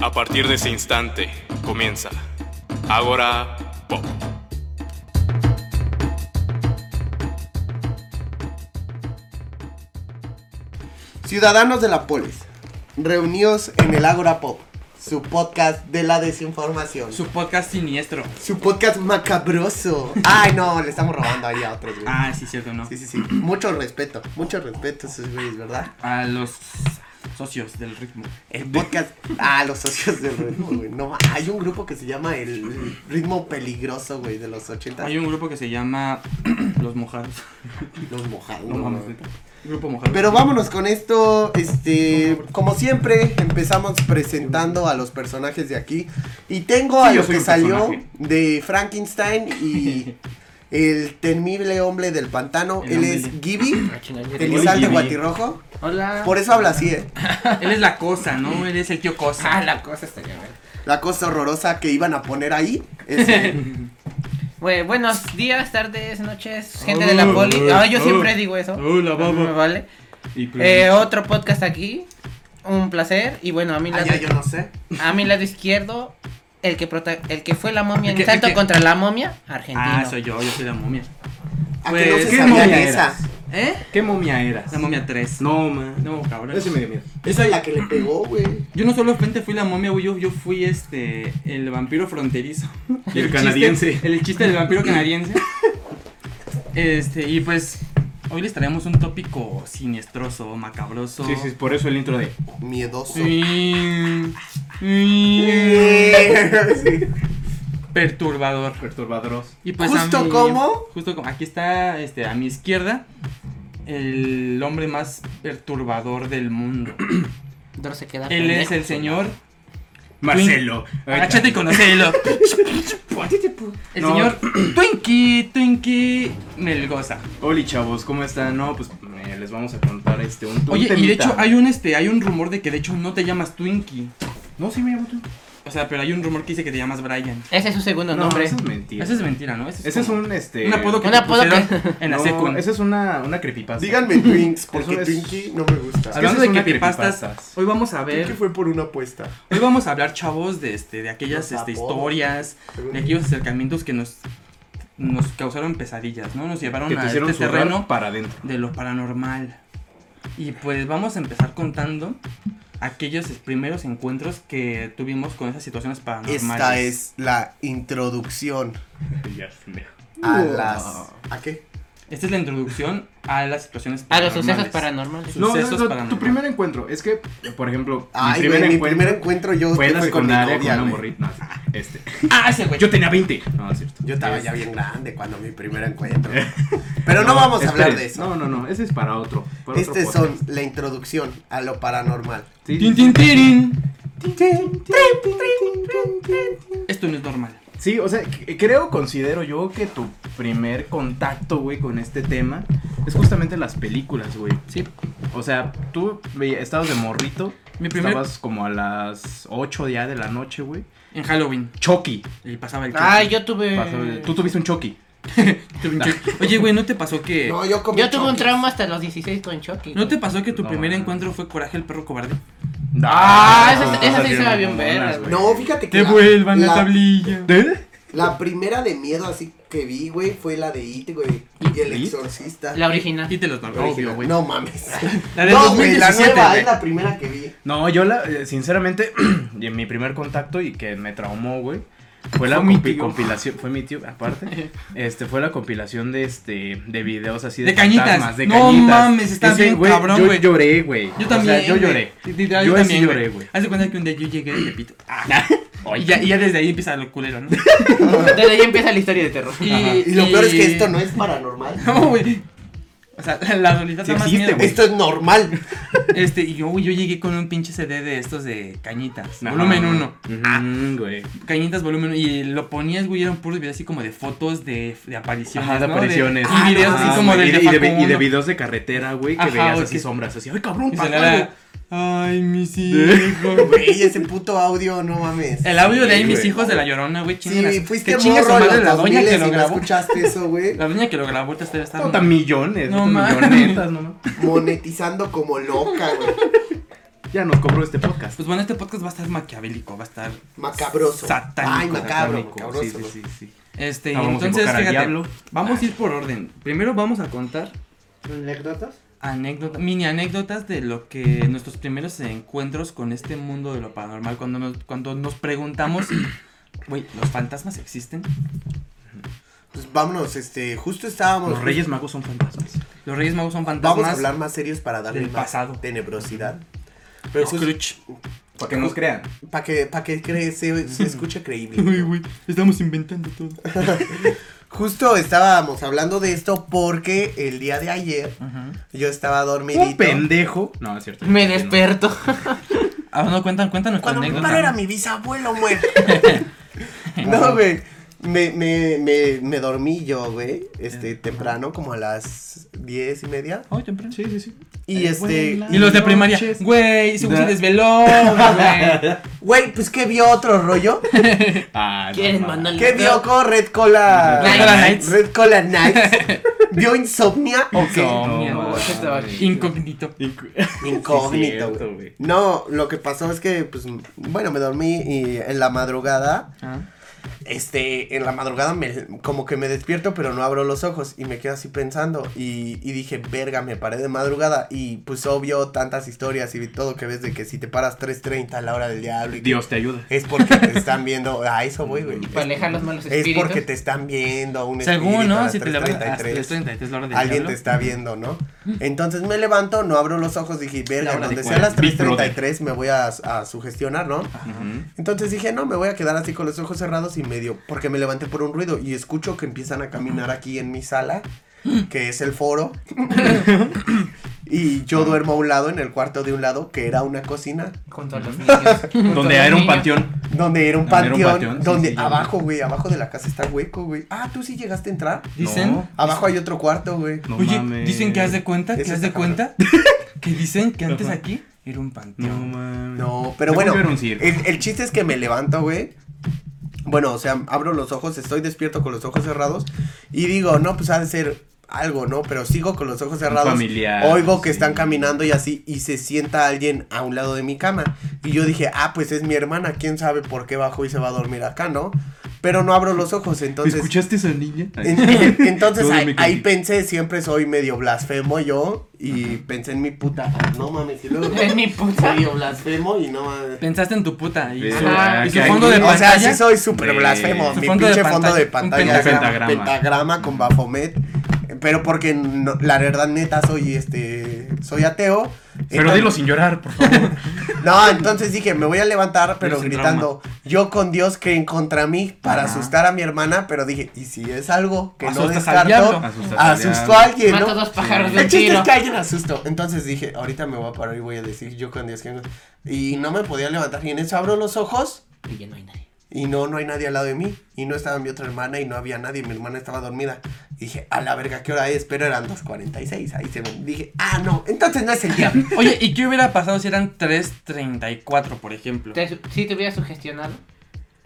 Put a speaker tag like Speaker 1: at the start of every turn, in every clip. Speaker 1: A partir de ese instante comienza Agora Pop.
Speaker 2: Ciudadanos de la Polis, reunidos en el Agora Pop, su podcast de la desinformación. Su,
Speaker 3: Su podcast siniestro.
Speaker 2: podcast macabroso. Ay, no, le estamos robando ahí a otros, güey.
Speaker 3: Ah, sí, cierto, ¿no?
Speaker 2: Sí, sí, sí. Mucho respeto, mucho respeto a esos güeyes, ¿verdad?
Speaker 3: A los socios del ritmo.
Speaker 2: El podcast. Ah, los socios del ritmo, güey. No, hay un grupo que se llama el ritmo peligroso, güey, de los 80.
Speaker 3: Hay un grupo que se llama Los Mojados.
Speaker 2: Los mojados.
Speaker 3: No mames,
Speaker 2: güey.
Speaker 3: neta. Grupo Mojados.
Speaker 2: Uh. Pero vámonos con esto, este, como siempre, empezamos presentando a los personajes de aquí. Y tengo a
Speaker 3: Sí, yo
Speaker 2: lo
Speaker 3: soy
Speaker 2: que
Speaker 3: un
Speaker 2: salió
Speaker 3: personaje.
Speaker 2: de Frankenstein y el temible hombre del pantano.
Speaker 3: El
Speaker 2: Él
Speaker 3: hombre
Speaker 2: es
Speaker 3: de-
Speaker 2: Gibby,
Speaker 3: Oli
Speaker 2: Elizalde
Speaker 3: Gibby.
Speaker 2: Guatirrojo.
Speaker 4: Hola.
Speaker 2: Por eso habla así, eh.
Speaker 3: Él es la cosa, ¿no? Él es el tío cosa.
Speaker 4: Ah, la cosa está bien.
Speaker 2: La cosa horrorosa que iban a poner ahí. este,
Speaker 4: Bueno, buenos días, tardes, noches, gente de la poli. Ah, yo siempre digo eso.
Speaker 3: Hola,
Speaker 4: No Ah, me
Speaker 3: Uh, baba.
Speaker 4: vale.
Speaker 3: Y creo-
Speaker 4: Eh, otro podcast aquí. Un placer. Y bueno, a mi
Speaker 2: ah,
Speaker 4: lado,
Speaker 2: ya, yo no sé.
Speaker 4: a mi lado izquierdo, el que prota- el que fue la
Speaker 3: El
Speaker 4: momia en
Speaker 3: que- el
Speaker 4: Salto
Speaker 3: que-
Speaker 4: contra la momia, argentino.
Speaker 3: Ah, soy yo, yo soy la momia.
Speaker 2: ¿A
Speaker 3: Pues,
Speaker 2: que no se
Speaker 3: ¿qué
Speaker 2: sabían
Speaker 3: momia
Speaker 2: esa?
Speaker 3: eras?
Speaker 4: ¿Eh?
Speaker 5: ¿Qué momia eras?
Speaker 3: La momia 3.
Speaker 5: No, man.
Speaker 3: No, cabrón.
Speaker 5: Ese me dio miedo.
Speaker 2: Esa es la que le pegó, güey.
Speaker 3: Yo no solo frente fui la momia, güey, yo, yo fui este el vampiro fronterizo.
Speaker 5: Y el
Speaker 3: chiste-
Speaker 5: canadiense.
Speaker 3: el chiste del vampiro canadiense. Este, y pues hoy les traemos un tópico siniestroso, macabroso.
Speaker 5: Sí, sí, por eso el intro de.
Speaker 2: Miedoso.
Speaker 3: Mm, mm,
Speaker 2: Sí.
Speaker 3: perturbador.
Speaker 5: Perturbadoros.
Speaker 3: Y pues
Speaker 2: ¿Justo
Speaker 3: a mí-
Speaker 2: cómo?
Speaker 3: Justo como. Aquí está este, a mi izquierda el hombre más perturbador del mundo.
Speaker 4: Dor se queda
Speaker 3: Él es
Speaker 4: pendejo.
Speaker 3: el señor.
Speaker 5: Marcelo.
Speaker 3: Agáchate y conocelo. El
Speaker 5: No.
Speaker 3: señor Twinkie, Twinkie Melgoza.
Speaker 5: Oli, chavos, ¿cómo están? No, pues eh, les vamos a contar este un un
Speaker 3: Oye, y de
Speaker 5: temita.
Speaker 3: hecho hay un este, hay un rumor de que de hecho no te llamas Twinkie.
Speaker 5: No, sí me llamo tú.
Speaker 3: O sea, pero hay un rumor que dice que te llamas Brian.
Speaker 4: Ese es su segundo nombre.
Speaker 5: eso es mentira.
Speaker 3: Eso es mentira, ¿no? Eso
Speaker 5: Ese es
Speaker 3: como
Speaker 5: un este.
Speaker 3: un apodo que
Speaker 4: Un
Speaker 3: te
Speaker 4: apodo que-
Speaker 3: pusieron en la
Speaker 5: No,
Speaker 3: secu.
Speaker 5: Esa es una, una creepypasta.
Speaker 2: Díganme Twinks, porque
Speaker 5: Eso es-
Speaker 2: Twinkie no me gusta.
Speaker 5: Esa
Speaker 3: Hablando
Speaker 5: es
Speaker 3: de
Speaker 5: una
Speaker 3: creepypastas,
Speaker 5: creepypastas.
Speaker 3: hoy vamos a
Speaker 2: Creo que
Speaker 3: ver,
Speaker 2: fue por una apuesta.
Speaker 3: hoy vamos a hablar chavos de este, de aquellas
Speaker 2: Los
Speaker 3: este,
Speaker 2: apodos.
Speaker 3: historias, de aquellos acercamientos que nos nos causaron pesadillas, ¿no? Nos llevaron
Speaker 5: Que te
Speaker 3: a
Speaker 5: hicieron
Speaker 3: este
Speaker 5: zurrar
Speaker 3: terreno
Speaker 5: para adentro.
Speaker 3: de lo paranormal. Y pues vamos a empezar contando aquellos primeros encuentros que tuvimos con esas situaciones paranormales.
Speaker 2: Esta es la introducción
Speaker 5: Pues Ya, pendejo.
Speaker 2: a
Speaker 5: No.
Speaker 2: las. ¿A qué?
Speaker 3: Esta es la introducción a las situaciones
Speaker 4: A los
Speaker 3: paranormales.
Speaker 4: sucesos paranormales.
Speaker 5: No, no,
Speaker 3: Sucesos
Speaker 5: no,
Speaker 3: paranormales.
Speaker 5: tu primer encuentro. Es que, por ejemplo,
Speaker 2: Ay, güey, mi primer encuentro yo
Speaker 5: fue en la
Speaker 2: fue con mi
Speaker 5: secundaria con
Speaker 2: novia,
Speaker 5: una
Speaker 2: güey.
Speaker 5: morrita. No, Este.
Speaker 3: Ah, ese güey.
Speaker 5: Yo tenía 20. No, es cierto.
Speaker 2: Yo estaba
Speaker 5: Es-
Speaker 2: ya bien grande cuando mi primer encuentro. Pero no, vamos a hablar
Speaker 5: esperen.
Speaker 2: de eso.
Speaker 5: No, no, no. Ese es para otro. para otro
Speaker 2: Este
Speaker 5: podcast.
Speaker 2: son la introducción a lo paranormal.
Speaker 5: Sí,
Speaker 3: Tin, tin, tirin. Esto no es normal.
Speaker 5: Sí, o sea, c- creo, considero yo que tu primer contacto, güey, con este tema es justamente las películas, güey.
Speaker 3: Sí.
Speaker 5: O sea, tú veía- estabas de morrito.
Speaker 3: Mi primer-
Speaker 5: Estabas como a las 8 ya de la noche, güey.
Speaker 3: En Halloween.
Speaker 5: Chucky.
Speaker 3: Y pasaba el
Speaker 4: Ah,
Speaker 3: choque.
Speaker 4: yo tuve.
Speaker 5: Pasó el- Tú tuviste un Chucky.
Speaker 3: Tuve un choque. Oye, güey, ¿no te pasó que
Speaker 2: No, Eh, yo comí
Speaker 4: Yo tuve un
Speaker 2: chonquis.
Speaker 4: trauma hasta los 16 con Chucky.
Speaker 3: no te pasó que tu
Speaker 5: No,
Speaker 3: primer
Speaker 5: no.
Speaker 3: encuentro fue Coraje el perro cobarde?
Speaker 4: Ah, esa-
Speaker 5: no,
Speaker 4: esa sí
Speaker 5: esas
Speaker 4: estaba bien
Speaker 5: mamonas,
Speaker 4: vergas,
Speaker 5: güey.
Speaker 2: No, fíjate que.
Speaker 3: Te
Speaker 2: la-
Speaker 3: vuelvan la
Speaker 2: la,
Speaker 3: tablilla.
Speaker 5: ¿Eh?
Speaker 2: la primera de miedo así que vi, güey, fue la de It, güey. Y el
Speaker 5: ¿It?
Speaker 2: exorcista.
Speaker 4: La original.
Speaker 3: Y te los marcó,
Speaker 2: Original.
Speaker 3: obvio, güey.
Speaker 2: No mames.
Speaker 3: La del
Speaker 2: no, güey, la
Speaker 3: 2017,
Speaker 2: nueva
Speaker 3: güey.
Speaker 2: es la primera que vi.
Speaker 5: No, yo la, eh, sinceramente, y en mi primer contacto y que me traumó, güey, fue la
Speaker 3: Fue mi
Speaker 5: compi-
Speaker 3: tío.
Speaker 5: compilación, fue mi tío, aparte, este, fue la compilación de este, de videos así de,
Speaker 3: De cañitas.
Speaker 5: fantasmas, de
Speaker 3: No
Speaker 5: cañitas.
Speaker 3: mames, está bien cabrón,
Speaker 5: yo
Speaker 3: güey.
Speaker 5: lloré, güey.
Speaker 3: Yo también.
Speaker 5: O sea, yo
Speaker 3: güey.
Speaker 5: lloré.
Speaker 3: Sí, sí, yo,
Speaker 5: Yo sí
Speaker 3: también
Speaker 5: lloré, güey.
Speaker 3: Haz de cuenta que un día yo llegué y repito. Ah, y, ya, y ya desde ahí empieza lo culero, ¿no?
Speaker 4: Desde ahí empieza la historia de terror.
Speaker 2: Ajá. Y lo peor es que esto no es paranormal.
Speaker 3: No, güey. O sea, la realidad
Speaker 5: Sí
Speaker 3: da más
Speaker 5: existe,
Speaker 3: miedo.
Speaker 5: güey.
Speaker 2: Esto es normal.
Speaker 3: Este, y yo, güey, yo llegué con un pinche CD de estos de cañitas.
Speaker 5: Ajá.
Speaker 3: Volumen Ah, 1.
Speaker 5: Ujú, güey.
Speaker 3: Cañitas volumen 1. Y lo ponías, güey, eran puros videos así como de fotos de, de apariciones.
Speaker 5: Ajá, de
Speaker 3: ¿no?
Speaker 5: apariciones.
Speaker 3: y videos así
Speaker 5: Ajá,
Speaker 3: como
Speaker 5: güey,
Speaker 3: del
Speaker 5: y,
Speaker 3: de
Speaker 5: y de,
Speaker 3: Facundo.
Speaker 5: y de videos de carretera, güey, que
Speaker 3: Ajá,
Speaker 5: veías
Speaker 3: o
Speaker 5: así
Speaker 3: que-
Speaker 5: soldras, así, ay, cabrón,
Speaker 3: Y se
Speaker 5: pasó
Speaker 3: le da,
Speaker 5: algo".
Speaker 3: Ay, mis hijos.
Speaker 2: Güey, ese puto audio, no mames.
Speaker 3: El audio de ahí,
Speaker 5: Sí,
Speaker 3: mis
Speaker 5: güey.
Speaker 3: hijos de la llorona, güey. chinguen a
Speaker 2: Sí,
Speaker 3: su-
Speaker 2: fuiste
Speaker 3: que chingue su
Speaker 2: morro en
Speaker 3: madre
Speaker 2: los
Speaker 3: la doña
Speaker 2: 2000
Speaker 3: que
Speaker 2: y
Speaker 3: lo
Speaker 2: no
Speaker 3: grabó.
Speaker 2: escuchaste eso, güey.
Speaker 3: La doña que lo grabó, te debe estar.
Speaker 5: Puta, millones,
Speaker 3: No
Speaker 5: puta,
Speaker 3: mames.
Speaker 5: millonetas, no mames.
Speaker 2: Monetizando como loca, güey.
Speaker 5: ya nos cobró este podcast.
Speaker 3: Pues bueno, este podcast va a estar maquiavélico, va a estar
Speaker 2: Macabroso.
Speaker 3: Satánico.
Speaker 2: Ay, macabro.
Speaker 5: Satánico,
Speaker 2: macabroso.
Speaker 5: Sí, sí, sí, sí.
Speaker 3: Este,
Speaker 5: Ah, vamos a
Speaker 3: entonces,
Speaker 5: invocar al
Speaker 3: fíjate,
Speaker 5: diablo.
Speaker 3: vamos a ir por orden. Primero vamos a contar
Speaker 2: ¿Anécdotas?
Speaker 3: anécdotas, mini anécdotas de lo que nuestros primeros encuentros con este mundo de lo paranormal, cuando nos, cuando nos preguntamos, güey, ¿los fantasmas existen?
Speaker 2: Pues vámonos, este, justo estábamos.
Speaker 5: Los Reyes Magos son fantasmas.
Speaker 3: ¿Los Reyes Magos son fantasmas?
Speaker 2: Vamos a hablar más serios para darle
Speaker 3: del
Speaker 2: más
Speaker 3: pasado.
Speaker 2: tenebrosidad. Pero
Speaker 3: Pero
Speaker 2: justo-
Speaker 3: Scrooge.
Speaker 5: Para que nos crean.
Speaker 2: Para que, pa que cree- se, se escuche creíble.
Speaker 3: Uy, güey, estamos inventando todo.
Speaker 2: Justo estábamos hablando de esto porque el día de ayer yo estaba
Speaker 5: Un
Speaker 2: dormidito.
Speaker 5: pendejo. No, es cierto.
Speaker 4: Me
Speaker 5: No.
Speaker 4: desperto.
Speaker 3: Ah, no, cuentan, cuentan nuestra
Speaker 2: Cuando mi
Speaker 3: anécdota.
Speaker 2: padre era mi bisabuelo, güey. no, güey. Me, me, me, me dormí yo, güey. Este, temprano, como a las diez y media.
Speaker 3: Ay, temprano.
Speaker 5: Sí, sí, sí.
Speaker 2: Y este.
Speaker 3: Y los de primaria,
Speaker 5: Noches.
Speaker 3: güey, ese güey se
Speaker 5: Da.
Speaker 3: desveló, güey.
Speaker 2: Güey, pues que vio otro rollo.
Speaker 5: Ah,
Speaker 4: ¿Quieren
Speaker 5: mames.
Speaker 4: mandarle?
Speaker 2: ¿Qué vio con Red Cola
Speaker 3: Red Cola Nights.
Speaker 2: Red Cola Nights. ¿Vio insomnia o qué?
Speaker 5: No,
Speaker 3: Mierda.
Speaker 5: mames.
Speaker 3: Incognito.
Speaker 2: Incógnito,
Speaker 5: Sí, cierto,
Speaker 2: güey.
Speaker 5: güey.
Speaker 2: No, lo que pasó es que, pues, bueno, me dormí y en la madrugada,
Speaker 3: Ah.
Speaker 2: este, en la madrugada me, como que me despierto, pero no abro los ojos y me quedo así pensando. Y, y dije, verga, me paré de madrugada. Y pues, obvio, tantas historias y todo que ves de que si te paras 3.30 a la hora del diablo. y que
Speaker 5: Dios te ayuda.
Speaker 2: Es porque te están viendo, a eso voy, güey.
Speaker 4: Para alejar los malos
Speaker 2: Es
Speaker 4: espíritus.
Speaker 2: porque te están viendo un espíritu
Speaker 3: Según,
Speaker 2: a
Speaker 3: ¿no?
Speaker 2: las
Speaker 3: Si te la ah, vas a
Speaker 2: 3:33.
Speaker 3: 3.33 la hora del
Speaker 2: Alguien te
Speaker 3: diablo.
Speaker 2: está viendo, ¿no? Entonces me levanto, no abro los ojos, dije, verga,
Speaker 3: La hora de
Speaker 2: donde sea
Speaker 3: cuál,
Speaker 2: las
Speaker 5: Big
Speaker 2: 3.33 me voy a, a sugestionar, ¿no? Entonces dije, no, me voy a quedar así con los ojos cerrados y medio, porque me levanté por un ruido y escucho que empiezan a caminar aquí en mi sala, que es el foro. y
Speaker 5: Ah.
Speaker 2: yo duermo a un lado, en el cuarto de un lado, que era una cocina,
Speaker 4: Junto a los niños. junto
Speaker 5: Donde
Speaker 4: a los
Speaker 5: era un
Speaker 4: niños.
Speaker 5: panteón.
Speaker 2: donde era un
Speaker 5: Donde Ah, era
Speaker 2: panteón,
Speaker 5: un panteón, sí,
Speaker 2: donde
Speaker 5: sí, yo-
Speaker 2: abajo, güey, abajo de la casa está hueco, güey. Ah, ¿tú sí llegaste a entrar?
Speaker 3: Dicen,
Speaker 5: No.
Speaker 2: Abajo hay otro cuarto, güey.
Speaker 5: No
Speaker 3: oye,
Speaker 5: mames.
Speaker 3: dicen que haz de cuenta, que
Speaker 2: Eso
Speaker 3: haz de
Speaker 2: está
Speaker 3: cuenta, que dicen que antes aquí era un
Speaker 5: No
Speaker 3: panteón.
Speaker 5: mames.
Speaker 2: No, pero
Speaker 5: Me
Speaker 2: bueno,
Speaker 5: volvieron circo.
Speaker 2: el, el chiste es que me levanto, güey. Bueno, o sea, abro los ojos, estoy despierto con los ojos cerrados y digo, no, pues ha de ser algo, ¿no? Pero sigo con los ojos cerrados.
Speaker 5: familiar,
Speaker 2: oigo que
Speaker 5: sí.
Speaker 2: están caminando y así y se sienta alguien a un lado de mi cama. Y yo dije, ah, pues es mi hermana, quién sabe por qué bajó y se va a dormir acá, ¿no? Pero no abro los ojos, entonces...
Speaker 5: ¿Escuchaste esa niña?
Speaker 2: En- Entonces
Speaker 5: Todo
Speaker 2: ahí,
Speaker 5: mi
Speaker 2: ahí
Speaker 5: conti-
Speaker 2: pensé, siempre soy medio blasfemo yo y pensé en mi puta. No mames, y luego
Speaker 4: En mi puta.
Speaker 2: medio blasfemo y no mames.
Speaker 3: Pensaste en tu puta y,
Speaker 5: Sí.
Speaker 3: su,
Speaker 4: Ajá.
Speaker 3: y su
Speaker 5: ah, Que
Speaker 3: fondo
Speaker 5: ahí-
Speaker 3: de
Speaker 2: o sea,
Speaker 3: pantalla.
Speaker 2: sí soy súper
Speaker 5: Sí.
Speaker 2: blasfemo.
Speaker 3: Su
Speaker 2: Mi
Speaker 3: fondo de
Speaker 2: pinche fondo de
Speaker 3: pantalla,
Speaker 2: pantalla.
Speaker 3: un
Speaker 2: es un
Speaker 5: pentagrama.
Speaker 2: pentagrama con Bafomet. eh, Pero porque no- la verdad neta soy este. Soy ateo.
Speaker 5: Pero
Speaker 2: entonces-
Speaker 5: dilo sin llorar, por favor.
Speaker 2: No, entonces dije, me voy a levantar, pero
Speaker 3: sin
Speaker 2: gritando, yo con Dios creen contra mí para
Speaker 3: Ajá.
Speaker 2: asustar a mi hermana, pero dije, ¿y si es algo que no
Speaker 3: Asustas al
Speaker 2: descarto?
Speaker 3: diablo.
Speaker 5: Asustas al
Speaker 2: Asustó
Speaker 5: diablo.
Speaker 2: a alguien,
Speaker 4: Mato
Speaker 2: ¿no?
Speaker 4: dos pájaros de
Speaker 2: El
Speaker 4: un
Speaker 2: chiste es
Speaker 4: tiro.
Speaker 2: que alguien asustó. Entonces dije, ahorita me voy a parar y voy a decir yo con Dios que no. Y no me podía levantar. Y en eso abro los ojos
Speaker 4: Y ya no hay nadie.
Speaker 2: y no, no hay nadie al lado de mí. Y no estaba mi otra hermana y no había nadie. Mi hermana estaba dormida. Y dije, a la verga, ¿qué hora es? Pero eran 2.46. Ahí se me dije, ah, no, entonces no es el diablo.
Speaker 3: Oye, ¿y qué hubiera pasado si eran 3.34, por ejemplo?
Speaker 4: Te- Si te hubiera sugestionado.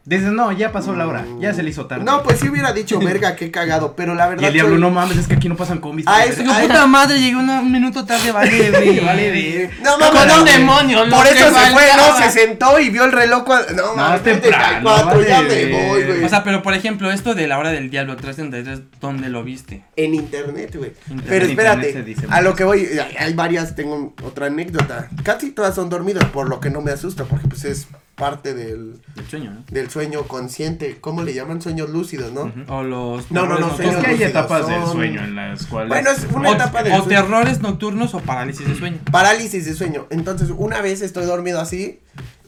Speaker 5: Dices, no, ya pasó la hora. Ya se le hizo tarde.
Speaker 2: No, pues sí hubiera dicho, verga, qué cagado. Pero la verdad.
Speaker 5: Y el diablo,
Speaker 2: soy-
Speaker 5: no mames, es que aquí no pasan combis.
Speaker 2: Ah,
Speaker 5: la
Speaker 2: es-
Speaker 5: verga".
Speaker 3: Tu
Speaker 2: Ay.
Speaker 3: puta madre, llegué una- un minuto tarde, vale, güey.
Speaker 5: Vale, de-
Speaker 2: No
Speaker 4: Con
Speaker 2: mames,
Speaker 4: un
Speaker 2: no,
Speaker 4: demonio, lo
Speaker 2: Por eso se
Speaker 4: que
Speaker 2: fue, no,
Speaker 4: faltaba.
Speaker 2: se sentó y vio el reloj. cua- No, mames,
Speaker 5: temprano,
Speaker 2: 34, ya
Speaker 5: vale.
Speaker 2: me voy, güey.
Speaker 3: O sea, pero por ejemplo, esto de la hora del diablo 3.33, ¿dónde lo viste?
Speaker 2: en internet, güey.
Speaker 3: Internet.
Speaker 2: Pero
Speaker 5: En
Speaker 2: espérate,
Speaker 5: internet se dice
Speaker 2: a lo que voy, hay- hay varias, tengo otra anécdota. Casi todas son dormidas, por lo que no me asusta, porque pues es parte del,
Speaker 3: El sueño, ¿no?
Speaker 2: del sueño consciente. ¿Cómo le llaman sueños lúcidos, no?
Speaker 3: O los
Speaker 2: No, no, no,
Speaker 3: terrores
Speaker 2: sé,
Speaker 5: Es
Speaker 3: nocturnos.
Speaker 5: que hay
Speaker 2: Son-
Speaker 5: etapas del
Speaker 2: son-
Speaker 5: sueño en las cuales.
Speaker 2: Bueno, es una
Speaker 3: O-
Speaker 2: etapa del
Speaker 3: o
Speaker 2: sueño.
Speaker 3: terrores nocturnos o parálisis de sueño.
Speaker 2: Parálisis de sueño. Entonces, una vez estoy dormido así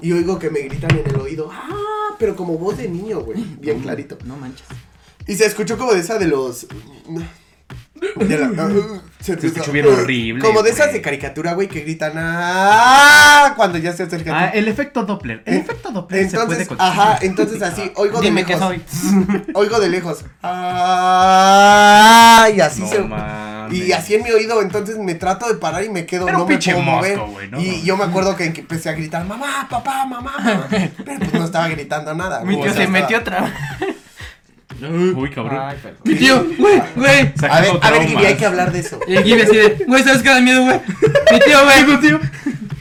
Speaker 2: y oigo que me gritan en el oído. ¡Ah! Pero como voz de niño, güey. Bien clarito.
Speaker 3: No manches.
Speaker 2: Y se escuchó como de esa de los. de la- ah, se empieza-
Speaker 5: escuchó bien horrible,
Speaker 2: Como de esas
Speaker 5: güey.
Speaker 2: de caricatura, güey, que gritan. ¡Ah! Cuando ya se acercan.
Speaker 5: Ah, el efecto Doppler. El
Speaker 2: En-
Speaker 5: efecto Doppler se puede
Speaker 2: Entonces,
Speaker 5: con-
Speaker 2: ajá, entonces así, oigo de
Speaker 4: Dime que
Speaker 2: lejos.
Speaker 4: soy.
Speaker 2: Oigo de lejos. ¡Ah! Y así
Speaker 5: No
Speaker 2: se.
Speaker 5: mames.
Speaker 2: Y así en mi oído, entonces me trato de parar y me quedo,
Speaker 5: Era
Speaker 2: no
Speaker 5: un
Speaker 2: me
Speaker 5: pinche
Speaker 2: puedo
Speaker 5: mosco,
Speaker 2: mover.
Speaker 5: güey, no
Speaker 2: y
Speaker 5: mames.
Speaker 2: yo me acuerdo que que empecé a gritar, mamá, papá, mamá, mamá. Pero pues no estaba gritando nada.
Speaker 4: Mi
Speaker 2: güey,
Speaker 4: tío
Speaker 2: o sea,
Speaker 4: se
Speaker 2: estaba-
Speaker 4: metió otra vez.
Speaker 5: Uy, cabrón.
Speaker 4: Ay, perdón.
Speaker 3: Mi tío, güey, güey.
Speaker 2: A ver,
Speaker 5: Sacando
Speaker 2: a ver, Gibi,
Speaker 5: traumas.
Speaker 2: hay que hablar de eso.
Speaker 3: Y el Gibi así de, güey, ¿sabes qué da miedo, güey? Mi tío, güey.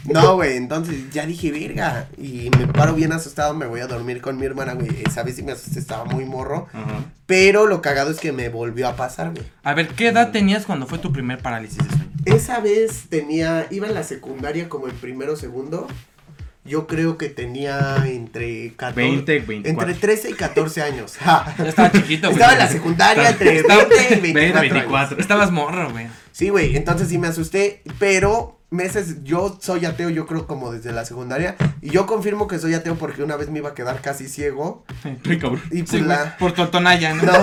Speaker 2: No, No, güey, entonces ya dije, verga. Y me paro bien asustado, me voy a dormir con mi hermana, güey. Esa vez sí me asusté, estaba muy morro.
Speaker 5: Ajá.
Speaker 2: Pero lo cagado es que me volvió a pasar, güey.
Speaker 3: A ver, ¿qué edad tenías cuando fue tu primer parálisis de sueño?
Speaker 2: Esa vez tenía, iba en la secundaria como el primero segundo. Yo creo que tenía entre 14,
Speaker 5: 20, 24.
Speaker 2: entre 13 y 14 años. Ja.
Speaker 3: Ya estaba chiquito, güey.
Speaker 2: Estaba en la secundaria entre 20 y 24. 24.
Speaker 5: 24.
Speaker 3: Estabas morro, güey.
Speaker 2: Sí, güey, entonces sí me asusté, pero meses, yo soy ateo, yo creo como desde la secundaria, y yo confirmo que soy ateo porque una vez me iba a quedar casi ciego,
Speaker 5: Ay, cabrón.
Speaker 2: y pues
Speaker 3: Sí, güey,
Speaker 2: la...
Speaker 3: Por Totonaya, ¿no?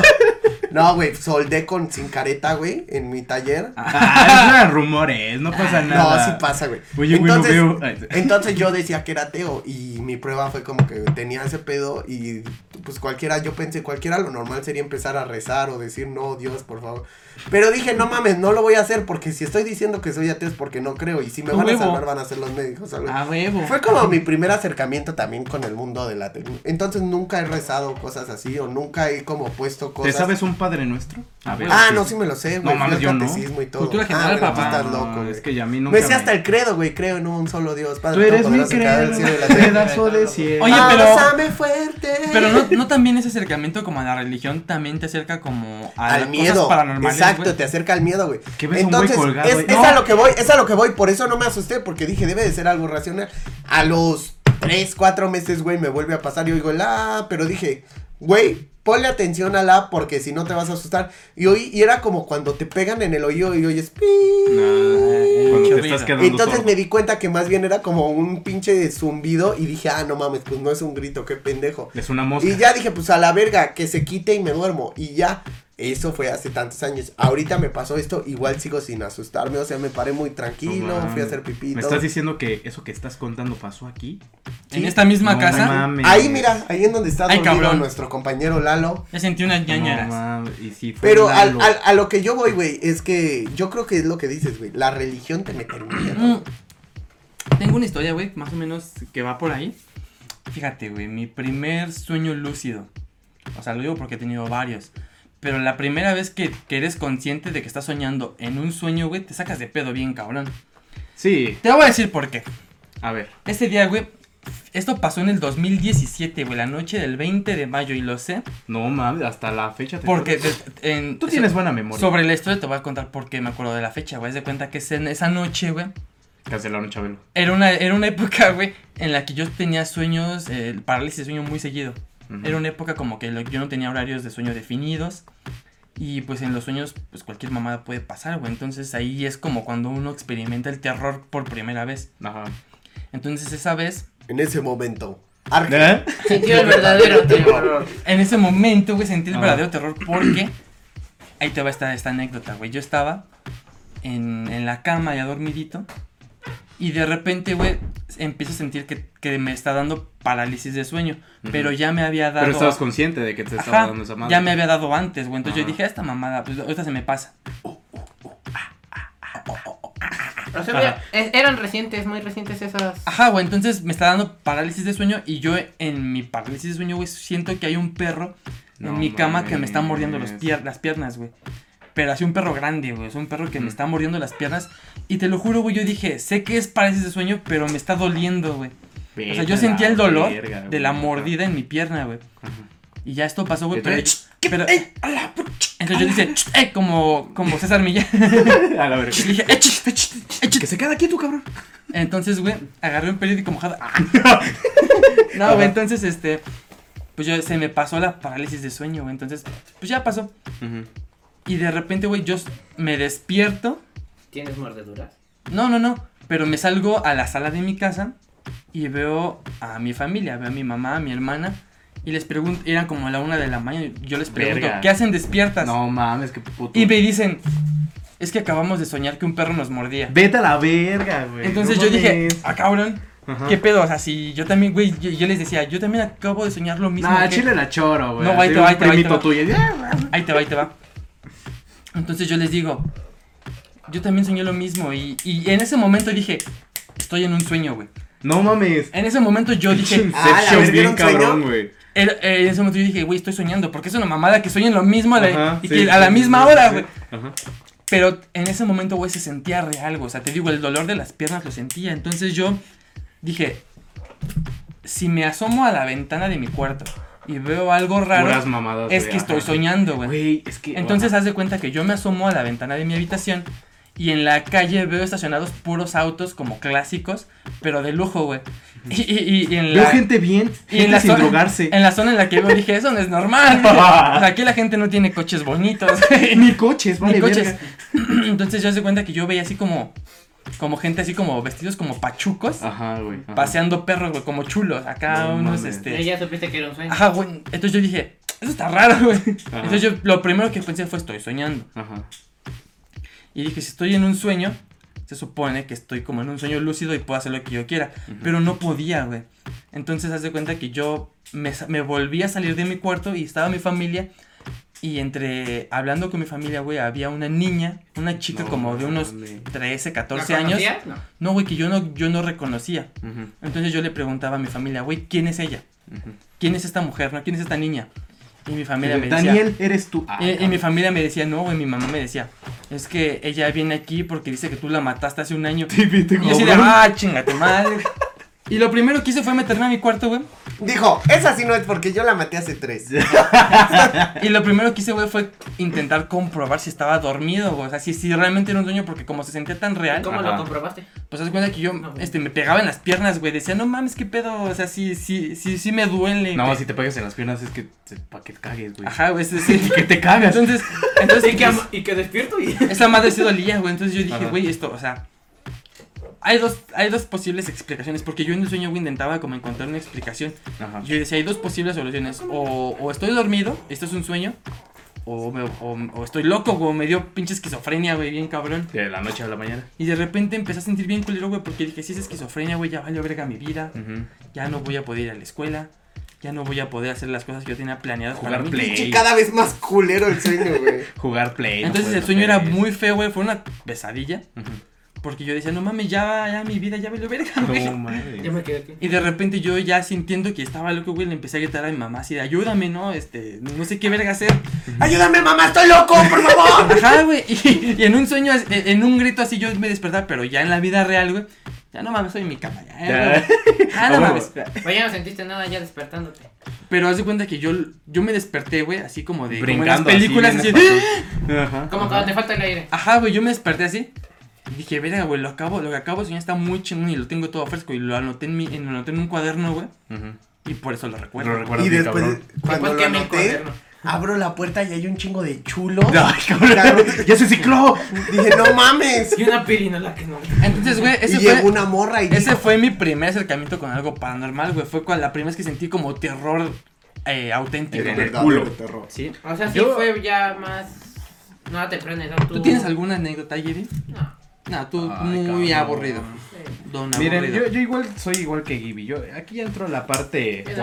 Speaker 2: No, no, güey, pues, soldé con, sin careta, güey, en mi taller.
Speaker 5: Ah, esos eran rumores, no pasa nada.
Speaker 2: No, sí pasa, güey.
Speaker 5: Oye, güey, no
Speaker 2: entonces,
Speaker 5: veo. Ay,
Speaker 2: entonces yo decía que era ateo y mi prueba fue como que tenía ese pedo y pues cualquiera, yo pensé, cualquiera lo normal sería empezar a rezar o decir, no, Dios, por favor. Pero dije, no mames, no lo voy a hacer porque si estoy diciendo que soy ateo es porque no creo y si me
Speaker 3: A
Speaker 2: van a
Speaker 3: huevo.
Speaker 2: salvar van a ser los médicos.
Speaker 5: Ah,
Speaker 2: algo.
Speaker 3: A huevo.
Speaker 2: Fue como mi primer acercamiento también con el mundo del ateo. Entonces nunca he rezado cosas así o nunca he como puesto
Speaker 5: ¿Te
Speaker 2: cosas.
Speaker 5: sabes un padre nuestro? A ver.
Speaker 2: Ah,
Speaker 5: sí.
Speaker 2: no, sí me lo sé, güey.
Speaker 5: mames,
Speaker 2: fui
Speaker 5: yo
Speaker 2: al
Speaker 5: no.
Speaker 2: catecismo y todo.
Speaker 3: Cultura
Speaker 2: Ah,
Speaker 3: general,
Speaker 2: pero tú
Speaker 3: papá.
Speaker 2: estás loco,
Speaker 5: No,
Speaker 2: güey.
Speaker 5: es que ya a mí nunca.
Speaker 2: Me sé hasta el credo, güey, creo en un solo Dios, Padre.
Speaker 5: Tú eres mi
Speaker 2: todopoderoso, creador del
Speaker 5: credo,
Speaker 2: cielo y la tierra.
Speaker 5: pedazo de cielo. Ah,
Speaker 3: Oye, pero-
Speaker 2: Abrazame fuerte.
Speaker 3: Pero no, no también ese acercamiento como a la religión también te acerca como a
Speaker 2: al
Speaker 3: las
Speaker 2: miedo.
Speaker 3: cosas paranormales.
Speaker 2: Exacto,
Speaker 3: güey.
Speaker 2: te acerca al miedo, güey.
Speaker 5: Que ves a un güey colgado,
Speaker 2: es,
Speaker 5: güey.
Speaker 2: es
Speaker 5: No.
Speaker 2: a lo que voy, es a lo que voy, por eso no me asusté, porque dije, debe de ser algo racional. A los 3, 4 meses, güey, me vuelve a pasar y oigo el ah, pero dije, güey, ponle atención al ah, porque si no te vas a asustar. Y oí, y era como cuando te pegan en el oído y oyes, pi.
Speaker 5: No,
Speaker 3: Qué
Speaker 5: cuando te estás
Speaker 3: horrible.
Speaker 5: quedando
Speaker 2: Entonces
Speaker 5: sordo.
Speaker 2: me di cuenta que más bien era como un pinche zumbido y dije, ah, no mames, pues no es un grito, qué pendejo.
Speaker 5: Es una mosca.
Speaker 2: Y ya dije, pues a la verga, que se quite y me duermo. Y ya, eso fue hace tantos años. Ahorita me pasó esto, igual sigo sin asustarme, o sea, me paré muy tranquilo,
Speaker 5: No,
Speaker 2: fui a hacer pipí. y
Speaker 5: ¿Me
Speaker 2: todo.
Speaker 5: estás diciendo que eso que estás contando pasó aquí?
Speaker 3: En esta misma
Speaker 5: No
Speaker 3: casa
Speaker 5: mames.
Speaker 2: Ahí mira, ahí en donde está
Speaker 3: Ay,
Speaker 2: dormido
Speaker 3: cabrón.
Speaker 2: nuestro compañero Lalo.
Speaker 3: ya sentí unas ñañaras.
Speaker 5: No mames, y si fue
Speaker 2: Pero al-
Speaker 5: Lalo.
Speaker 2: al- a lo que yo voy, güey, es que yo creo que es lo que dices, güey. La religión te mete en miedo.
Speaker 3: Mm. Tengo una historia, güey, más o menos que va por ahí. Fíjate, güey, mi primer sueño lúcido. O sea, lo digo porque he tenido varios. Pero la primera vez que, que eres consciente de que estás soñando en un sueño, güey, te sacas de pedo bien, cabrón.
Speaker 5: Sí,
Speaker 3: Te voy a decir por qué.
Speaker 5: a ver.
Speaker 3: Este día, güey, esto pasó en el 2017, güey, la noche del 20 de mayo, y lo sé.
Speaker 5: No mames, hasta la fecha te
Speaker 3: Porque
Speaker 5: acuerdas.
Speaker 3: te- en-
Speaker 5: tú tienes buena memoria.
Speaker 3: Sobre la historia te voy a contar por qué me acuerdo de la fecha, güey. Es de cuenta que es en esa noche, güey.
Speaker 5: Cancelaron Chabelo.
Speaker 3: Era una, era una época, güey, en la que yo tenía sueños, eh, parálisis de sueño muy seguido.
Speaker 5: Ujú.
Speaker 3: Era una época como que lo- yo no tenía horarios de sueño definidos. Y pues en los sueños, pues cualquier mamada puede pasar, güey. Entonces ahí es como cuando uno experimenta el terror por primera vez.
Speaker 5: Ajá.
Speaker 3: Entonces esa vez,
Speaker 2: En ese momento. Arge-
Speaker 5: ¿Eh?
Speaker 4: Sintió el verdadero terror.
Speaker 3: en ese momento, güey, sentí el
Speaker 5: Ah.
Speaker 3: verdadero terror porque... Ahí te va esta, esta anécdota, güey. Yo estaba en, en la cama ya dormidito. Y de repente, güey, empiezo a sentir que, que me está dando parálisis de sueño.
Speaker 5: Ujú.
Speaker 3: Pero ya me había dado...
Speaker 5: Pero estabas consciente de que te estaba
Speaker 3: Ajá,
Speaker 5: dando esa madre.
Speaker 3: ya me había dado antes, güey. Entonces
Speaker 5: Ajá.
Speaker 3: yo dije, esta mamada, pues ahorita se me pasa.
Speaker 4: O sea, mira, es- eran recientes, muy recientes esas.
Speaker 3: Ajá, güey, entonces me está dando parálisis de sueño y yo en mi parálisis de sueño, güey, siento que hay un perro
Speaker 5: No
Speaker 3: en mi cama que me está mordiendo los
Speaker 5: mames.
Speaker 3: pier- las piernas, güey. Pero así un perro grande, güey, es un perro que me está mordiendo las piernas y te lo juro, güey, yo dije, sé que es parálisis de sueño, pero me está doliendo, güey. O sea,
Speaker 5: Vete a
Speaker 3: yo sentía el dolor
Speaker 5: verga,
Speaker 3: de
Speaker 5: güey.
Speaker 3: la mordida en mi pierna, güey.
Speaker 5: Ajá.
Speaker 3: Y ya esto pasó, güey,
Speaker 5: Yo
Speaker 3: pero,
Speaker 5: también,
Speaker 3: pero- entonces yo dije, "Eh", como como César Millán.
Speaker 5: A la verga.
Speaker 3: Y dije, "Eh, chis, eh, chis, eh, chis".
Speaker 5: Que se queda aquí tú, cabrón.
Speaker 3: Entonces, güey, agarré un periódico mojado. no, güey, entonces, este. Pues yo, se me pasó la parálisis de sueño, güey. Entonces, pues ya pasó. Y de repente, güey, yo s- me despierto.
Speaker 4: ¿Tienes mordeduras?
Speaker 3: No, no, no. Pero me salgo a la sala de mi casa y veo a mi familia. Veo a mi mamá, a mi hermana. Y les pregunto, eran como la una de la mañana. Yo les pregunto,
Speaker 5: Verga.
Speaker 3: ¿qué hacen despiertas?
Speaker 5: No mames, qué puto.
Speaker 3: Y me dicen, es que acabamos de soñar que un perro nos mordía.
Speaker 5: Vete a la verga, güey.
Speaker 3: Entonces
Speaker 5: No
Speaker 3: yo dije,
Speaker 5: mames.
Speaker 3: ah, cabrón.
Speaker 5: Ajá.
Speaker 3: ¿Qué pedo? O sea, si yo también, güey, yo, yo les decía, yo también acabo de soñar lo mismo.
Speaker 5: Nah,
Speaker 3: que-
Speaker 5: chile la choro, güey.
Speaker 3: No, ahí
Speaker 5: Así
Speaker 3: te
Speaker 5: un
Speaker 3: va, ahí te va, ahí
Speaker 5: primito
Speaker 3: te va.
Speaker 5: tuyo.
Speaker 3: Ahí te va, ahí te va. Entonces yo les digo, yo también soñé lo mismo. Y, y en ese momento dije, estoy en un sueño, güey.
Speaker 5: No mames.
Speaker 3: En ese momento yo dije,
Speaker 5: Inception
Speaker 2: Ah, la verga, era
Speaker 5: bien
Speaker 2: un sueño.
Speaker 5: cabrón, güey.
Speaker 3: el- eh, en ese momento yo dije, güey, estoy soñando. Porque es una mamada que sueñen lo mismo a la-
Speaker 5: Ajá,
Speaker 3: y
Speaker 5: sí,
Speaker 3: que a la
Speaker 5: sí,
Speaker 3: misma
Speaker 5: sí,
Speaker 3: hora,
Speaker 5: sí.
Speaker 3: güey.
Speaker 5: Ajá.
Speaker 3: Pero en ese momento, güey, se sentía real, güey. O sea, te digo, el dolor de las piernas lo sentía. Entonces yo dije, si me asomo a la ventana de mi cuarto y veo algo raro,
Speaker 5: Puras mamadas,
Speaker 3: es
Speaker 5: güey,
Speaker 3: que estoy
Speaker 5: ajá.
Speaker 3: soñando, güey.
Speaker 5: Güey, es que.
Speaker 3: Entonces
Speaker 5: ajá.
Speaker 3: haz de cuenta que yo me asomo a la ventana de mi habitación y en la calle veo estacionados puros autos como clásicos, pero de lujo, güey. Y, y- y- y en
Speaker 5: Veo
Speaker 3: la...
Speaker 5: gente bien,
Speaker 3: y
Speaker 5: gente
Speaker 3: en la,
Speaker 5: sin
Speaker 3: zona,
Speaker 5: drogarse.
Speaker 3: en la zona en la que vivo dije, eso no es normal. güey. O sea, aquí la gente no tiene coches bonitos. güey.
Speaker 5: Ni coches,
Speaker 3: Ni
Speaker 5: vale,
Speaker 3: coches.
Speaker 5: verga.
Speaker 3: Entonces yo se cuenta que yo veía así como, como gente así como vestidos como pachucos,
Speaker 5: Ajá, güey. ajá.
Speaker 3: paseando perros, güey, como chulos. Acá
Speaker 5: No
Speaker 3: unos,
Speaker 5: mames.
Speaker 4: Y
Speaker 3: este...
Speaker 4: ya supiste que era un sueño.
Speaker 3: Ajá, güey. Entonces yo dije, eso está raro, güey. Entonces yo lo primero que pensé fue, estoy soñando.
Speaker 5: Ajá.
Speaker 3: Y dije, si estoy en un sueño, se supone que estoy como en un sueño lúcido y puedo hacer lo que yo quiera. Pero no podía, güey. Entonces, haz de cuenta que yo me, sa- me volví a salir de mi cuarto y estaba mi familia. Y entre hablando con mi familia, güey, había una niña, una chica
Speaker 5: No
Speaker 3: como de unos
Speaker 5: mames.
Speaker 3: 13,
Speaker 4: ¿La
Speaker 3: 14 años.
Speaker 4: conocías? No.
Speaker 3: No, güey, que yo no, yo no reconocía.
Speaker 5: Ujú,
Speaker 3: Entonces yo le preguntaba a mi familia, güey, ¿quién es ella?
Speaker 5: ujú.
Speaker 3: ¿Quién es esta mujer? ¿No? ¿Quién es esta niña? Y mi familia me decía.
Speaker 5: Daniel, eres tú. Ah,
Speaker 3: Y, y mi
Speaker 5: cabrón.
Speaker 3: familia me decía, no, güey, mi mamá me decía, es que ella viene aquí porque dice que tú la mataste hace un año.
Speaker 5: Sí, vete,
Speaker 3: Y yo así de,
Speaker 5: cabrón.
Speaker 3: ah, chinga tu madre. Y lo primero que hice fue meterme a mi cuarto, güey.
Speaker 2: Dijo, esa sí no es porque yo la maté hace tres.
Speaker 3: Y lo primero que hice, güey, fue intentar comprobar si estaba dormido, güey. O sea, si, si realmente era un sueño, porque como se sentía tan real,
Speaker 4: ¿Cómo
Speaker 5: Ajá.
Speaker 4: lo comprobaste?
Speaker 3: pues haz de cuenta que yo este, me pegaba en las piernas, güey. Decía, no mames, qué pedo. O sea, sí, sí, sí, sí me duele.
Speaker 5: No,
Speaker 3: güey.
Speaker 5: si te pegas en las piernas es que. Para que te cagues, güey.
Speaker 3: Ajá, güey, es decir,
Speaker 5: Que te cagas.
Speaker 3: Entonces, entonces
Speaker 4: Y que, ama- y que despierto y.
Speaker 3: Esa madre se dolía, güey. Entonces yo dije,
Speaker 5: Ajá.
Speaker 3: güey, esto, o sea. Hay dos, hay dos posibles explicaciones. Porque yo en el sueño, güey, intentaba como encontrar una explicación.
Speaker 5: Ajá.
Speaker 3: Yo decía, hay dos posibles soluciones. O, o estoy dormido, esto es un sueño. O, me- o- o estoy loco, güey. Me dio pinche esquizofrenia, güey, bien cabrón.
Speaker 5: De la noche a la mañana.
Speaker 3: Y de repente empecé a sentir bien culero, güey. Porque dije, si es esquizofrenia, güey, ya valió verga mi vida.
Speaker 5: Ujú.
Speaker 3: Ya no voy a poder ir a la escuela. Ya no voy a poder hacer las cosas que yo tenía planeadas
Speaker 5: Jugar
Speaker 3: para mí.
Speaker 5: play.
Speaker 2: Pinche cada vez más culero el sueño, güey.
Speaker 5: Jugar play. no
Speaker 3: Entonces el
Speaker 5: puedes
Speaker 3: sueño era
Speaker 5: hacer eso.
Speaker 3: muy feo, güey. Fue una pesadilla.
Speaker 5: Ujú.
Speaker 3: Porque yo decía, no mames, ya, ya mi vida, ya me lo verga, güey.
Speaker 5: No mames.
Speaker 4: Ya me quedé aquí.
Speaker 3: Y de repente yo ya sintiendo que estaba loco, güey, le empecé a gritar a mi mamá así de ayúdame, ¿no? Este, no sé qué verga hacer.
Speaker 2: Ayúdame, mamá, estoy loco, por favor.
Speaker 3: Ajá, güey. Y, y en un sueño, as- e, en en un grito así yo me despertaba, pero ya en la vida real, güey. Ya no mames, soy en mi cama. Ya,
Speaker 5: Ya.
Speaker 3: güey. Ah, no
Speaker 5: Ah,
Speaker 3: mames.
Speaker 5: huevo.
Speaker 4: Pues ya no sentiste nada ya despertándote.
Speaker 3: Pero haz de cuenta que yo, yo me desperté, güey, así como de como en
Speaker 5: Brincando.
Speaker 3: las películas así.
Speaker 5: así,
Speaker 3: de- ¡Ah!
Speaker 5: bien
Speaker 3: pues,
Speaker 5: espantado. Ajá.
Speaker 4: Como cuando te falta el aire.
Speaker 3: Ajá, güey, yo me desperté así. Y dije, verga, güey, lo acabo, lo que acabo de soñar está muy chingón y lo tengo todo fresco. Y lo anoté en mi, en- lo anoté en un cuaderno, güey.
Speaker 5: Ujú.
Speaker 3: Y por eso lo recuerdo.
Speaker 5: Lo recuerdo
Speaker 2: Y
Speaker 5: bien,
Speaker 2: después,
Speaker 5: cabrón.
Speaker 2: cuando
Speaker 4: Después
Speaker 2: lo
Speaker 4: quemé el
Speaker 2: anoté,
Speaker 4: cuaderno.
Speaker 2: abro la puerta y hay un chingo de chulos.
Speaker 5: Ay, cabrón.
Speaker 2: Cabrón.
Speaker 5: Ya se cicló.
Speaker 2: Dije, no mames.
Speaker 4: Y una pirinola que no.
Speaker 3: Entonces, güey,
Speaker 2: Y
Speaker 3: ese
Speaker 2: llegó
Speaker 3: fue,
Speaker 2: una morra y
Speaker 3: ese
Speaker 2: dijo,
Speaker 3: fue mi primer acercamiento con algo paranormal, güey. Fue cual- la primera vez que sentí como terror eh, auténtico.
Speaker 5: En
Speaker 3: güey.
Speaker 5: el
Speaker 2: "Verdadero
Speaker 5: culo".
Speaker 2: terror".
Speaker 3: ¿Sí?
Speaker 4: O sea, sí
Speaker 5: Yo-
Speaker 4: fue ya más. No te prendes, ¿no?
Speaker 3: ¿Tú tienes alguna anécdota, Jerry?
Speaker 4: No.
Speaker 3: No, tú
Speaker 5: Ay,
Speaker 3: muy
Speaker 5: cabrón.
Speaker 3: aburrido. Don
Speaker 5: Miren,
Speaker 3: aburrido.
Speaker 5: yo, yo igual soy igual que Gibby. Yo, aquí ya entró la parte
Speaker 4: Yo no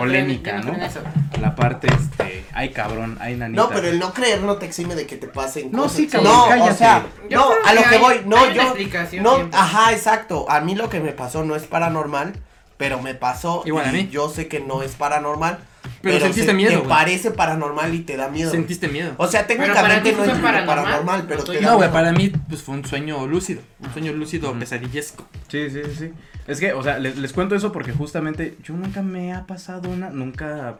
Speaker 4: creo
Speaker 5: polémica,
Speaker 4: en- yo
Speaker 5: ¿no?
Speaker 4: no creo en
Speaker 5: La parte, este, ay cabrón, ay nanita.
Speaker 2: No, pero el no creer no te exime de que te pasen
Speaker 5: No,
Speaker 2: cosas.
Speaker 5: sí, cabrón,
Speaker 2: No,
Speaker 5: cállate.
Speaker 2: o sea,
Speaker 4: Yo
Speaker 2: no,
Speaker 4: creo
Speaker 2: a lo
Speaker 4: que
Speaker 2: que
Speaker 4: hay-
Speaker 2: voy,
Speaker 4: hay
Speaker 2: no,
Speaker 4: una
Speaker 2: yo,
Speaker 4: explicación
Speaker 2: no,
Speaker 4: siempre.
Speaker 2: ajá, exacto, a mí lo que me pasó no es paranormal, pero me pasó,
Speaker 3: Igual a
Speaker 2: y
Speaker 3: mí.
Speaker 2: yo sé que no es paranormal,
Speaker 3: Pero sentiste
Speaker 2: se-
Speaker 3: miedo,
Speaker 2: te
Speaker 3: güey.
Speaker 2: parece paranormal y te da miedo,
Speaker 3: Sentiste miedo.
Speaker 2: o sea,
Speaker 4: para
Speaker 2: técnicamente
Speaker 4: ti
Speaker 2: no
Speaker 4: fue
Speaker 2: es paranormal,
Speaker 4: paranormal,
Speaker 2: paranormal pero
Speaker 4: no
Speaker 2: te
Speaker 4: tuyo.
Speaker 2: da
Speaker 3: No, güey,
Speaker 2: miedo.
Speaker 3: para mí pues, fue un sueño lúcido. Un sueño lúcido pesadillesco.
Speaker 5: Sí, sí, sí, sí. Es que, o sea, les, les cuento eso porque justamente yo nunca me ha pasado una, nunca,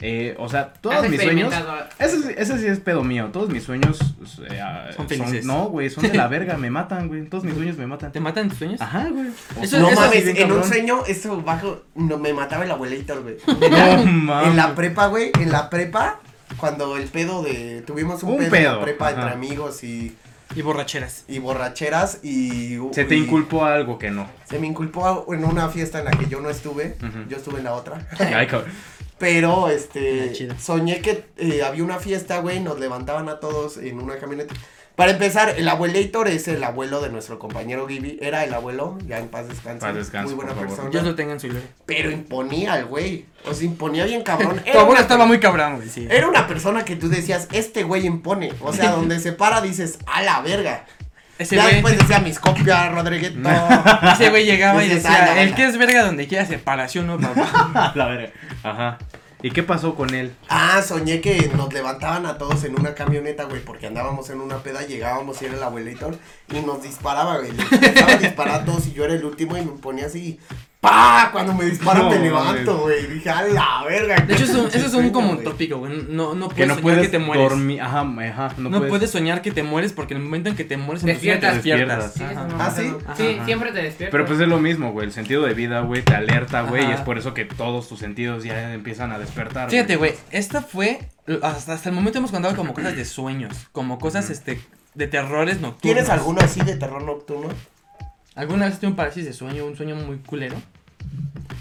Speaker 5: eh, o sea, todos
Speaker 4: ¿Has
Speaker 5: mis sueños.
Speaker 4: experimentado?
Speaker 5: Ese, sí- ese sí es pedo mío. Todos mis sueños eh, ah,
Speaker 3: Son felices.
Speaker 5: no, güey, son de la verga, me matan, güey. Todos mis sueños me matan.
Speaker 3: ¿Te matan en tus sueños?
Speaker 5: Ajá, güey.
Speaker 3: Eso-
Speaker 2: no
Speaker 3: eso sí,
Speaker 2: mames,
Speaker 5: bien
Speaker 2: en
Speaker 5: cabrón.
Speaker 2: un sueño, eso bajo, no, me mataba el abuelito, güey.
Speaker 5: No mames.
Speaker 2: En la prepa, güey, en la prepa, cuando el pedo de. Tuvimos un,
Speaker 5: Un
Speaker 2: pedo, en
Speaker 5: pedo,
Speaker 2: la prepa entre
Speaker 5: ajá.
Speaker 2: amigos y,
Speaker 3: Y borracheras.
Speaker 2: y borracheras y.
Speaker 5: Se te
Speaker 2: y-
Speaker 5: inculpó algo que no.
Speaker 2: Se me inculpó en una fiesta en la que yo no estuve.
Speaker 5: Ujú.
Speaker 2: Yo estuve en la otra.
Speaker 5: Ay, cabrón.
Speaker 2: Pero,
Speaker 3: Ah,
Speaker 2: este.
Speaker 3: chido.
Speaker 2: Soñé que eh, había una fiesta, güey, nos levantaban a todos en una camioneta. Para empezar, el abuelator es el abuelo de nuestro compañero Gibi. Era el abuelo, ya en paz descanse.
Speaker 5: Paz descanse,
Speaker 2: Muy buena
Speaker 5: por favor.
Speaker 2: persona.
Speaker 3: Dios lo tenga en su gloria.
Speaker 2: Pero imponía al güey. O sea, imponía bien cabrón.
Speaker 3: Tu
Speaker 2: Era
Speaker 3: abuelo
Speaker 2: Eh, una Eh,
Speaker 3: estaba muy cabrón, güey. Sí.
Speaker 2: Era una persona que tú decías, este güey impone. O sea, donde se para dices, a la verga.
Speaker 3: Ese
Speaker 2: ya
Speaker 3: güey.
Speaker 2: después decía mis copias, Rodrigueto.
Speaker 3: Ese güey llegaba y
Speaker 2: Decías, "Ah, la
Speaker 3: decía, el
Speaker 2: banda".
Speaker 3: que es verga donde quiera separación, ¿no, papá?
Speaker 5: la verga. Ajá. ¿Y qué pasó con él?
Speaker 2: Ah, soñé que nos levantaban a todos en una camioneta, güey, porque andábamos en una peda, llegábamos y era el abuelito y nos disparaba, güey. Nos empezaba a disparar a todos y yo era el último y me ponía así. ¡Pa! Cuando me disparan
Speaker 5: No,
Speaker 2: me levanto,
Speaker 5: mames.
Speaker 2: güey. y Dije, a la verga.
Speaker 3: De hecho, eso, eso es un
Speaker 2: Sueño,
Speaker 3: como
Speaker 2: güey.
Speaker 3: tópico, güey. No, no
Speaker 5: Que
Speaker 3: puedes
Speaker 5: no
Speaker 3: soñar
Speaker 5: puedes
Speaker 3: Pues, que te mueres.
Speaker 5: dormir. Ajá, ajá. No,
Speaker 3: no puedes... soñar que te mueres porque en el momento en que te mueres en tu sueño te
Speaker 4: Despiertas.
Speaker 3: despiertas.
Speaker 5: Despiertas.
Speaker 3: Ajá.
Speaker 2: Ah, ¿sí?
Speaker 4: Sí,
Speaker 3: Ajá.
Speaker 4: siempre te despiertas.
Speaker 5: Pero pues es lo mismo, güey. El sentido de vida, güey, te alerta, güey. Y
Speaker 3: Ajá.
Speaker 5: es por eso que todos tus sentidos ya empiezan a despertar.
Speaker 3: Fíjate, güey, esta fue. Hasta, hasta el momento hemos contado como cosas de sueños, como cosas este, de terrores nocturnos.
Speaker 2: ¿Tienes alguno así de terror nocturno?
Speaker 3: ¿Alguna vez tuve un parálisis de sueño, un sueño muy culero?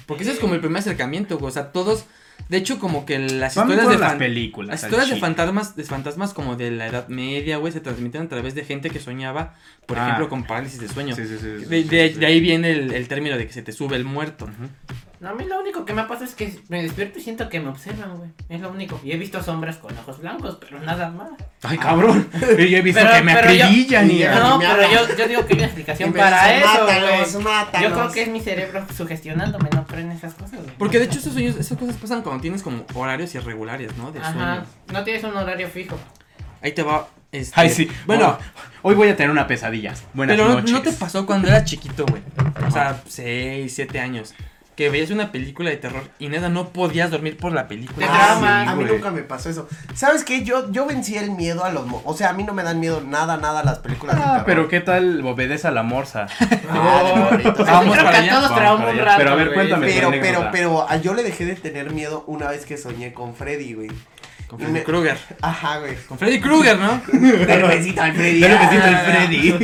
Speaker 3: Porque ese es como el primer acercamiento, güey. O sea, todos. De hecho, como que las
Speaker 5: Vamos
Speaker 3: historias
Speaker 5: con
Speaker 3: de
Speaker 5: las
Speaker 3: fan-
Speaker 5: películas.
Speaker 3: Las
Speaker 5: al
Speaker 3: historias de
Speaker 5: chile.
Speaker 3: fantasmas, de fantasmas como de la Edad Media, güey, se transmiten a través de gente que soñaba, por
Speaker 5: Ah.
Speaker 3: ejemplo, con parálisis de sueño.
Speaker 5: Sí, sí, sí. sí,
Speaker 3: De,
Speaker 5: sí,
Speaker 3: de-
Speaker 5: sí.
Speaker 3: de ahí viene el, el término de que se te sube el muerto.
Speaker 4: No, a mí lo único que me ha pasado es que me despierto y siento que me observan, güey. Es lo único. Y he visto sombras con ojos blancos, pero nada más.
Speaker 5: Ay, cabrón. Yo he visto
Speaker 4: Pero-
Speaker 5: que me
Speaker 4: pero yo-
Speaker 5: acribillan y.
Speaker 2: Sí, ya.
Speaker 4: No,
Speaker 2: me
Speaker 4: pero
Speaker 2: hablan.
Speaker 4: yo, yo digo que hay una
Speaker 2: En
Speaker 4: explicación
Speaker 2: vez de
Speaker 4: para
Speaker 2: decir,
Speaker 4: eso,
Speaker 2: Mátalos,
Speaker 4: güey.
Speaker 2: mátalos. Ah,
Speaker 4: Yo creo que es mi cerebro sugestionándome, no creen esas cosas, güey.
Speaker 3: Porque de hecho esos sueños, esas cosas pasan cuando tienes como horarios irregulares, ¿no? De
Speaker 4: Ajá,
Speaker 3: sueños.
Speaker 4: no tienes un horario fijo.
Speaker 3: Ahí te va. Este,
Speaker 5: Ay, sí.
Speaker 3: Bueno,
Speaker 5: Bueno, hoy voy a tener una pesadilla. Buenas
Speaker 3: pero no,
Speaker 5: noches.
Speaker 3: ¿no te pasó cuando eras chiquito, güey? O sea, 6, 7 años. Que veías una película de terror y neta no podías dormir por la película.
Speaker 4: Te
Speaker 2: Ah,
Speaker 4: trauman.
Speaker 2: sí, a mí
Speaker 5: güey.
Speaker 2: nunca me pasó eso. ¿Sabes qué? Yo, yo vencí el miedo a los... mo- O sea, a mí no me dan miedo nada, nada las películas de
Speaker 5: Ah,
Speaker 2: terror.
Speaker 5: pero qué tal obedece a la morsa.
Speaker 2: Ah, de morritos.
Speaker 3: Vamos
Speaker 4: creo
Speaker 3: para
Speaker 4: que
Speaker 3: allá,
Speaker 4: a todos
Speaker 5: vamos
Speaker 4: trauma
Speaker 5: para
Speaker 4: un
Speaker 5: allá.
Speaker 4: rato.
Speaker 5: Pero a ver,
Speaker 4: güey.
Speaker 5: cuéntame.
Speaker 2: Pero,
Speaker 5: tu
Speaker 2: pero,
Speaker 5: anécdota.
Speaker 2: pero, ah, yo le dejé de tener miedo una vez que soñé con Freddy, güey.
Speaker 3: Con
Speaker 2: Y
Speaker 3: Freddy
Speaker 2: me-
Speaker 3: Krueger.
Speaker 2: Ajá, güey.
Speaker 3: Con Freddy Krueger, ¿no?
Speaker 2: Dale besito al Freddy.
Speaker 5: Dale besito al
Speaker 2: Ah,
Speaker 5: Freddy.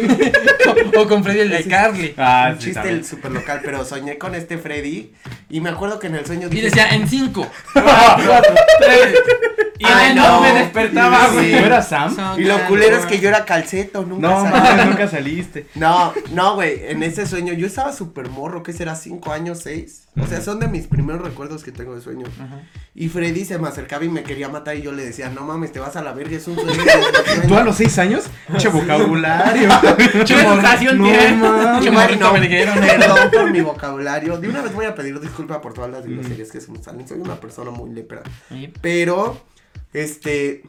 Speaker 3: o con Freddy el de Carly.
Speaker 5: Ah,
Speaker 2: Un
Speaker 5: sí,
Speaker 2: chiste
Speaker 5: también.
Speaker 2: el super local, pero soñé con este Freddy y me acuerdo que en el sueño
Speaker 3: Y
Speaker 2: dije,
Speaker 3: decía, en 5.
Speaker 4: Y en el
Speaker 2: no.
Speaker 4: no me despertaba,
Speaker 2: Sí.
Speaker 4: güey.
Speaker 5: ¿No era Sam?
Speaker 2: y lo culero es que yo era calceto, nunca
Speaker 5: No,
Speaker 2: sabía.
Speaker 5: mames, nunca saliste.
Speaker 2: No, no, güey, en ese sueño yo estaba súper morro, que será? ¿Cinco años, seis? O sea, son de mis primeros recuerdos que tengo de sueño. Y Freddy se me acercaba y me quería matar y yo le decía, no mames, te vas a la verga, es un sueño. es un
Speaker 5: ¿Tú a
Speaker 2: sueño".
Speaker 5: los seis años? Che vocabulario.
Speaker 4: Yo educación
Speaker 5: no,
Speaker 4: tiene.
Speaker 5: mames.
Speaker 2: Ay,
Speaker 3: Marco
Speaker 2: no,
Speaker 3: Verguero, ¿no?
Speaker 2: Perdón por mi vocabulario. De una vez voy a pedir disculpa por todas las groserías que se me salen. Soy una persona muy lepera. Pero, este,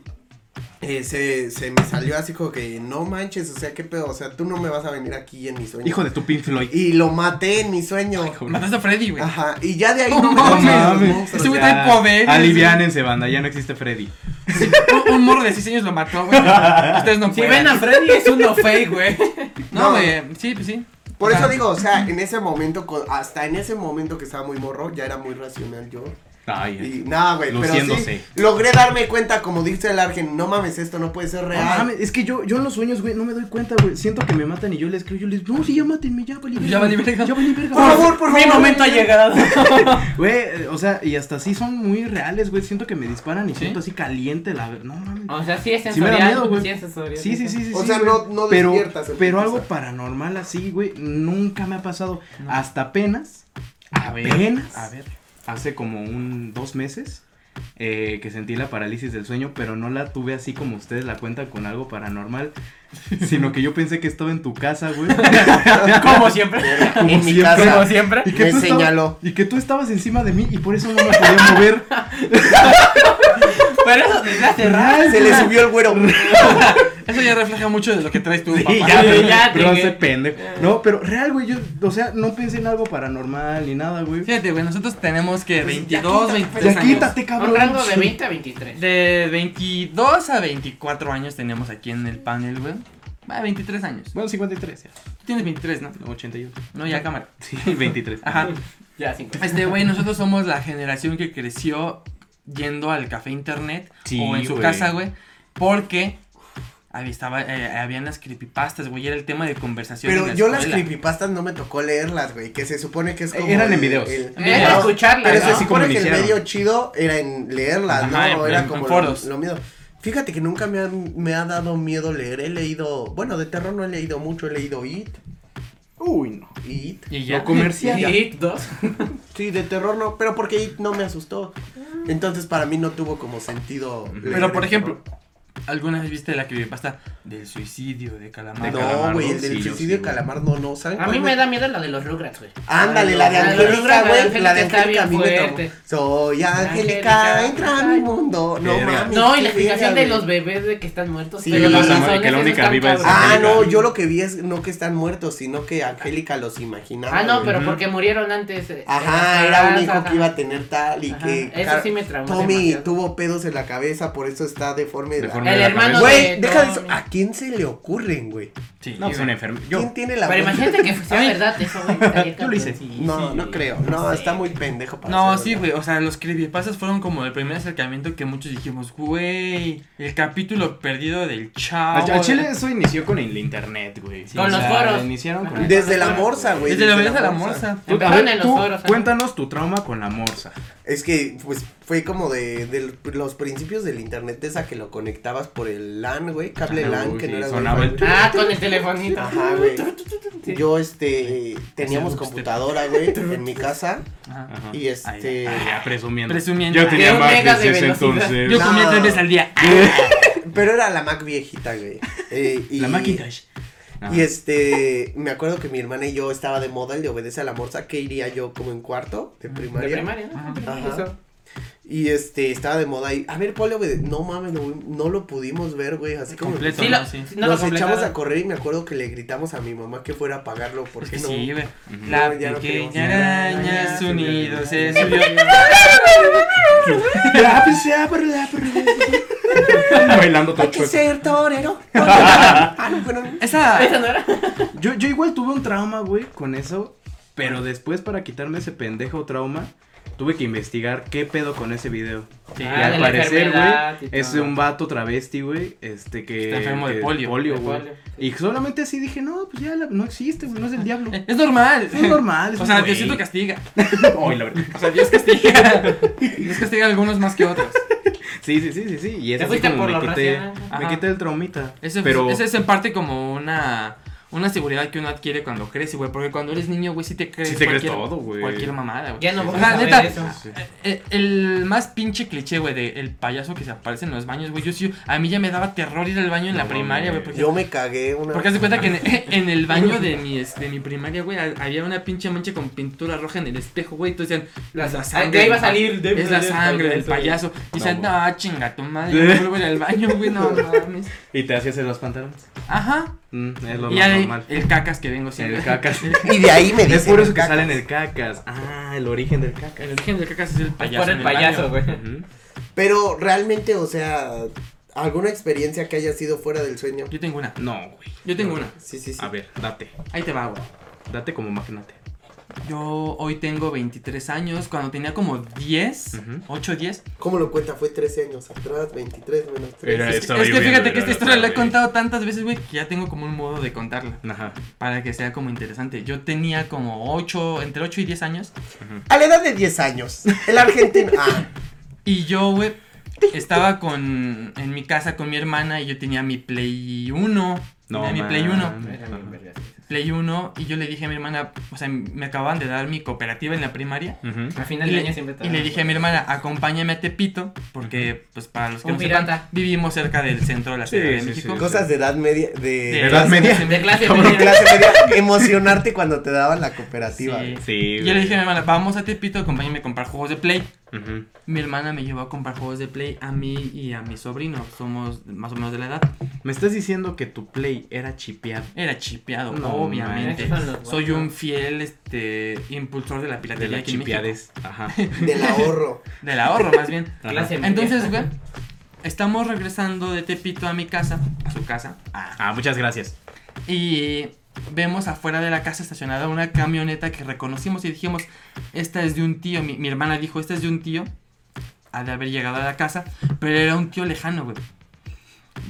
Speaker 2: eh, se, se me salió así como que, no manches, o sea, qué pedo, o sea, tú no me vas a venir aquí en mi sueño.
Speaker 5: Hijo de tu Pink Floyd.
Speaker 2: Y lo maté en mi sueño.
Speaker 3: Mataste a Freddy, güey.
Speaker 2: Ajá, y ya de ahí
Speaker 3: No
Speaker 2: no me dan
Speaker 3: mames,
Speaker 2: miedo los
Speaker 5: mames.
Speaker 2: monstruos.
Speaker 3: Ese güey
Speaker 5: Ya,
Speaker 3: trae poderes.
Speaker 5: Aliviánense, banda. Ya no existe Freddy.
Speaker 3: Un, un morro de 6 años lo mató, güey. Ustedes no
Speaker 4: Si
Speaker 3: pueden.
Speaker 4: ven a Freddy es uno fake, güey.
Speaker 3: No, güey. Sí, pues sí.
Speaker 2: Por
Speaker 3: O
Speaker 2: eso
Speaker 3: sea,
Speaker 2: digo, o sea, en ese momento, co- hasta en ese momento que estaba muy morro, ya era muy racional yo.
Speaker 5: Ay,
Speaker 2: Y nada, güey, pero sí,
Speaker 5: Luciéndose.
Speaker 2: logré darme cuenta, como dice el Argen, no mames, esto no puede ser
Speaker 5: No
Speaker 2: real.
Speaker 5: mames, es que yo, yo en los sueños, güey, no me doy cuenta, güey. Siento que me matan y yo les creo, yo les no, sí, ya mátenme, ya valí verga.
Speaker 3: Ya valí verga.
Speaker 5: Ya valí verga.
Speaker 2: por favor, por
Speaker 4: Mi
Speaker 2: favor.
Speaker 4: momento ha llegado.
Speaker 5: Güey, eh, o sea, y hasta así son muy reales, güey. Siento que me disparan y
Speaker 3: ¿Sí?
Speaker 5: siento así caliente la ver. No mames.
Speaker 4: O sea, sí es
Speaker 5: Sí me da
Speaker 4: sensorial.
Speaker 5: miedo, güey.
Speaker 4: sí es sensorial.
Speaker 5: Sí, sí, sí, sí.
Speaker 2: O
Speaker 5: sí,
Speaker 2: sea,
Speaker 5: güey.
Speaker 2: no- no
Speaker 5: pero,
Speaker 2: despiertas en tu
Speaker 5: Pero algo
Speaker 2: casa.
Speaker 5: paranormal así, güey, nunca me ha pasado.
Speaker 3: No.
Speaker 5: Hasta apenas,
Speaker 3: A ver.
Speaker 5: apenas,
Speaker 3: A ver.
Speaker 5: hace como un, dos meses, eh, que sentí la parálisis del sueño, pero no la tuve así como ustedes la cuentan con algo paranormal, sino que yo pensé que estaba en tu casa, güey.
Speaker 4: Como siempre.
Speaker 5: como
Speaker 2: En mi
Speaker 5: siempre.
Speaker 2: casa.
Speaker 4: Como siempre.
Speaker 5: Y que,
Speaker 2: Me
Speaker 5: tú estabas-
Speaker 2: señaló.
Speaker 5: y que tú estabas encima de mí y por eso no me podía mover.
Speaker 4: Pero eso desde hace rato.
Speaker 2: Se le subió el güero.
Speaker 3: Eso ya refleja mucho de lo que traes tú, papá.
Speaker 5: Sí, ya,
Speaker 4: Sí,
Speaker 5: pero-
Speaker 4: ya
Speaker 5: pero no
Speaker 4: llegué.
Speaker 5: sé, pendejo. No, pero real, güey, yo, o sea, no pensé en algo paranormal ni nada, güey.
Speaker 3: Fíjate, güey, nosotros tenemos que
Speaker 4: Pues,
Speaker 3: 22,
Speaker 4: ya quítate,
Speaker 3: 23
Speaker 5: Ya
Speaker 3: años.
Speaker 5: quítate, cabrón.
Speaker 4: Un rango de 20 a 23.
Speaker 3: De 22 a 24 años tenemos aquí en el panel, güey. Va, 23 años.
Speaker 5: Bueno, 53, ya.
Speaker 3: Tú tienes 23, ¿no?
Speaker 5: 81.
Speaker 3: No, ya cámara.
Speaker 5: Sí, 23.
Speaker 3: Ajá.
Speaker 4: Ya, 50.
Speaker 3: Este, güey, nosotros somos la generación que creció yendo al café internet
Speaker 5: Sí,
Speaker 3: o en su
Speaker 5: güey.
Speaker 3: casa, güey, porque había, estaba, eh, habían las creepypastas, güey, era el tema de conversación. en
Speaker 2: Pero
Speaker 3: la
Speaker 2: yo las
Speaker 3: escuela.
Speaker 2: creepypastas no me tocó leerlas, güey, que se supone que es
Speaker 5: Eh,
Speaker 2: como.
Speaker 5: eran en
Speaker 2: el-
Speaker 5: videos.
Speaker 2: el-
Speaker 4: Era
Speaker 5: En
Speaker 3: videos.
Speaker 2: No,
Speaker 4: escucharla,
Speaker 2: Pero
Speaker 4: ¿no?
Speaker 2: se
Speaker 5: así como
Speaker 2: supone que el
Speaker 5: iniciaron.
Speaker 2: medio chido era en leerlas,
Speaker 3: Ajá,
Speaker 2: ¿no?
Speaker 3: en-
Speaker 2: Era
Speaker 3: en
Speaker 2: como lo,
Speaker 3: foros.
Speaker 2: lo miedo. Fíjate que nunca me ha, me ha dado miedo leer. He leído, bueno, de terror no he leído mucho, he leído It.
Speaker 5: Uy, no.
Speaker 2: It.
Speaker 3: Y ya.
Speaker 5: Lo comercial.
Speaker 4: Y Hit 2.
Speaker 2: Sí, de terror no, pero porque It no me asustó. Entonces para mí no tuvo como sentido. leer
Speaker 3: Pero, por
Speaker 2: de
Speaker 3: ejemplo,
Speaker 2: terror.
Speaker 3: ¿alguna vez viste la creepypasta? Del suicidio, de calamar.
Speaker 5: De
Speaker 2: No,
Speaker 5: calamar,
Speaker 2: güey,
Speaker 5: ¿no?
Speaker 2: el del
Speaker 5: Sí, yo
Speaker 2: suicidio
Speaker 5: sí,
Speaker 2: de
Speaker 5: güey.
Speaker 2: calamar no, no, ¿saben
Speaker 4: A
Speaker 2: cuál
Speaker 4: mí me da miedo la de los Rugrats, güey.
Speaker 2: Ándale, la de
Speaker 4: La de
Speaker 2: Angélica,
Speaker 4: Angélica,
Speaker 2: güey. La de
Speaker 4: Angélica está
Speaker 2: Angélica a mí me
Speaker 4: bien
Speaker 2: traumó.
Speaker 4: fuerte.
Speaker 2: Soy Angélica,
Speaker 4: Angélica,
Speaker 2: entra a
Speaker 4: ay.
Speaker 2: mi mundo. No
Speaker 5: Verga.
Speaker 2: mames.
Speaker 4: No, y
Speaker 2: qué
Speaker 4: la explicación
Speaker 2: verga,
Speaker 4: de
Speaker 2: güey.
Speaker 4: los bebés de que están muertos.
Speaker 2: Sí, la
Speaker 4: pero las
Speaker 2: madre,
Speaker 4: razones
Speaker 5: que la
Speaker 4: esas
Speaker 5: única
Speaker 4: están
Speaker 5: viva es
Speaker 4: cabronas.
Speaker 2: Ah, no,
Speaker 5: Angélica.
Speaker 2: yo lo que vi es no que están muertos, sino que Angélica los imaginaba.
Speaker 4: Ah, no,
Speaker 2: güey.
Speaker 4: pero
Speaker 3: Ujú.
Speaker 4: porque murieron antes. eh,
Speaker 2: Ajá,
Speaker 4: eh,
Speaker 2: era un
Speaker 4: ajá,
Speaker 2: hijo
Speaker 4: ajá.
Speaker 2: que iba a tener tal y
Speaker 4: Ajá,
Speaker 2: que.
Speaker 4: eso
Speaker 2: Car-
Speaker 4: sí me traumó
Speaker 2: Tommy
Speaker 4: demasiado.
Speaker 2: tuvo pedos en la cabeza, por eso está deforme. de la-
Speaker 5: Deforme.
Speaker 4: El
Speaker 5: La
Speaker 4: hermano
Speaker 5: cabeza.
Speaker 2: Güey,
Speaker 4: de
Speaker 2: deja de eso.
Speaker 4: Tommy.
Speaker 2: ¿A quién se le ocurren, güey?
Speaker 3: Sí,
Speaker 5: No, es
Speaker 3: güey.
Speaker 5: un enfermo.
Speaker 2: ¿Quién
Speaker 5: Yo,
Speaker 2: tiene la
Speaker 4: Pero
Speaker 2: culpa?
Speaker 4: imagínate que sea
Speaker 3: Ay.
Speaker 4: verdad eso, güey. estaría
Speaker 5: Yo lo hice.
Speaker 4: cabrón.
Speaker 2: No,
Speaker 3: Sí,
Speaker 2: no creo. No,
Speaker 4: sé,
Speaker 2: está muy
Speaker 4: güey.
Speaker 2: pendejo para
Speaker 3: No,
Speaker 2: hacerlo,
Speaker 3: sí, güey. O sea, los creepypastas fueron como el primer acercamiento que muchos dijimos, güey, el capítulo perdido del chavo.
Speaker 5: al chile eso inició con el internet, güey.
Speaker 3: Con los
Speaker 4: foros.
Speaker 5: Iniciaron con
Speaker 4: Ajá.
Speaker 5: el-
Speaker 2: Desde la morsa, güey.
Speaker 3: Desde la verdad a la morsa.
Speaker 5: Tú- a
Speaker 4: Empezaron
Speaker 5: ver,
Speaker 4: en los
Speaker 5: tú,
Speaker 4: foros, ajá.
Speaker 5: Cuéntanos tu trauma con la morsa.
Speaker 2: Es que, pues, fue como de, de los principios del internet, esa que lo conectabas por el LAN, güey, cable
Speaker 5: Ah,
Speaker 2: LAN,
Speaker 5: uy,
Speaker 2: que
Speaker 5: sí,
Speaker 2: no era
Speaker 5: sonaba
Speaker 2: wifi,
Speaker 5: el
Speaker 2: güey.
Speaker 4: Ah, con el telefonito.
Speaker 2: Ajá, güey.
Speaker 4: Sí.
Speaker 2: Yo, este, teníamos
Speaker 3: Hacía dubstep.
Speaker 2: computadora, güey, en mi casa,
Speaker 3: Ajá.
Speaker 5: Ajá.
Speaker 2: y este...
Speaker 5: Ay, Ah, ya, presumiendo.
Speaker 3: Presumiendo.
Speaker 5: Yo tenía
Speaker 4: Que un
Speaker 5: más
Speaker 4: mega
Speaker 5: de
Speaker 4: de
Speaker 5: ese
Speaker 4: velocidad.
Speaker 5: entonces.
Speaker 3: Yo
Speaker 2: No.
Speaker 3: comía tres veces al día.
Speaker 2: Pero era la Mac viejita, güey. eh, y,
Speaker 5: La Macintosh.
Speaker 2: Y este, me acuerdo que mi hermana y yo estaba de moda el de obedece a la morsa, que iría yo como en cuarto
Speaker 5: Mm,
Speaker 2: de
Speaker 4: De
Speaker 2: primaria.
Speaker 4: primaria, ¿no?
Speaker 2: Ajá. Y este, estaba de moda y, a ver, Poli, obede- no mames, no, no lo pudimos ver, güey, así como...
Speaker 3: Completo.
Speaker 4: Sí,
Speaker 3: No,
Speaker 4: lo,
Speaker 3: sí.
Speaker 4: no lo
Speaker 2: Nos echamos
Speaker 4: completaron.
Speaker 2: a correr y me acuerdo que le gritamos a mi mamá que fuera a pagarlo
Speaker 3: Es
Speaker 2: porque
Speaker 3: que
Speaker 2: no.
Speaker 3: sí, güey.
Speaker 5: Ujú.
Speaker 3: La
Speaker 2: No, ya no
Speaker 3: pequeña
Speaker 2: queremos.
Speaker 3: araña su nido se subió.
Speaker 5: pues, Bailando todo
Speaker 2: Hay que
Speaker 5: chueco.
Speaker 2: ser torero. ah, no, bueno,
Speaker 4: Esa
Speaker 3: Esa.
Speaker 4: no era.
Speaker 5: Yo, yo igual tuve un trauma, güey, con eso. Pero después, para quitarme ese pendejo trauma, tuve que investigar qué pedo con ese video.
Speaker 3: Sí,
Speaker 5: Y
Speaker 4: Ah,
Speaker 5: al
Speaker 4: de la
Speaker 5: parecer,
Speaker 4: enfermedad
Speaker 5: güey,
Speaker 4: y
Speaker 5: es de
Speaker 4: todo.
Speaker 5: un vato travesti, güey, este que...
Speaker 3: Está enfermo de
Speaker 5: que-
Speaker 3: polio.
Speaker 5: polio,
Speaker 4: De
Speaker 5: güey.
Speaker 4: polio.
Speaker 5: Y solamente así dije, no, pues ya la- no existe, güey, no es el diablo.
Speaker 3: Es normal.
Speaker 5: Es normal, es
Speaker 3: O
Speaker 5: un
Speaker 3: sea,
Speaker 5: güey.
Speaker 3: Diosito castiga.
Speaker 5: Ay, la verdad.
Speaker 3: O sea, Dios castiga. Dios castiga a algunos más que otros.
Speaker 5: Sí, sí, sí, sí, sí. Y es
Speaker 4: Te
Speaker 5: así
Speaker 4: fuiste
Speaker 5: como
Speaker 4: por
Speaker 5: me
Speaker 4: lo
Speaker 5: quité,
Speaker 4: racional.
Speaker 5: me
Speaker 3: Ajá.
Speaker 5: quité el traumita.
Speaker 3: Ese,
Speaker 5: pero...
Speaker 3: ese es en parte como una, una seguridad que uno adquiere cuando crece, güey. Porque cuando eres niño, güey, sí te crees,
Speaker 5: Sí te crees
Speaker 3: cualquier,
Speaker 5: todo, güey.
Speaker 3: cualquier mamada, güey.
Speaker 4: Ya no
Speaker 5: O
Speaker 4: vamos
Speaker 3: sea,
Speaker 4: a ver
Speaker 3: neta,
Speaker 4: eso.
Speaker 5: Sí.
Speaker 3: Eh, El más pinche cliché, güey, de el payaso que se aparece en los baños, güey. Yo sí, a mí ya me daba terror ir al baño en
Speaker 5: No
Speaker 3: la primaria, güey.
Speaker 5: mames.
Speaker 3: Porque,
Speaker 2: yo me cagué una
Speaker 3: porque haz de cuenta que en, en el baño de mi, este, mi primaria, güey, ha- había una pinche mancha con pintura roja en el espejo, güey. Entonces decían, es la
Speaker 4: Ah,
Speaker 3: sangre.
Speaker 4: ya iba a
Speaker 3: del-
Speaker 4: salir. de-
Speaker 3: Es la sangre del payaso. Y
Speaker 5: No,
Speaker 3: decían,
Speaker 5: güey.
Speaker 3: no, chinga tu madre. Yo no vuelvo a ir al baño, güey, no mames.
Speaker 5: Y te hacías en los pantalones.
Speaker 3: Ajá.
Speaker 5: Mm, es lo
Speaker 3: Y
Speaker 5: más
Speaker 3: ya de ahí,
Speaker 5: normal.
Speaker 3: el cacas que vengo
Speaker 5: En
Speaker 3: siendo.
Speaker 5: el cacas.
Speaker 2: Y de ahí me dicen.
Speaker 5: Es por eso que
Speaker 2: "Caca".
Speaker 5: salen el cacas. Ah, el origen del cacas.
Speaker 3: El origen del cacas es el
Speaker 4: Por
Speaker 3: payaso. en
Speaker 4: el
Speaker 3: baño.
Speaker 4: payaso, güey.
Speaker 5: Ujú.
Speaker 2: Pero realmente, o sea, alguna experiencia que haya sido fuera del sueño.
Speaker 3: Yo tengo una.
Speaker 5: No, güey.
Speaker 3: Yo tengo una.
Speaker 2: Sí, sí, sí.
Speaker 5: A ver, date.
Speaker 3: Ahí te va, güey.
Speaker 5: Date como magnate.
Speaker 3: Yo hoy tengo 23 años, cuando tenía como 10,
Speaker 5: Ujú.
Speaker 3: 8, 10.
Speaker 2: ¿Cómo lo cuenta? Fue 13 años atrás, 23 menos 3.
Speaker 5: Era-
Speaker 3: Es,
Speaker 5: estaba
Speaker 3: es que
Speaker 5: lloviendo,
Speaker 3: fíjate que
Speaker 5: era
Speaker 3: esta historia la he
Speaker 5: tarde.
Speaker 3: contado tantas veces, güey, que ya tengo como un modo de contarla,
Speaker 5: Ajá.
Speaker 3: para que sea como interesante. Yo tenía como 8, entre 8 y 10 años,
Speaker 2: A la edad de 10 años, el argentino. Ah,
Speaker 3: y yo, güey, estaba con, en mi casa con mi hermana y yo tenía mi Play 1. tenía mi Play 1.
Speaker 5: mames.
Speaker 4: Era bien vergas.
Speaker 3: Play 1, y yo le dije a mi hermana, o sea, me acababan de dar mi cooperativa en la primaria.
Speaker 5: Ujú.
Speaker 4: Al final
Speaker 3: Y
Speaker 4: del
Speaker 3: le,
Speaker 4: año siempre te
Speaker 3: y
Speaker 4: dan-
Speaker 3: le dije a mi hermana, acompáñame a Tepito, porque pues para los que
Speaker 4: Un
Speaker 3: no sepan,
Speaker 4: pirata.
Speaker 3: vivimos cerca del centro de la
Speaker 5: Sí,
Speaker 3: Ciudad de
Speaker 5: sí,
Speaker 3: México.
Speaker 5: sí.
Speaker 2: cosas de edad media. De,
Speaker 3: De
Speaker 5: edad media.
Speaker 4: De clase
Speaker 2: Como
Speaker 4: media.
Speaker 2: clase media. Emocionarte cuando te daban la cooperativa.
Speaker 3: Sí.
Speaker 2: güey.
Speaker 5: Sí.
Speaker 3: Yo le dije a mi
Speaker 5: güey.
Speaker 3: hermana, vamos a Tepito, acompáñame a comprar juegos de Play.
Speaker 5: Ujú.
Speaker 3: Mi hermana me llevó a comprar juegos de Play a mí y a mi sobrino. Somos más o menos de la edad.
Speaker 5: Me estás diciendo que tu play era chipeado.
Speaker 3: Era chipeado,
Speaker 5: No,
Speaker 3: obviamente.
Speaker 4: manches. Son los
Speaker 3: Soy
Speaker 4: guapos.
Speaker 3: un fiel este, impulsor de la
Speaker 5: De
Speaker 3: piratería
Speaker 5: la
Speaker 3: aquí en México.
Speaker 5: chipeades. Ajá.
Speaker 2: Del ahorro.
Speaker 3: Del ahorro, más bien.
Speaker 5: Ajá.
Speaker 4: Clase media.
Speaker 3: Entonces, güey, estamos regresando de Tepito a mi casa, a su casa,
Speaker 5: Ah, muchas gracias.
Speaker 3: y vemos afuera de la casa estacionada una camioneta que reconocimos y dijimos, esta es de un tío. Mi, mi hermana dijo, esta es de un tío. Ha de haber llegado a la casa, pero era un tío lejano, güey.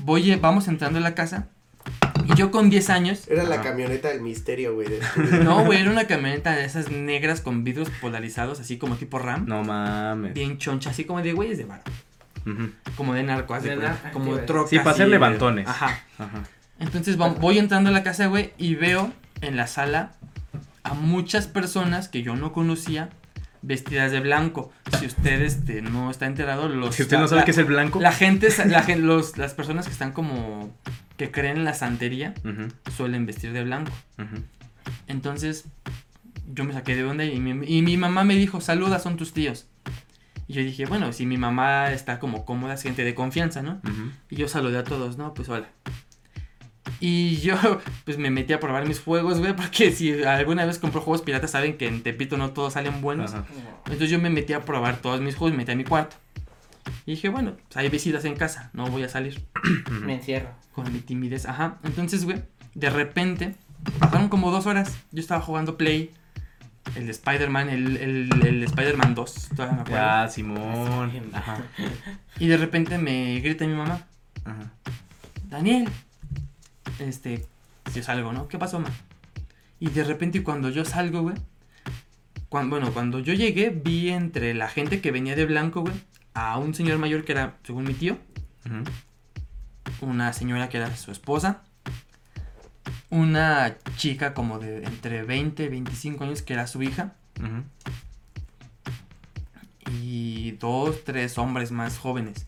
Speaker 3: Voy, eh, vamos entrando en la casa y yo con 10 años...
Speaker 2: Era la
Speaker 5: Ajá.
Speaker 2: camioneta del misterio, güey. de-
Speaker 3: No, güey, era una camioneta de esas negras con vidrios polarizados, así como tipo RAM.
Speaker 5: No mames.
Speaker 3: Bien choncha, así como de güeyes de vara.
Speaker 5: Ujú.
Speaker 3: Como de narco, haz de
Speaker 4: De
Speaker 3: cuenta,
Speaker 4: narco,
Speaker 3: como
Speaker 4: sí,
Speaker 3: de
Speaker 4: güey.
Speaker 3: troca.
Speaker 5: Sí, para hacer
Speaker 3: así,
Speaker 5: levantones.
Speaker 3: Ajá.
Speaker 5: Ajá.
Speaker 3: Entonces va- voy entrando a la casa, güey, y veo en la sala a muchas personas que yo no conocía vestidas de blanco. Si usted este, no está enterado, los...
Speaker 5: Si usted no sabe
Speaker 3: la-
Speaker 5: qué es el blanco.
Speaker 3: La gente, sa- la gen- los, las personas que están como que creen en la santería
Speaker 5: Ujú,
Speaker 3: suelen vestir de blanco.
Speaker 5: ujú.
Speaker 3: Entonces, yo me saqué de onda y mi, y mi mamá me dijo, saluda, son tus tíos. Y yo dije, bueno, si mi mamá está como cómoda, es gente de confianza, ¿no?
Speaker 5: Ujú.
Speaker 3: Y yo saludé a todos, ¿no? Pues hola. Y yo, pues me metí a probar mis juegos, güey, porque si alguna vez compro juegos piratas, saben que en Tepito no todos salen buenos.
Speaker 5: Ajá.
Speaker 3: Entonces yo me metí a probar todos mis juegos, me metí a mi cuarto. Y dije, bueno, pues hay visitas en casa, no voy a salir
Speaker 4: Me encierro.
Speaker 3: con mi timidez. Ajá. Entonces, güey, de repente, pasaron como dos horas. Yo estaba jugando Play, el de Spider-Man, el, el, el Spider-Man 2, todavía me acuerdo.
Speaker 5: Ya, Simón. Ajá.
Speaker 3: Y de repente me grita mi mamá,
Speaker 5: Ajá.
Speaker 3: Daniel, este, yo salgo, ¿no? ¿Qué pasó, ma? Y de repente cuando yo salgo, güey, cuan- bueno, cuando yo llegué vi entre la gente que venía de blanco, güey, a un señor mayor que era, según mi tío,
Speaker 5: Ujú.
Speaker 3: una señora que era su esposa, una chica como de entre 20 y 25 años que era su hija,
Speaker 5: Ujú.
Speaker 3: y dos, tres hombres más jóvenes.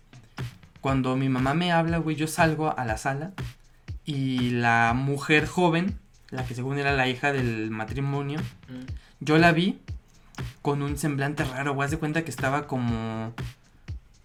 Speaker 3: Cuando mi mamá me habla, güey, yo salgo a la sala y la mujer joven, la que según era la hija del matrimonio,
Speaker 4: Mm.
Speaker 3: yo la vi con un semblante raro, güey, haz de cuenta que estaba como...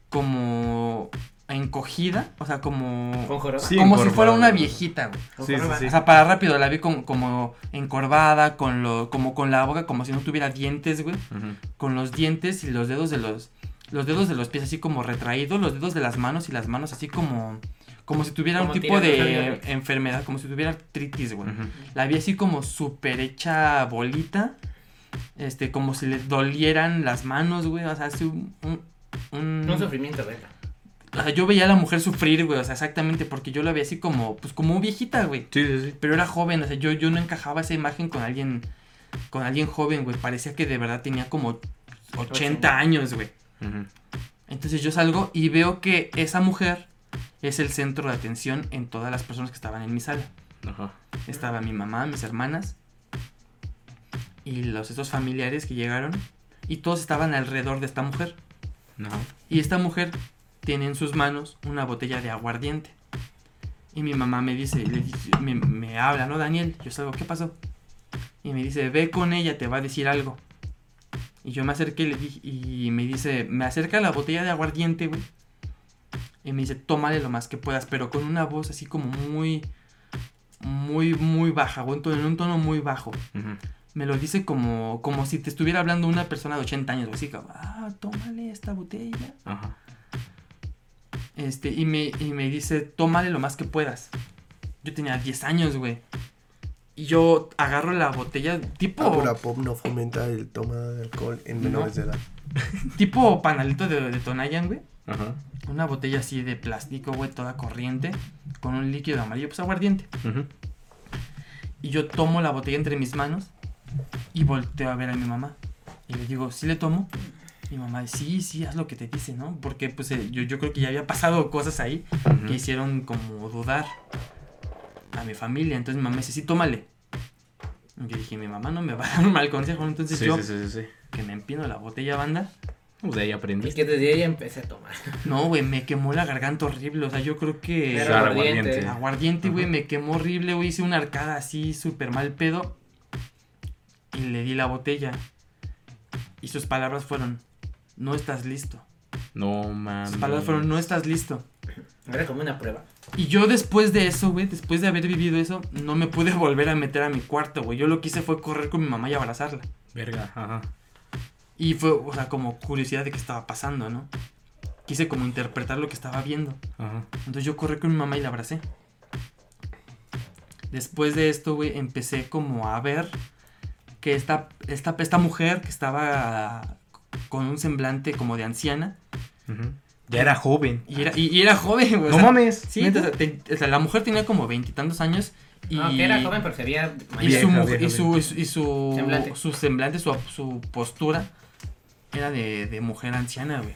Speaker 3: como... encogida, o sea, como...
Speaker 4: Con joroba.
Speaker 5: Sí.
Speaker 3: como si fuera
Speaker 5: encorvada,
Speaker 3: una
Speaker 5: güey.
Speaker 3: viejita, güey.
Speaker 4: Con
Speaker 5: Sí, sí,
Speaker 4: joroba.
Speaker 5: sí.
Speaker 3: O sea, para rápido, la vi como, como encorvada, con lo, como con la boca, como si no tuviera dientes, güey.
Speaker 5: Ujú.
Speaker 3: Con los dientes y los dedos de los. Los dedos de los pies así como retraídos, los dedos de las manos y las manos así como. Como si tuviera
Speaker 4: Como
Speaker 3: un tipo
Speaker 4: tirando
Speaker 3: de
Speaker 4: sangre.
Speaker 3: enfermedad, como si tuviera artritis, güey.
Speaker 5: Ujú.
Speaker 3: La vi así como súper hecha bolita. Este, como si le dolieran las manos, güey. O sea, así un. un- un-
Speaker 4: Un sufrimiento, verga.
Speaker 3: o sea, yo veía a la mujer sufrir, güey. O sea, exactamente, porque yo la veía así como. Pues como viejita, güey
Speaker 5: Sí, sí, sí.
Speaker 3: pero era joven, o sea, yo, yo no encajaba esa imagen con alguien, con alguien joven, güey, parecía que de verdad tenía como 80
Speaker 4: Ochenta.
Speaker 3: años, güey.
Speaker 5: Ujú.
Speaker 3: Entonces yo salgo y veo que esa mujer es el centro de atención en todas las personas que estaban en mi sala.
Speaker 5: Ajá.
Speaker 3: Estaba mi mamá, mis hermanas y los esos familiares que llegaron y todos estaban alrededor de esta mujer.
Speaker 5: No.
Speaker 3: Y esta mujer tiene en sus manos una botella de aguardiente. Y mi mamá me dice, le dice- me, me habla, ¿no, Daniel? Yo salgo, ¿qué pasó? Y me dice, ve con ella, te va a decir algo. Y yo me acerqué y le dije, y me dice, me acerca la botella de aguardiente, güey. Y me dice, tómale lo más que puedas, pero con una voz así como muy, muy, muy baja, güey, en tono- en un tono muy bajo.
Speaker 5: Ujú.
Speaker 3: Me lo dice como, como si te estuviera hablando una persona de 80 años, güey, así como, ah, tómale esta botella.
Speaker 5: Ajá.
Speaker 3: Este, y me, y me dice, tómale lo más que puedas. Yo tenía 10 años, güey. Y yo agarro la botella,
Speaker 2: Ahora
Speaker 3: tipo,
Speaker 2: Ah, pop no fomenta el toma de alcohol en
Speaker 3: No.
Speaker 2: menores de edad.
Speaker 3: tipo panalito de, de Tonayan, güey.
Speaker 5: Ajá.
Speaker 3: Una botella así de plástico, güey, toda corriente, con un líquido amarillo, pues aguardiente.
Speaker 5: Ujú.
Speaker 3: Y yo tomo la botella entre mis manos y volteo a ver a mi mamá. Y le digo, ¿sí le tomo? Mi mamá, sí, sí, haz lo que te dice, ¿no? Porque pues eh, yo, yo creo que ya había pasado cosas ahí. que
Speaker 5: Ujú.
Speaker 3: hicieron como dudar a mi familia. Entonces mi mamá dice, sí, tómale. Y yo dije, mi mamá no me va a dar un mal consejo. Entonces
Speaker 5: Sí,
Speaker 3: yo,
Speaker 5: sí, sí, sí, sí.
Speaker 3: que me empino la botella banda.
Speaker 5: Pues de ahí
Speaker 4: Y
Speaker 5: aprendiste.
Speaker 4: que desde ahí empecé a tomar.
Speaker 3: No, güey, me quemó la garganta horrible. O sea, yo creo que...
Speaker 5: Claro,
Speaker 4: Era aguardiente.
Speaker 5: aguardiente.
Speaker 3: Aguardiente, güey,
Speaker 5: Ajá.
Speaker 3: me quemó horrible, güey. Hice una arcada así, súper mal pedo. Y le di la botella. Y sus palabras fueron, no estás listo.
Speaker 5: No
Speaker 3: Sus
Speaker 5: mames.
Speaker 3: palabras fueron, no estás listo.
Speaker 4: Era como una prueba.
Speaker 3: Y yo después de eso, güey, después de haber vivido eso, no me pude volver a meter a mi cuarto, güey. Yo lo que hice fue correr con mi mamá y abrazarla.
Speaker 5: Verga. Ajá.
Speaker 3: Y fue, o sea, como curiosidad de qué estaba pasando, ¿no? Quise como interpretar lo que estaba viendo.
Speaker 5: Ajá.
Speaker 3: Entonces yo corrí con mi mamá y la abracé. Después de esto, güey, empecé como a ver que esta, esta, esta mujer que estaba con un semblante como de anciana
Speaker 5: Ujú. Ya era joven.
Speaker 3: y era, y, y era joven, güey. o
Speaker 5: No
Speaker 3: sea,
Speaker 5: mames.
Speaker 3: Sí,
Speaker 5: ¿Neta?
Speaker 3: o sea, te- o sea, la mujer tenía como veintitantos años y...
Speaker 4: No, que Ah, era joven, pero se veía
Speaker 3: Y
Speaker 4: mayor.
Speaker 5: Vieja,
Speaker 3: su, mu-
Speaker 5: vieja,
Speaker 3: y su, y su, y su semblante,
Speaker 4: Semblante.
Speaker 3: su, semblante, su, su postura era de, de mujer anciana, güey.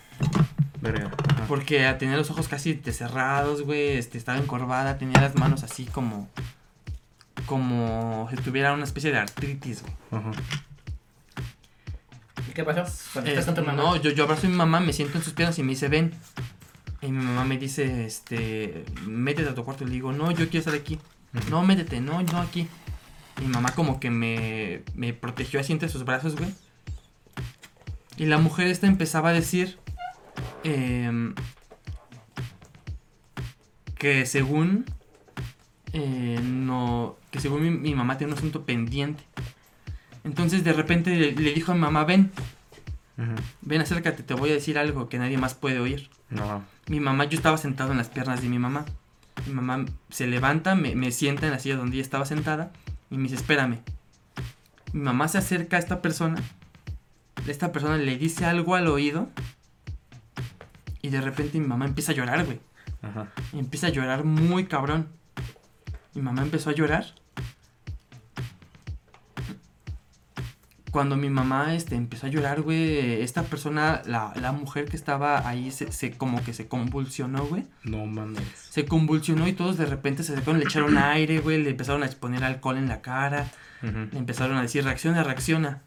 Speaker 5: Verga. Ajá.
Speaker 3: Porque tenía los ojos casi de cerrados, güey. Este, estaba encorvada, tenía las manos así como. Como si tuviera una especie de artritis, güey.
Speaker 5: Ajá.
Speaker 4: ¿Y qué pasó? Cuando estás
Speaker 3: Este,
Speaker 4: con tu mamá. Eh,
Speaker 3: No, yo, yo abrazo a mi mamá, me siento en sus piernas y me dice, ven. Y mi mamá me dice, este, métete a tu cuarto. Y le digo, no, yo quiero estar aquí. No, métete, no, no aquí. Y mi mamá como que me, me protegió así entre sus brazos, güey. Y la mujer esta empezaba a decir em, que según eh, no, que según mi, mi mamá tiene un asunto pendiente. Entonces de repente le, le dijo a mi mamá, ven,
Speaker 5: Ujú.
Speaker 3: ven acércate, te voy a decir algo que nadie más puede oír.
Speaker 5: No.
Speaker 3: Mi mamá, yo estaba sentado en las piernas de mi mamá. Mi mamá se levanta, me, me sienta en la silla donde ella estaba sentada y me dice, espérame. Mi mamá se acerca a esta persona. Esta persona le dice algo al oído. Y de repente mi mamá empieza a llorar, güey.
Speaker 5: Ajá.
Speaker 3: Empieza a llorar muy cabrón. Mi mamá empezó a llorar. Cuando mi mamá este, empezó a llorar, güey, esta persona, la, la mujer que estaba ahí, se, se- como que se convulsionó, güey.
Speaker 5: No mames.
Speaker 3: Se convulsionó y todos de repente se sacaron, le echaron aire, güey, le empezaron a exponer alcohol en la cara, le
Speaker 5: Ujú.
Speaker 3: empezaron a decir, reacciona, reacciona.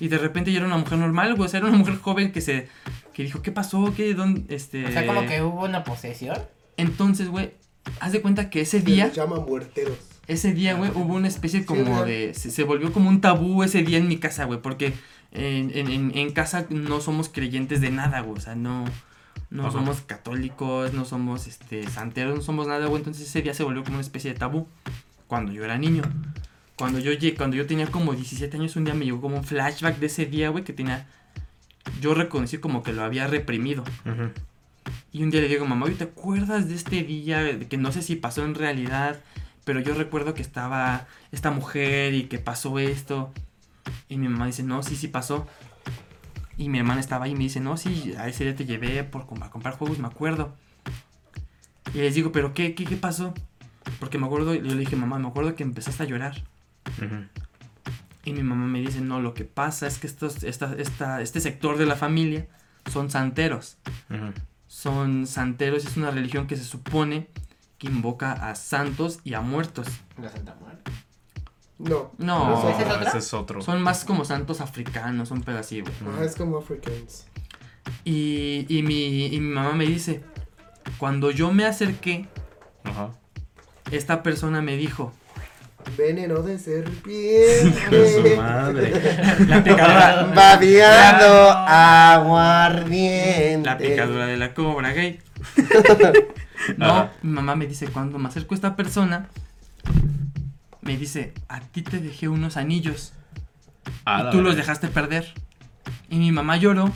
Speaker 3: Y de repente ya era una mujer normal, güey, o sea, era una mujer joven que se, que dijo, ¿qué pasó? ¿Qué? ¿Dónde? Este...
Speaker 4: O sea, como que hubo una posesión.
Speaker 3: Entonces, güey, haz de cuenta que ese
Speaker 6: Se
Speaker 3: día,
Speaker 6: les llama muerteros.
Speaker 3: ese día, güey, hubo una especie como
Speaker 6: real.
Speaker 3: de. Se, se volvió como un tabú ese día en mi casa, güey, porque en, en- en- en casa no somos creyentes de nada, güey, o sea, no. No
Speaker 5: Ajá.
Speaker 3: somos católicos, no somos este, santeros, no somos nada, güey. Entonces ese día se volvió como una especie de tabú. Cuando yo era niño. Cuando yo, llegué, cuando yo tenía como 17 años, un día me llegó como un flashback de ese día, güey, que tenía. Yo reconocí como que lo había reprimido.
Speaker 5: Ujú.
Speaker 3: Y un día le digo, mamá, ¿y ¿te acuerdas de este día? De Que no sé si pasó en realidad, pero yo recuerdo que estaba esta mujer y que pasó esto. Y mi mamá dice, no, sí, sí pasó. Y mi hermana estaba ahí y me dice, no, sí, a ese día te llevé por, com- a comprar juegos, me acuerdo. Y les digo, ¿pero qué, qué, qué pasó? Porque me acuerdo, yo le dije, mamá, me acuerdo que empezaste a llorar.
Speaker 5: Ujú.
Speaker 3: Y mi mamá me dice, no, lo que pasa es que estos, esta, esta, este sector de la familia son santeros
Speaker 5: Ujú.
Speaker 3: son santeros, es una religión que se supone que invoca a santos y a muertos.
Speaker 4: La Santa Muerte.
Speaker 6: No.
Speaker 3: No,
Speaker 6: ¿Ese es
Speaker 4: otro?
Speaker 5: ese es otro.
Speaker 3: son más como santos africanos, son pedacivos.
Speaker 6: Ajá, es como Africans.
Speaker 3: Y, y, mi, y mi mamá me dice, cuando yo me acerqué,
Speaker 5: Ajá.
Speaker 3: esta persona me dijo,
Speaker 6: Veneno de serpiente.
Speaker 5: Pero su madre.
Speaker 3: la picadura,
Speaker 2: Babeando aguardiente.
Speaker 3: la picadura de la cobra gay. No,
Speaker 5: Ajá.
Speaker 3: mi mamá me dice, cuando me acerco a esta persona, me dice, a ti te dejé unos anillos.
Speaker 5: Ah,
Speaker 3: y
Speaker 5: la
Speaker 3: tú los
Speaker 5: verga.
Speaker 3: dejaste perder. Y mi mamá lloró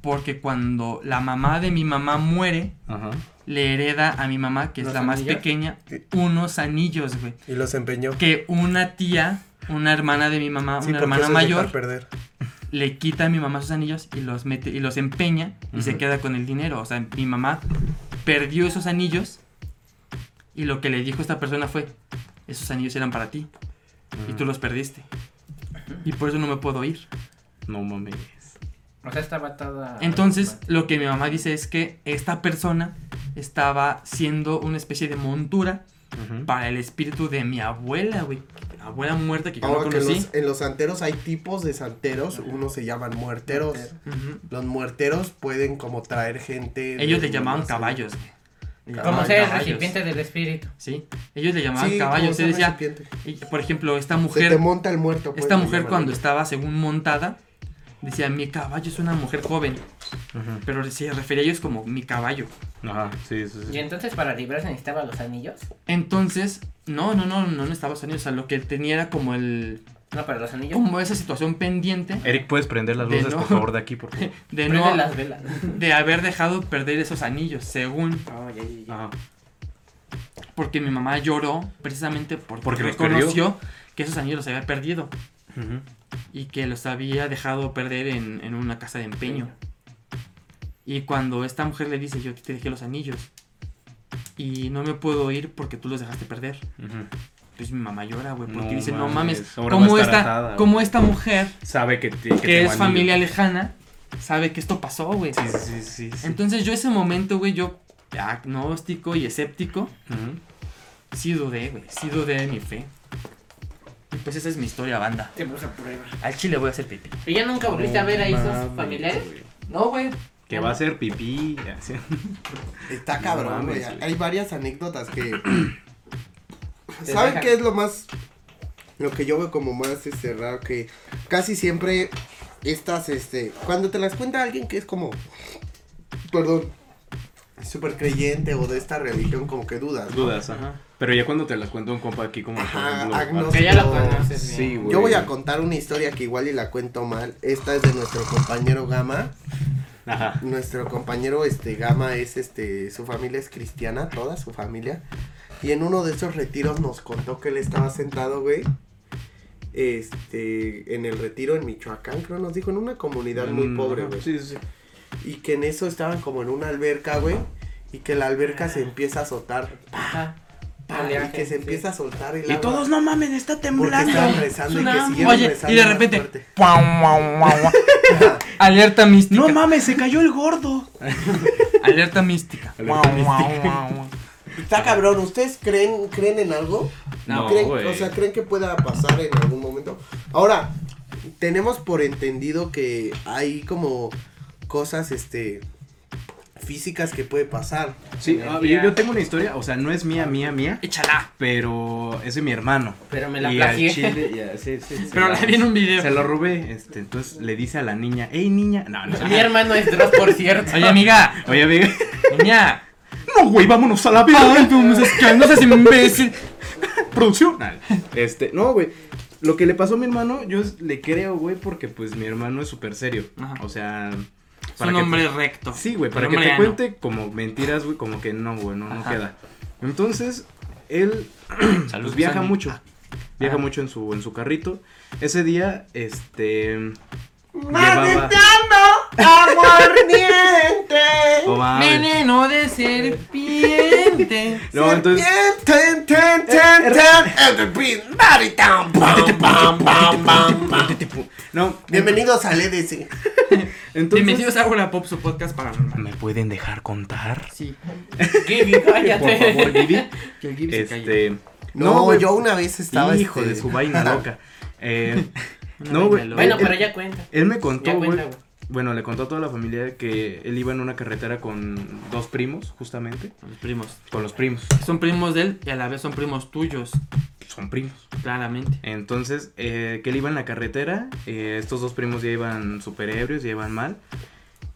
Speaker 3: porque cuando la mamá de mi mamá muere,
Speaker 5: Ajá.
Speaker 3: le hereda a mi mamá, que es
Speaker 2: ¿Los
Speaker 3: la más
Speaker 2: anillos?
Speaker 3: pequeña, unos anillos, güey.
Speaker 2: Y los empeñó.
Speaker 3: Que una tía, una hermana de mi mamá,
Speaker 2: Sí,
Speaker 3: una
Speaker 2: porque eso
Speaker 3: hermana
Speaker 2: es
Speaker 3: mayor,
Speaker 2: dejar perder.
Speaker 3: le quita a mi mamá sus anillos y los mete y los empeña y se
Speaker 5: Ujú.
Speaker 3: queda con el dinero. O sea, mi mamá perdió esos anillos y lo que le dijo esta persona fue, esos anillos eran para ti y tú los perdiste. Y por eso no me puedo ir.
Speaker 5: No mames.
Speaker 4: O sea, estaba toda.
Speaker 3: Entonces, lo que mi mamá dice es que esta persona estaba siendo una especie de montura
Speaker 5: Ujú.
Speaker 3: para el espíritu de mi abuela, güey. Abuela muerta que yo no
Speaker 2: Ahora Oh, que
Speaker 3: conocí.
Speaker 2: Ah, los- en los santeros hay tipos de santeros. Unos se llaman muerteros.
Speaker 3: Ujú.
Speaker 2: Los muerteros pueden como traer gente.
Speaker 3: Ellos
Speaker 2: de-
Speaker 3: le llamaban caballos, güey. Le
Speaker 4: Como
Speaker 3: llamaban
Speaker 4: ser el
Speaker 3: caballos.
Speaker 4: recipiente del espíritu.
Speaker 3: Sí, ellos le llamaban
Speaker 2: Sí,
Speaker 3: caballos.
Speaker 2: como
Speaker 3: Se
Speaker 2: ser
Speaker 3: decía,
Speaker 2: recipiente.
Speaker 3: y, por ejemplo, esta
Speaker 2: Se te
Speaker 3: mujer,
Speaker 2: monta el muerto. pues,
Speaker 3: esta
Speaker 2: le
Speaker 3: mujer
Speaker 2: llaman.
Speaker 3: cuando estaba según montada, decía, mi caballo es una mujer joven.
Speaker 5: Ujú.
Speaker 3: Pero se refería a ellos como mi caballo.
Speaker 5: Ajá. Sí, sí,
Speaker 4: Y
Speaker 5: sí.
Speaker 4: entonces, para librarse, necesitaba los anillos.
Speaker 3: Entonces, no, no, no, no, no estaba sonido. O sea, lo que tenía era como el,
Speaker 4: No, pero los anillos.
Speaker 3: como esa situación pendiente
Speaker 5: Eric, ¿puedes prender las
Speaker 3: De
Speaker 5: luces,
Speaker 3: no.
Speaker 5: por favor, de aquí, por favor?
Speaker 3: de
Speaker 4: Prende
Speaker 3: no
Speaker 4: las velas.
Speaker 3: de haber dejado perder esos anillos, según
Speaker 4: No, ya, ya, ya.
Speaker 5: Ajá.
Speaker 3: porque mi mamá lloró precisamente porque,
Speaker 5: Porque los
Speaker 3: reconoció que esos anillos los había perdido
Speaker 5: Ujú.
Speaker 3: y que los había dejado perder en, en una casa de empeño. Y cuando esta mujer le dice, "Yo te dejé los anillos y no me puedo ir porque tú los dejaste perder."
Speaker 5: Ujú.
Speaker 3: Entonces mi mamá llora, güey, porque
Speaker 5: No
Speaker 3: dice, "No
Speaker 5: mames,
Speaker 3: mames,
Speaker 5: ahora va a
Speaker 3: cómo
Speaker 5: estar
Speaker 3: esta
Speaker 5: atada,
Speaker 3: cómo esta mujer
Speaker 5: Sabe que, te-
Speaker 3: que,
Speaker 5: tengo
Speaker 3: es
Speaker 5: anillo.
Speaker 3: familia lejana sabe que esto pasó, güey."
Speaker 5: Sí, sí, sí. sí.
Speaker 3: Entonces yo ese momento, güey, yo agnóstico y escéptico,
Speaker 5: Ujú.
Speaker 3: sí dudé, güey, sí dudé de mi fe. Y pues esa es mi historia, banda.
Speaker 4: Te puse a prueba.
Speaker 3: Al chile voy a hacer pipí.
Speaker 4: ¿Y ya nunca volviste a ver a
Speaker 5: No
Speaker 4: esos
Speaker 5: mames,
Speaker 4: familiares?
Speaker 5: güey.
Speaker 3: No, güey.
Speaker 5: Que va a ser pipí. así.
Speaker 2: Está
Speaker 5: No
Speaker 2: cabrón,
Speaker 5: mames,
Speaker 2: güey.
Speaker 5: güey.
Speaker 2: Hay varias anécdotas que.
Speaker 4: Te
Speaker 2: ¿Saben
Speaker 4: dejan-
Speaker 2: qué es lo más. Lo que yo veo como más este, raro? Que casi siempre estas, este. Cuando te las cuenta alguien que es como. Perdón. Súper creyente o de esta religión, como que dudas. ¿no?
Speaker 5: Dudas, ajá. Pero ya cuando te las cuento un compa aquí como...
Speaker 2: Ajá,
Speaker 5: por ejemplo,
Speaker 2: agnóstico.
Speaker 4: Que ya lo conoces.
Speaker 5: Sí,
Speaker 4: bien.
Speaker 5: güey.
Speaker 2: Yo voy a contar una historia que igual y la cuento mal. Esta es de nuestro compañero Gama.
Speaker 5: Ajá.
Speaker 2: Nuestro compañero este Gama es este su familia es cristiana, toda su familia. Y en uno de esos retiros nos contó que él estaba sentado, güey. Este, en el retiro en Michoacán, creo nos dijo, en una comunidad muy
Speaker 5: Mm,
Speaker 2: pobre,
Speaker 5: ajá,
Speaker 2: güey.
Speaker 5: Sí, sí, sí.
Speaker 2: Y que en eso estaban como en una alberca, güey. Y que la alberca se empieza a azotar.
Speaker 4: Ajá.
Speaker 2: pa, y
Speaker 4: Oleaje,
Speaker 2: que se
Speaker 4: sí.
Speaker 2: empieza a soltar el
Speaker 5: Y
Speaker 2: agua,
Speaker 5: todos, no mames, está
Speaker 2: Porque
Speaker 5: temblando.
Speaker 2: estaban rezando y que
Speaker 3: Tsunami.
Speaker 2: siguieron
Speaker 3: Oye,
Speaker 2: rezando
Speaker 3: y de
Speaker 2: más
Speaker 3: repente.
Speaker 2: fuerte.
Speaker 3: ¡Guau, guau, guau, guau! Alerta mística.
Speaker 5: No mames, se cayó el gordo.
Speaker 3: Alerta mística.
Speaker 5: Alerta
Speaker 3: Guau,
Speaker 5: mística.
Speaker 3: guau, guau, guau.
Speaker 2: Está cabrón, ¿ustedes creen, creen en algo?
Speaker 5: No,
Speaker 2: ¿Creen-
Speaker 5: güey.
Speaker 2: o sea, ¿creen que pueda pasar en algún momento? Ahora, tenemos por entendido que hay como cosas, este, físicas que puede pasar.
Speaker 5: Sí, ah, yo, yo tengo una historia, o sea, no es mía, mía, mía,
Speaker 3: Échala.
Speaker 5: pero es de mi hermano.
Speaker 3: Ah,
Speaker 4: Pero me la
Speaker 5: y al
Speaker 4: plagié.
Speaker 5: chile, y a- sí, sí, se
Speaker 3: Pero
Speaker 5: la-
Speaker 3: la vi en un video.
Speaker 5: Se lo robé, este, entonces le dice a la niña, hey niña, no, no,
Speaker 4: Mi hermano es Dross, por cierto.
Speaker 3: Oye, amiga.
Speaker 5: oye amiga,
Speaker 3: Niña.
Speaker 5: no güey, vámonos a la
Speaker 3: Ay,
Speaker 5: verga,
Speaker 3: tú me estás quedando, seas imbécil.
Speaker 5: producción, este, no güey, lo que le pasó a mi hermano, yo es- le creo güey, porque pues mi hermano es súper serio,
Speaker 3: Ajá.
Speaker 5: o sea,
Speaker 3: Es
Speaker 5: para
Speaker 3: un
Speaker 5: que-
Speaker 3: hombre recto.
Speaker 5: Sí, güey, para
Speaker 3: Un
Speaker 5: que
Speaker 3: hombre
Speaker 5: te
Speaker 3: ano.
Speaker 5: cuente como mentiras, güey, como que no, güey, no, no
Speaker 3: Ajá.
Speaker 5: queda. Entonces, él
Speaker 3: Salud,
Speaker 5: pues, viaja
Speaker 3: Sandy.
Speaker 5: mucho. Viaja
Speaker 3: Ajá.
Speaker 5: mucho en su, en su carrito. Ese día, este. Llevaba.
Speaker 2: ¡Necesitando aguardiente!
Speaker 5: Oh, mames.
Speaker 3: Veneno de serpiente.
Speaker 5: No, entonces.
Speaker 2: Ten, ten,
Speaker 5: Eh,
Speaker 2: ten, ten, and the beat, body down, pam, pam, pam, pam, pam.
Speaker 5: No,
Speaker 2: Bienvenidos al E EDC.
Speaker 5: entonces.
Speaker 3: Bienvenidos a Hora Pop, su podcast paranormal.
Speaker 5: ¿Me pueden dejar contar?
Speaker 3: Sí.
Speaker 4: Gibi,
Speaker 5: Por
Speaker 4: cállate.
Speaker 5: favor, Vivi.
Speaker 3: Que el Gibi se calle.
Speaker 5: Este.
Speaker 2: No,
Speaker 5: güey,
Speaker 2: yo una vez estaba.
Speaker 5: Hijo
Speaker 2: este,
Speaker 5: de su vaina loca. Eh,
Speaker 3: vaina
Speaker 5: no, güey.
Speaker 3: loca.
Speaker 4: Bueno,
Speaker 5: él-
Speaker 4: pero ya cuenta.
Speaker 5: Él me
Speaker 4: Ya
Speaker 5: contó,
Speaker 4: cuenta,
Speaker 5: güey.
Speaker 4: güey.
Speaker 5: Bueno, le contó a toda la familia que él iba en una carretera con dos primos, justamente.
Speaker 3: Los primos.
Speaker 5: Con los primos.
Speaker 3: Son primos de él y a la vez son primos tuyos,
Speaker 5: Son primos.
Speaker 3: claramente.
Speaker 5: Entonces, eh, que él iba en la carretera. eh, estos dos primos ya iban super ebrios, ya iban mal.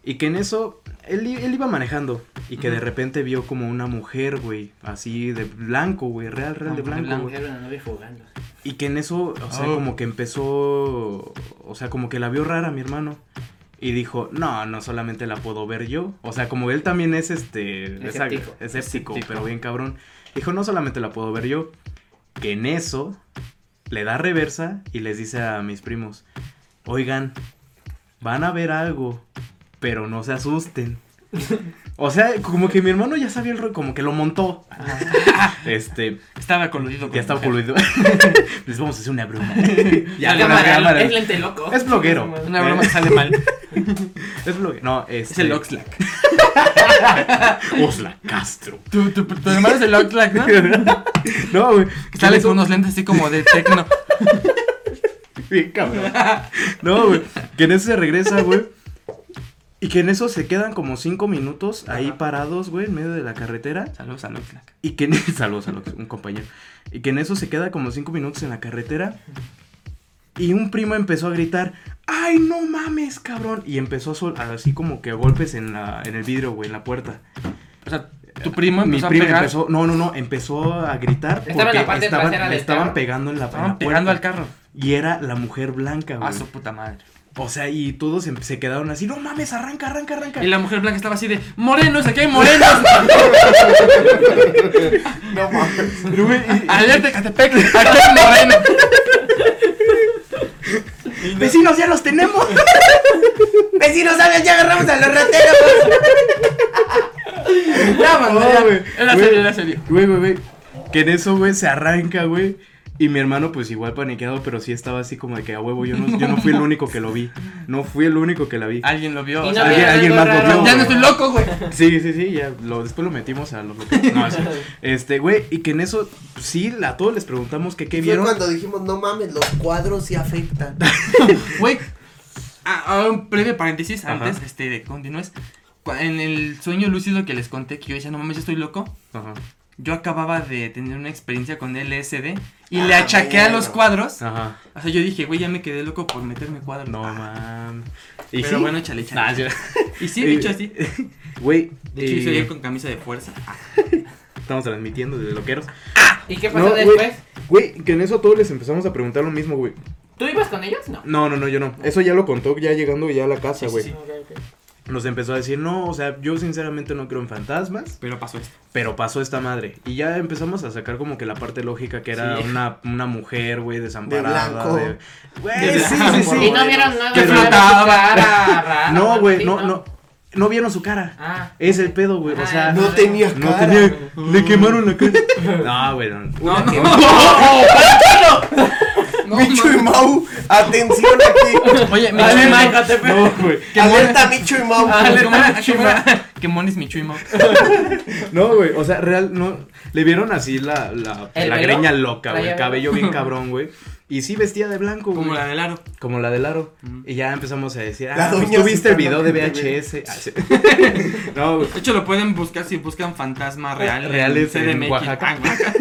Speaker 5: Y que en eso, él, i- él iba manejando. Y que de
Speaker 3: Ujú.
Speaker 5: repente vio como una mujer, güey. Así de blanco, güey. Real, real
Speaker 3: Una
Speaker 5: de
Speaker 3: mujer
Speaker 5: blanco,
Speaker 3: blanca.
Speaker 5: güey.
Speaker 4: Era una novia jugando.
Speaker 5: Y que en eso, o sea,
Speaker 3: Oh.
Speaker 5: como que empezó, o sea, como que la vio rara mi hermano. Y dijo, no, no solamente la puedo ver yo. O sea, como él también es este, es ag-
Speaker 4: Escéptico.
Speaker 5: escéptico,
Speaker 3: Escéptico.
Speaker 5: pero bien cabrón. Dijo, no solamente la puedo ver yo. Que en eso le da reversa y les dice a mis primos, oigan, van a ver algo, pero no se asusten. O sea, como que mi hermano ya sabía el rollo, como que lo montó. Este,
Speaker 3: Estaba coludido. con
Speaker 5: ya está
Speaker 3: mujer.
Speaker 5: ocluido. Les vamos a hacer una broma. ya,
Speaker 3: Cámara,
Speaker 5: cámara, cámara.
Speaker 4: Es lente loco.
Speaker 5: Es bloguero.
Speaker 3: Una broma que sale mal.
Speaker 5: Es bloguero. No, este,
Speaker 3: Es el Oxlack.
Speaker 5: Osla Castro.
Speaker 3: Tu, tu, tu hermano es el Oxlack, ¿no?
Speaker 5: no, güey.
Speaker 3: Que Sale
Speaker 5: Eso-
Speaker 3: con unos lentes así como de tecno.
Speaker 5: Bien cabrón. No, güey. Que en eso se regresa, güey. Y que en eso se quedan como cinco minutos ahí
Speaker 3: Ajá.
Speaker 5: parados, güey, en medio de la carretera.
Speaker 3: Saludos al Oxlack.
Speaker 5: Y que en Saludos a lo- un compañero. Y que en eso se queda como cinco minutos en la carretera. Y un primo empezó a gritar, ¡ay, no mames, cabrón! Y empezó a sol- así como que a golpes en, la, en el vidrio, güey, en la puerta.
Speaker 3: O sea, tu primo
Speaker 5: Mi
Speaker 3: empezó
Speaker 5: primo
Speaker 3: a pegar.
Speaker 5: empezó, no, no, no, empezó a gritar porque
Speaker 4: Estaba en la parte
Speaker 5: estaban,
Speaker 4: trasera
Speaker 5: le
Speaker 4: del
Speaker 5: estaban
Speaker 4: carro.
Speaker 5: pegando en la, en la
Speaker 3: Estaban pegando al
Speaker 5: puerta.
Speaker 3: carro.
Speaker 5: Y era la mujer blanca, Ah, güey.
Speaker 3: A su puta madre.
Speaker 5: O sea, y todos em- se quedaron así, ¡no mames, arranca, arranca, arranca!
Speaker 3: Y la mujer blanca estaba así de: ¡Morenos! ¡Aquí hay morenos!
Speaker 2: No mames.
Speaker 5: Pero, güey, y-
Speaker 3: ¡Alerta, Catepec! ¡Aquí hay morenos!
Speaker 5: ¡Vecinos, ya los tenemos!
Speaker 2: Vecinos, ¿sabes? Ya agarramos a los rateros.
Speaker 3: Ya, mano,
Speaker 5: No,
Speaker 3: ya.
Speaker 5: güey.
Speaker 3: Era
Speaker 5: Güey.
Speaker 3: serio, era serio.
Speaker 5: Güey, güey, güey. Que en eso, güey, se arranca, güey. Y mi hermano, pues igual paniqueado, pero sí estaba así como de que a huevo. Yo no, yo no fui el único que lo vi. No fui el único que la vi.
Speaker 3: Alguien lo vio. o
Speaker 4: Y no
Speaker 3: sea,
Speaker 5: alguien-
Speaker 4: vieron
Speaker 5: alguien
Speaker 4: algo
Speaker 5: más lo
Speaker 4: raro,
Speaker 5: vio,
Speaker 3: ya
Speaker 4: güey.
Speaker 3: no estoy loco, güey.
Speaker 5: Sí, sí, sí, ya. Lo, después lo metimos a los locos. No, sí. Este, güey, y que en eso, sí, a todos les preguntamos que qué
Speaker 2: Fue
Speaker 5: vieron.
Speaker 2: cuando dijimos, no mames, los cuadros sí afectan.
Speaker 3: Güey, a, a un breve paréntesis
Speaker 5: Ajá.
Speaker 3: antes este, de que continúes. cu- en el sueño lúcido que les conté que yo decía, no mames, yo estoy loco.
Speaker 5: Ajá.
Speaker 3: Yo acababa de tener una experiencia con LSD y le
Speaker 2: Ah,
Speaker 3: achaqué a los
Speaker 2: bueno.
Speaker 3: cuadros.
Speaker 5: Ajá.
Speaker 3: O sea, yo dije, güey, ya me quedé loco por meterme cuadros.
Speaker 5: Ah. No mames.
Speaker 3: Ah. Pero bueno, échale, échale.
Speaker 5: Nah, sí.
Speaker 3: Y sí, dicho así.
Speaker 5: Güey,
Speaker 3: De hecho, yo
Speaker 5: eh,
Speaker 3: llegué con camisa de fuerza.
Speaker 5: estamos transmitiendo desde loqueros.
Speaker 4: ¿Y qué pasó
Speaker 5: No, güey.
Speaker 4: después?
Speaker 5: Güey, que en eso todos les empezamos a preguntar lo mismo, güey.
Speaker 4: ¿Tú ibas con ellos? No.
Speaker 5: No, no, no, yo no. Eso ya lo contó ya llegando ya a la casa,
Speaker 3: Sí, sí,
Speaker 5: güey.
Speaker 3: sí.
Speaker 4: Ok, ok.
Speaker 5: Nos empezó a decir, no, o sea, yo sinceramente no creo en fantasmas,
Speaker 3: Pero pasó esto.
Speaker 5: pero pasó esta madre. Y ya empezamos a sacar como que la parte lógica que era
Speaker 3: Sí.
Speaker 5: una, una mujer, güey, desamparada.
Speaker 2: blanco.
Speaker 5: de- Güey,
Speaker 3: De
Speaker 5: sí, sí,
Speaker 3: blanco,
Speaker 5: sí.
Speaker 4: Y no vieron nada.
Speaker 5: Que
Speaker 4: raro,
Speaker 3: flotaba.
Speaker 4: cara rara,
Speaker 5: No, güey,
Speaker 4: sí,
Speaker 5: no, no. No vieron su cara.
Speaker 4: Ah.
Speaker 5: Es el pedo, güey. O
Speaker 4: Ah,
Speaker 5: sea,
Speaker 2: No tenía
Speaker 5: no
Speaker 2: cara.
Speaker 5: tenía. Le quemaron la cara. No, güey. no.
Speaker 3: No, no, no.
Speaker 2: Micho y
Speaker 3: no.
Speaker 2: Mau, atención aquí.
Speaker 3: Oye, mi
Speaker 4: Dale,
Speaker 3: chuima.
Speaker 4: Mike, te-
Speaker 5: No, güey.
Speaker 2: Alerta Micho y Mau.
Speaker 3: ¿Qué mon-
Speaker 4: Alerta,
Speaker 3: qué mon- qué mon es mi chuima?
Speaker 5: No, güey, o sea, real, no, le vieron así la, la,
Speaker 4: ¿El
Speaker 5: la
Speaker 4: pelo?
Speaker 5: greña loca, güey,
Speaker 4: Traía
Speaker 5: el cabello bien cabrón, güey, y sí vestida de blanco,
Speaker 3: Como
Speaker 5: güey,
Speaker 3: la del aro.
Speaker 5: como la del aro,
Speaker 3: Ujú.
Speaker 5: y ya empezamos a decir,
Speaker 2: La
Speaker 5: ah, pues
Speaker 2: doña
Speaker 5: tú viste el video
Speaker 2: sacando
Speaker 5: de
Speaker 2: gente, güey.
Speaker 5: VHS, Ah, sí. no, güey,
Speaker 3: De hecho, lo pueden buscar si buscan fantasma real.
Speaker 5: Reales en
Speaker 3: CDMX.
Speaker 5: Oaxaca.
Speaker 3: Ah, Oaxaca.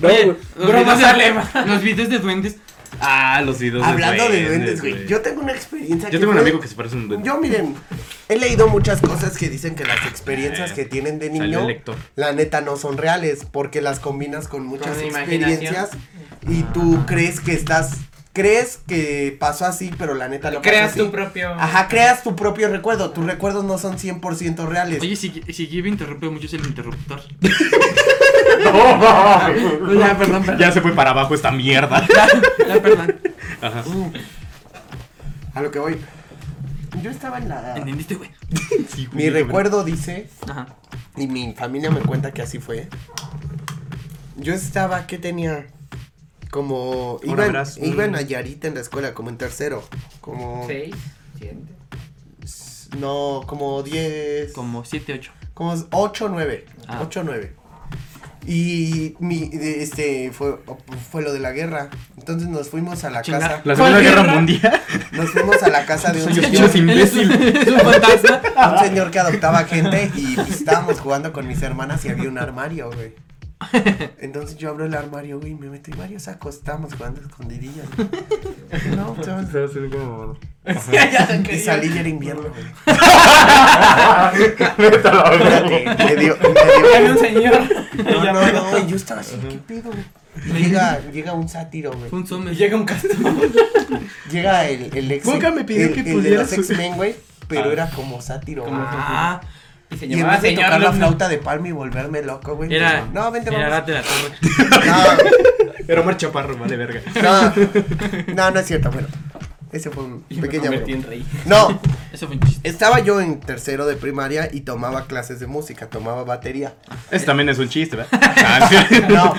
Speaker 5: no,
Speaker 3: Oye,
Speaker 5: güey.
Speaker 3: los
Speaker 4: Broma
Speaker 3: videos de-
Speaker 4: salema.
Speaker 3: Los videos de duendes.
Speaker 5: ah, los videos
Speaker 2: Hablando de duendes, güey. Yo tengo una experiencia.
Speaker 5: Yo
Speaker 2: que
Speaker 5: tengo un
Speaker 2: fue-
Speaker 5: amigo que se parece a un duende,
Speaker 2: Yo, miren, he leído muchas cosas que dicen que las experiencias que tienen de
Speaker 5: Eh, salió
Speaker 2: niño,
Speaker 5: el lector.
Speaker 2: la neta, no son reales, porque las combinas con muchas
Speaker 4: Con
Speaker 2: experiencias y tú crees que estás, crees que pasó así, pero la neta no pasó
Speaker 4: Creas
Speaker 2: así.
Speaker 4: tu propio.
Speaker 2: Ajá, creas tu propio recuerdo, tus recuerdos no son 100% reales.
Speaker 3: Oye, si, si Gibby interrumpe mucho es el interruptor.
Speaker 5: ya, perdón, ya se fue para abajo esta mierda,
Speaker 3: Ya, perdón.
Speaker 5: Ajá.
Speaker 2: A lo que voy. Yo estaba en la...
Speaker 3: ¿Entendiste, güey?
Speaker 5: Sí, güey,
Speaker 2: Mi
Speaker 5: yo-
Speaker 2: recuerdo dice
Speaker 3: Ajá.
Speaker 2: Y mi familia me cuenta que así fue. Yo estaba, ¿qué tenía? Como.
Speaker 5: Un
Speaker 2: Iba, en-
Speaker 5: abrazo,
Speaker 2: iba
Speaker 5: un-
Speaker 2: en Nayarita en la escuela, como en tercero. Como.
Speaker 4: Seis, siete.
Speaker 2: No, como 10.
Speaker 3: Como 7, 8.
Speaker 2: Como 8, 9.
Speaker 3: Ah.
Speaker 2: 8, 9. Y mi, de- este fue, fue lo de la guerra. Entonces nos fuimos a la
Speaker 3: Chinga.
Speaker 2: casa.
Speaker 5: La Segunda
Speaker 4: ¿Cuál
Speaker 5: Guerra
Speaker 4: guerra?
Speaker 5: Mundial,
Speaker 2: Nos fuimos a la casa de un
Speaker 5: Yo-
Speaker 3: De
Speaker 5: yo
Speaker 3: hecho,
Speaker 2: señor.
Speaker 5: es imbécil.
Speaker 3: él Es un, es un fantasma.
Speaker 2: Un señor que adoptaba gente y pues, estábamos jugando con mis hermanas y había un armario, güey. Entonces yo abro el armario, güey, y me meto y varios sacos. Estábamos jugando a escondidillas. güey. No, pues, vamos. y salí y era invierno, güey. Espérate, me dio, me
Speaker 4: Había un señor.
Speaker 2: dio. No, no, no, y yo estaba así, ¿qué pedo? Y Llega, llega un sátiro, güey.
Speaker 3: Fue un zombie.
Speaker 4: Llega un castor.
Speaker 2: Llega el, el ex.
Speaker 5: Nunca me pidió
Speaker 2: el-
Speaker 5: que
Speaker 2: el de
Speaker 5: pudiera
Speaker 2: los
Speaker 5: subir.
Speaker 2: X-Men, güey, pero
Speaker 5: Ah.
Speaker 2: era como sátiro, güey.
Speaker 3: Ah,
Speaker 4: Y se
Speaker 2: Y
Speaker 4: llamaba
Speaker 2: en vez de
Speaker 4: señor
Speaker 2: tocar la
Speaker 4: Luna.
Speaker 2: flauta de palma y volverme loco, güey.
Speaker 3: era.
Speaker 2: no, vente,
Speaker 3: Era
Speaker 2: vamos.
Speaker 3: Arate la Torre.
Speaker 5: Era Omar Chaparro, vale verga.
Speaker 2: No, no, no es cierto, bueno. Ese fue un
Speaker 4: Y me
Speaker 2: pequeño.
Speaker 4: convertí en
Speaker 2: broma.
Speaker 4: rey.
Speaker 2: No,
Speaker 3: Eso fue un chiste.
Speaker 2: estaba yo en tercero de primaria y tomaba clases de música, tomaba batería.
Speaker 5: Ese Este también es un chiste, ¿verdad? Ah, sí.
Speaker 2: No,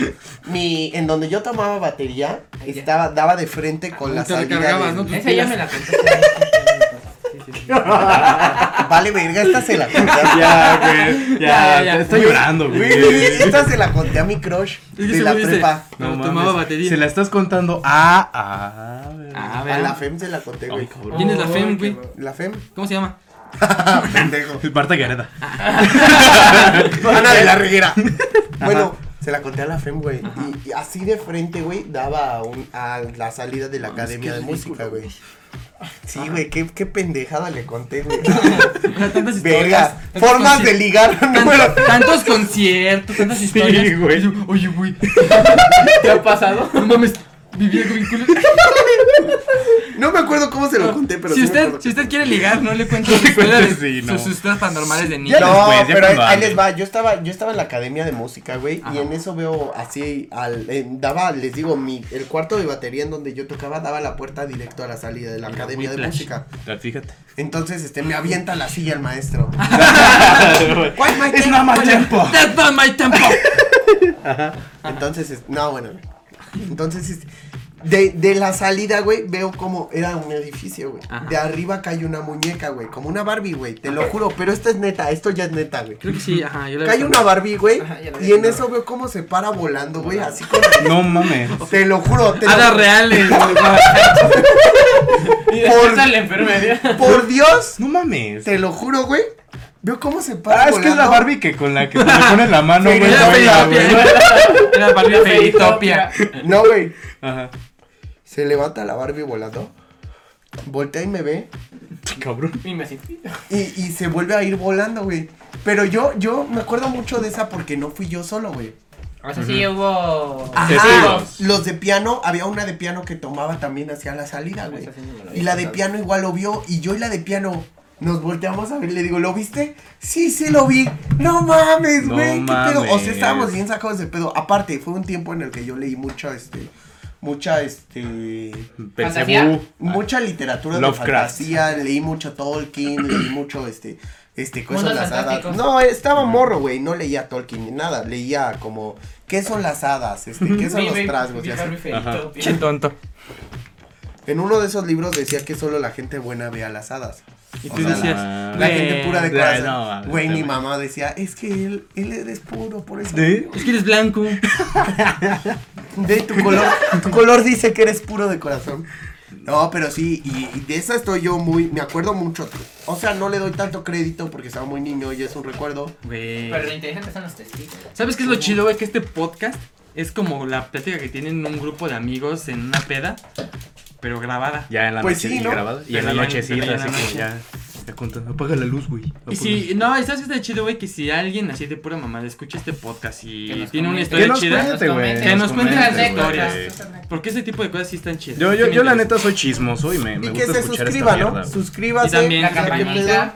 Speaker 2: mi, en donde yo tomaba batería,
Speaker 4: Ahí ya.
Speaker 2: estaba, daba de frente con la
Speaker 3: Te
Speaker 2: salida
Speaker 3: recargabas,
Speaker 2: de...
Speaker 3: ¿no?
Speaker 4: Esa ya me la contaste. Sí, sí, sí.
Speaker 2: Vale, verga, esta se la conté. a-
Speaker 5: Ya, güey. Ya,
Speaker 3: Ya, ya.
Speaker 5: te estoy
Speaker 3: Güey,
Speaker 5: llorando, güey.
Speaker 2: Güey, esta se la conté a mi crush
Speaker 3: que
Speaker 2: de
Speaker 3: ese
Speaker 2: la
Speaker 3: güey dice-
Speaker 2: prepa.
Speaker 5: No
Speaker 3: Pero
Speaker 5: mames.
Speaker 3: tomaba batería.
Speaker 5: Se la estás contando a. Ah, güey.
Speaker 3: Ah,
Speaker 2: A la
Speaker 3: vean.
Speaker 2: FEM se la conté, güey.
Speaker 5: Ay, cabrón.
Speaker 3: ¿Quién es la
Speaker 4: Ay,
Speaker 3: fem,
Speaker 4: qué
Speaker 3: güey?
Speaker 4: bueno.
Speaker 2: ¿La FEM? Ah,
Speaker 3: ¿Cómo se llama?
Speaker 2: Pendejo.
Speaker 5: Marta Gareda.
Speaker 2: Ana de la Reguera. Bueno, se la conté a la FEM, güey. Y, y así de frente, güey, daba a, un- a la salida de la Academia de Música, güey. Sí, güey, qué, qué pendejada le conté, güey.
Speaker 3: O sea, tantas historias.
Speaker 2: Vergas.
Speaker 3: tantos
Speaker 2: Formas
Speaker 3: conci-
Speaker 2: de ligar
Speaker 3: tan-
Speaker 2: número.
Speaker 3: Tantos conciertos, tantas historias.
Speaker 5: güey.
Speaker 3: Y yo, Oye, güey.
Speaker 4: ¿Te ha pasado?
Speaker 3: No mames. Vivía con culo.
Speaker 2: No me acuerdo cómo se lo conté, pero sí
Speaker 3: si
Speaker 2: me
Speaker 3: usted,
Speaker 2: acuerdo.
Speaker 3: si usted quiere ligar, no le cuente sus
Speaker 5: cuentes,
Speaker 3: historias,
Speaker 5: sí, no.
Speaker 3: sus historias paranormales de niño. pues,
Speaker 5: Ya
Speaker 2: no,
Speaker 5: después, ya
Speaker 2: pero ahí,
Speaker 5: cuando
Speaker 2: ahí
Speaker 5: ande.
Speaker 2: les va. Yo estaba, yo estaba en la academia de música, güey, y
Speaker 3: Ajá.
Speaker 2: en eso veo así, al, eh, daba, les digo, mi, el cuarto de batería en donde yo tocaba daba la puerta directo a la salida de la
Speaker 3: Mira,
Speaker 2: academia de
Speaker 3: Whiplash.
Speaker 2: música.
Speaker 5: Fíjate.
Speaker 2: Entonces, este, me avienta la silla el maestro.
Speaker 5: ¿Cuál es nada más tiempo?
Speaker 3: That's not my tempo.
Speaker 2: Entonces, es- no, bueno. Entonces, es- de, de la salida, güey, veo como era un edificio, güey.
Speaker 3: Ajá.
Speaker 2: De arriba cae una muñeca, güey, como una Barbie, güey, te lo juro, pero esto es neta, esto ya es neta, güey.
Speaker 3: Creo que sí, ajá. Yo la
Speaker 2: Cae una Barbie, güey,
Speaker 4: Ajá, ya la
Speaker 2: y
Speaker 4: vi.
Speaker 2: en eso veo cómo se para volando, güey, así con
Speaker 5: No mames.
Speaker 2: Te lo juro, te lo
Speaker 3: Hadas
Speaker 2: juro.
Speaker 3: reales.
Speaker 4: Y después a la enfermería.
Speaker 2: Por Dios,
Speaker 5: No mames.
Speaker 2: te lo juro, güey. Veo cómo se para.
Speaker 5: Ah, es que es la
Speaker 2: volando.
Speaker 5: Barbie que con la que se le pones la mano, güey.
Speaker 3: Era
Speaker 5: baila, güey.
Speaker 3: Feritopia. Era Barbie Feritopia.
Speaker 2: No, güey.
Speaker 5: Ajá.
Speaker 2: Se levanta la Barbie volando. Voltea y me ve.
Speaker 5: Cabrón.
Speaker 4: Y me así.
Speaker 2: Y, y se vuelve a ir volando, güey. Pero yo, yo me acuerdo mucho de esa porque no fui yo solo, güey.
Speaker 4: O sea, sí hubo.
Speaker 2: Ajá.
Speaker 1: Testigos.
Speaker 2: Los de piano, había una de piano que tomaba también hacia la salida, güey.
Speaker 4: Esa sí no me la
Speaker 2: Y la de
Speaker 4: había
Speaker 2: piano igual lo vio. Y yo y la de piano nos volteamos a ver. y Le digo, ¿lo viste? Sí, sí, lo vi. No mames,
Speaker 5: No
Speaker 2: güey. ¿Qué pedo? O
Speaker 5: mames.
Speaker 2: sea, estábamos bien sacados de pedo. Aparte, fue un tiempo en el que yo leí mucha, este. Mucha, este.
Speaker 5: Belcebú.
Speaker 2: Mucha literatura
Speaker 5: Lovecraft.
Speaker 2: de fantasía. Leí mucho Tolkien. leí mucho, este. Este, ¿qué son
Speaker 4: Mundos
Speaker 2: las hadas?
Speaker 4: fantásticos.
Speaker 2: No, estaba morro, güey. No leía Tolkien ni nada. Leía como, ¿qué son las hadas? Este, ¿qué son
Speaker 4: Mi-
Speaker 2: los
Speaker 4: mi-
Speaker 2: trasgos?
Speaker 4: mi
Speaker 2: Y así.
Speaker 4: Barbie Feritopia.
Speaker 3: Che tonto.
Speaker 2: En uno de esos libros decía que solo la gente buena ve a las hadas.
Speaker 3: Y
Speaker 2: O
Speaker 3: tú
Speaker 2: sea,
Speaker 3: decías.
Speaker 2: La gente pura de
Speaker 5: Nah,
Speaker 2: corazón.
Speaker 5: no, mames,
Speaker 2: Güey,
Speaker 5: está
Speaker 2: mi
Speaker 5: mal.
Speaker 2: mamá decía, es que él, él eres puro, por eso.
Speaker 5: ¿Sí?
Speaker 3: Es que eres blanco.
Speaker 2: De tu color, tu color dice que eres puro de corazón. No, pero sí, y, y de esa estoy yo muy, me acuerdo mucho. O sea, no le doy tanto crédito porque estaba muy niño y es un recuerdo.
Speaker 3: Güey.
Speaker 4: Pero lo interesante son los testigos.
Speaker 3: ¿Sabes qué es lo chido, güey? Que este podcast es como la plática que tienen un grupo de amigos en una peda, pero grabada.
Speaker 5: Ya en la
Speaker 2: Pues
Speaker 5: noche
Speaker 2: sí,
Speaker 5: y
Speaker 2: ¿no?
Speaker 5: grabada. Y
Speaker 3: Pero
Speaker 5: en la
Speaker 3: ya-
Speaker 5: nochecita,
Speaker 3: pero ya en
Speaker 5: así
Speaker 3: la
Speaker 5: como
Speaker 3: noche.
Speaker 5: ya. Te cuentan, apaga la luz, güey.
Speaker 3: Y si, no, ¿y ¿sabes qué está chido, güey? Que si alguien así de pura mamada escucha este podcast
Speaker 4: Que
Speaker 3: y
Speaker 4: nos
Speaker 3: tiene una
Speaker 4: comente.
Speaker 5: Que
Speaker 3: historia
Speaker 5: nos
Speaker 3: chida,
Speaker 5: cuente, güey.
Speaker 4: Que nos
Speaker 3: cuente las
Speaker 5: comente, güey.
Speaker 3: historias.
Speaker 5: Sí.
Speaker 3: porque este tipo de cosas sí están chidas.
Speaker 5: Yo,
Speaker 3: Sí
Speaker 5: yo,
Speaker 3: me
Speaker 5: yo la
Speaker 3: interesa.
Speaker 5: neta soy chismoso y me, me
Speaker 2: y que
Speaker 5: gusta
Speaker 2: se
Speaker 5: escuchar
Speaker 2: suscriba,
Speaker 5: esta mierda.
Speaker 2: ¿no?
Speaker 5: güey.
Speaker 2: Suscríbase.
Speaker 3: Y también la
Speaker 2: o sea, ¿qué
Speaker 4: campanita.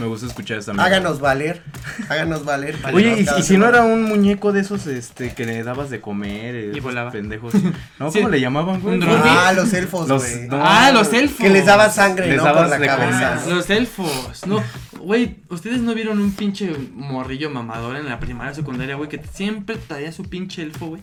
Speaker 5: Me gusta escuchar esta
Speaker 2: pedo?
Speaker 5: mierda.
Speaker 2: Háganos valer, háganos valer.
Speaker 5: Oye, y,
Speaker 2: Cada
Speaker 5: y si no
Speaker 2: semana.
Speaker 5: era un muñeco de esos este, que le dabas de comer, eh,
Speaker 3: Y
Speaker 5: esos
Speaker 3: volaba.
Speaker 5: pendejos. ¿No?
Speaker 3: Sí.
Speaker 5: ¿Cómo le llamaban, güey?
Speaker 3: Un dron.
Speaker 2: Ah, los elfos,
Speaker 5: Los-
Speaker 2: güey.
Speaker 5: no.
Speaker 3: Ah, los elfos.
Speaker 2: Que les daba sangre,
Speaker 5: Les
Speaker 2: ¿no?
Speaker 5: dabas
Speaker 2: Por la
Speaker 5: de
Speaker 2: cabeza.
Speaker 3: Ah, los elfos. No, güey, ustedes no vieron un pinche morrillo mamador en la primaria secundaria, güey, que siempre traía su pinche elfo, güey.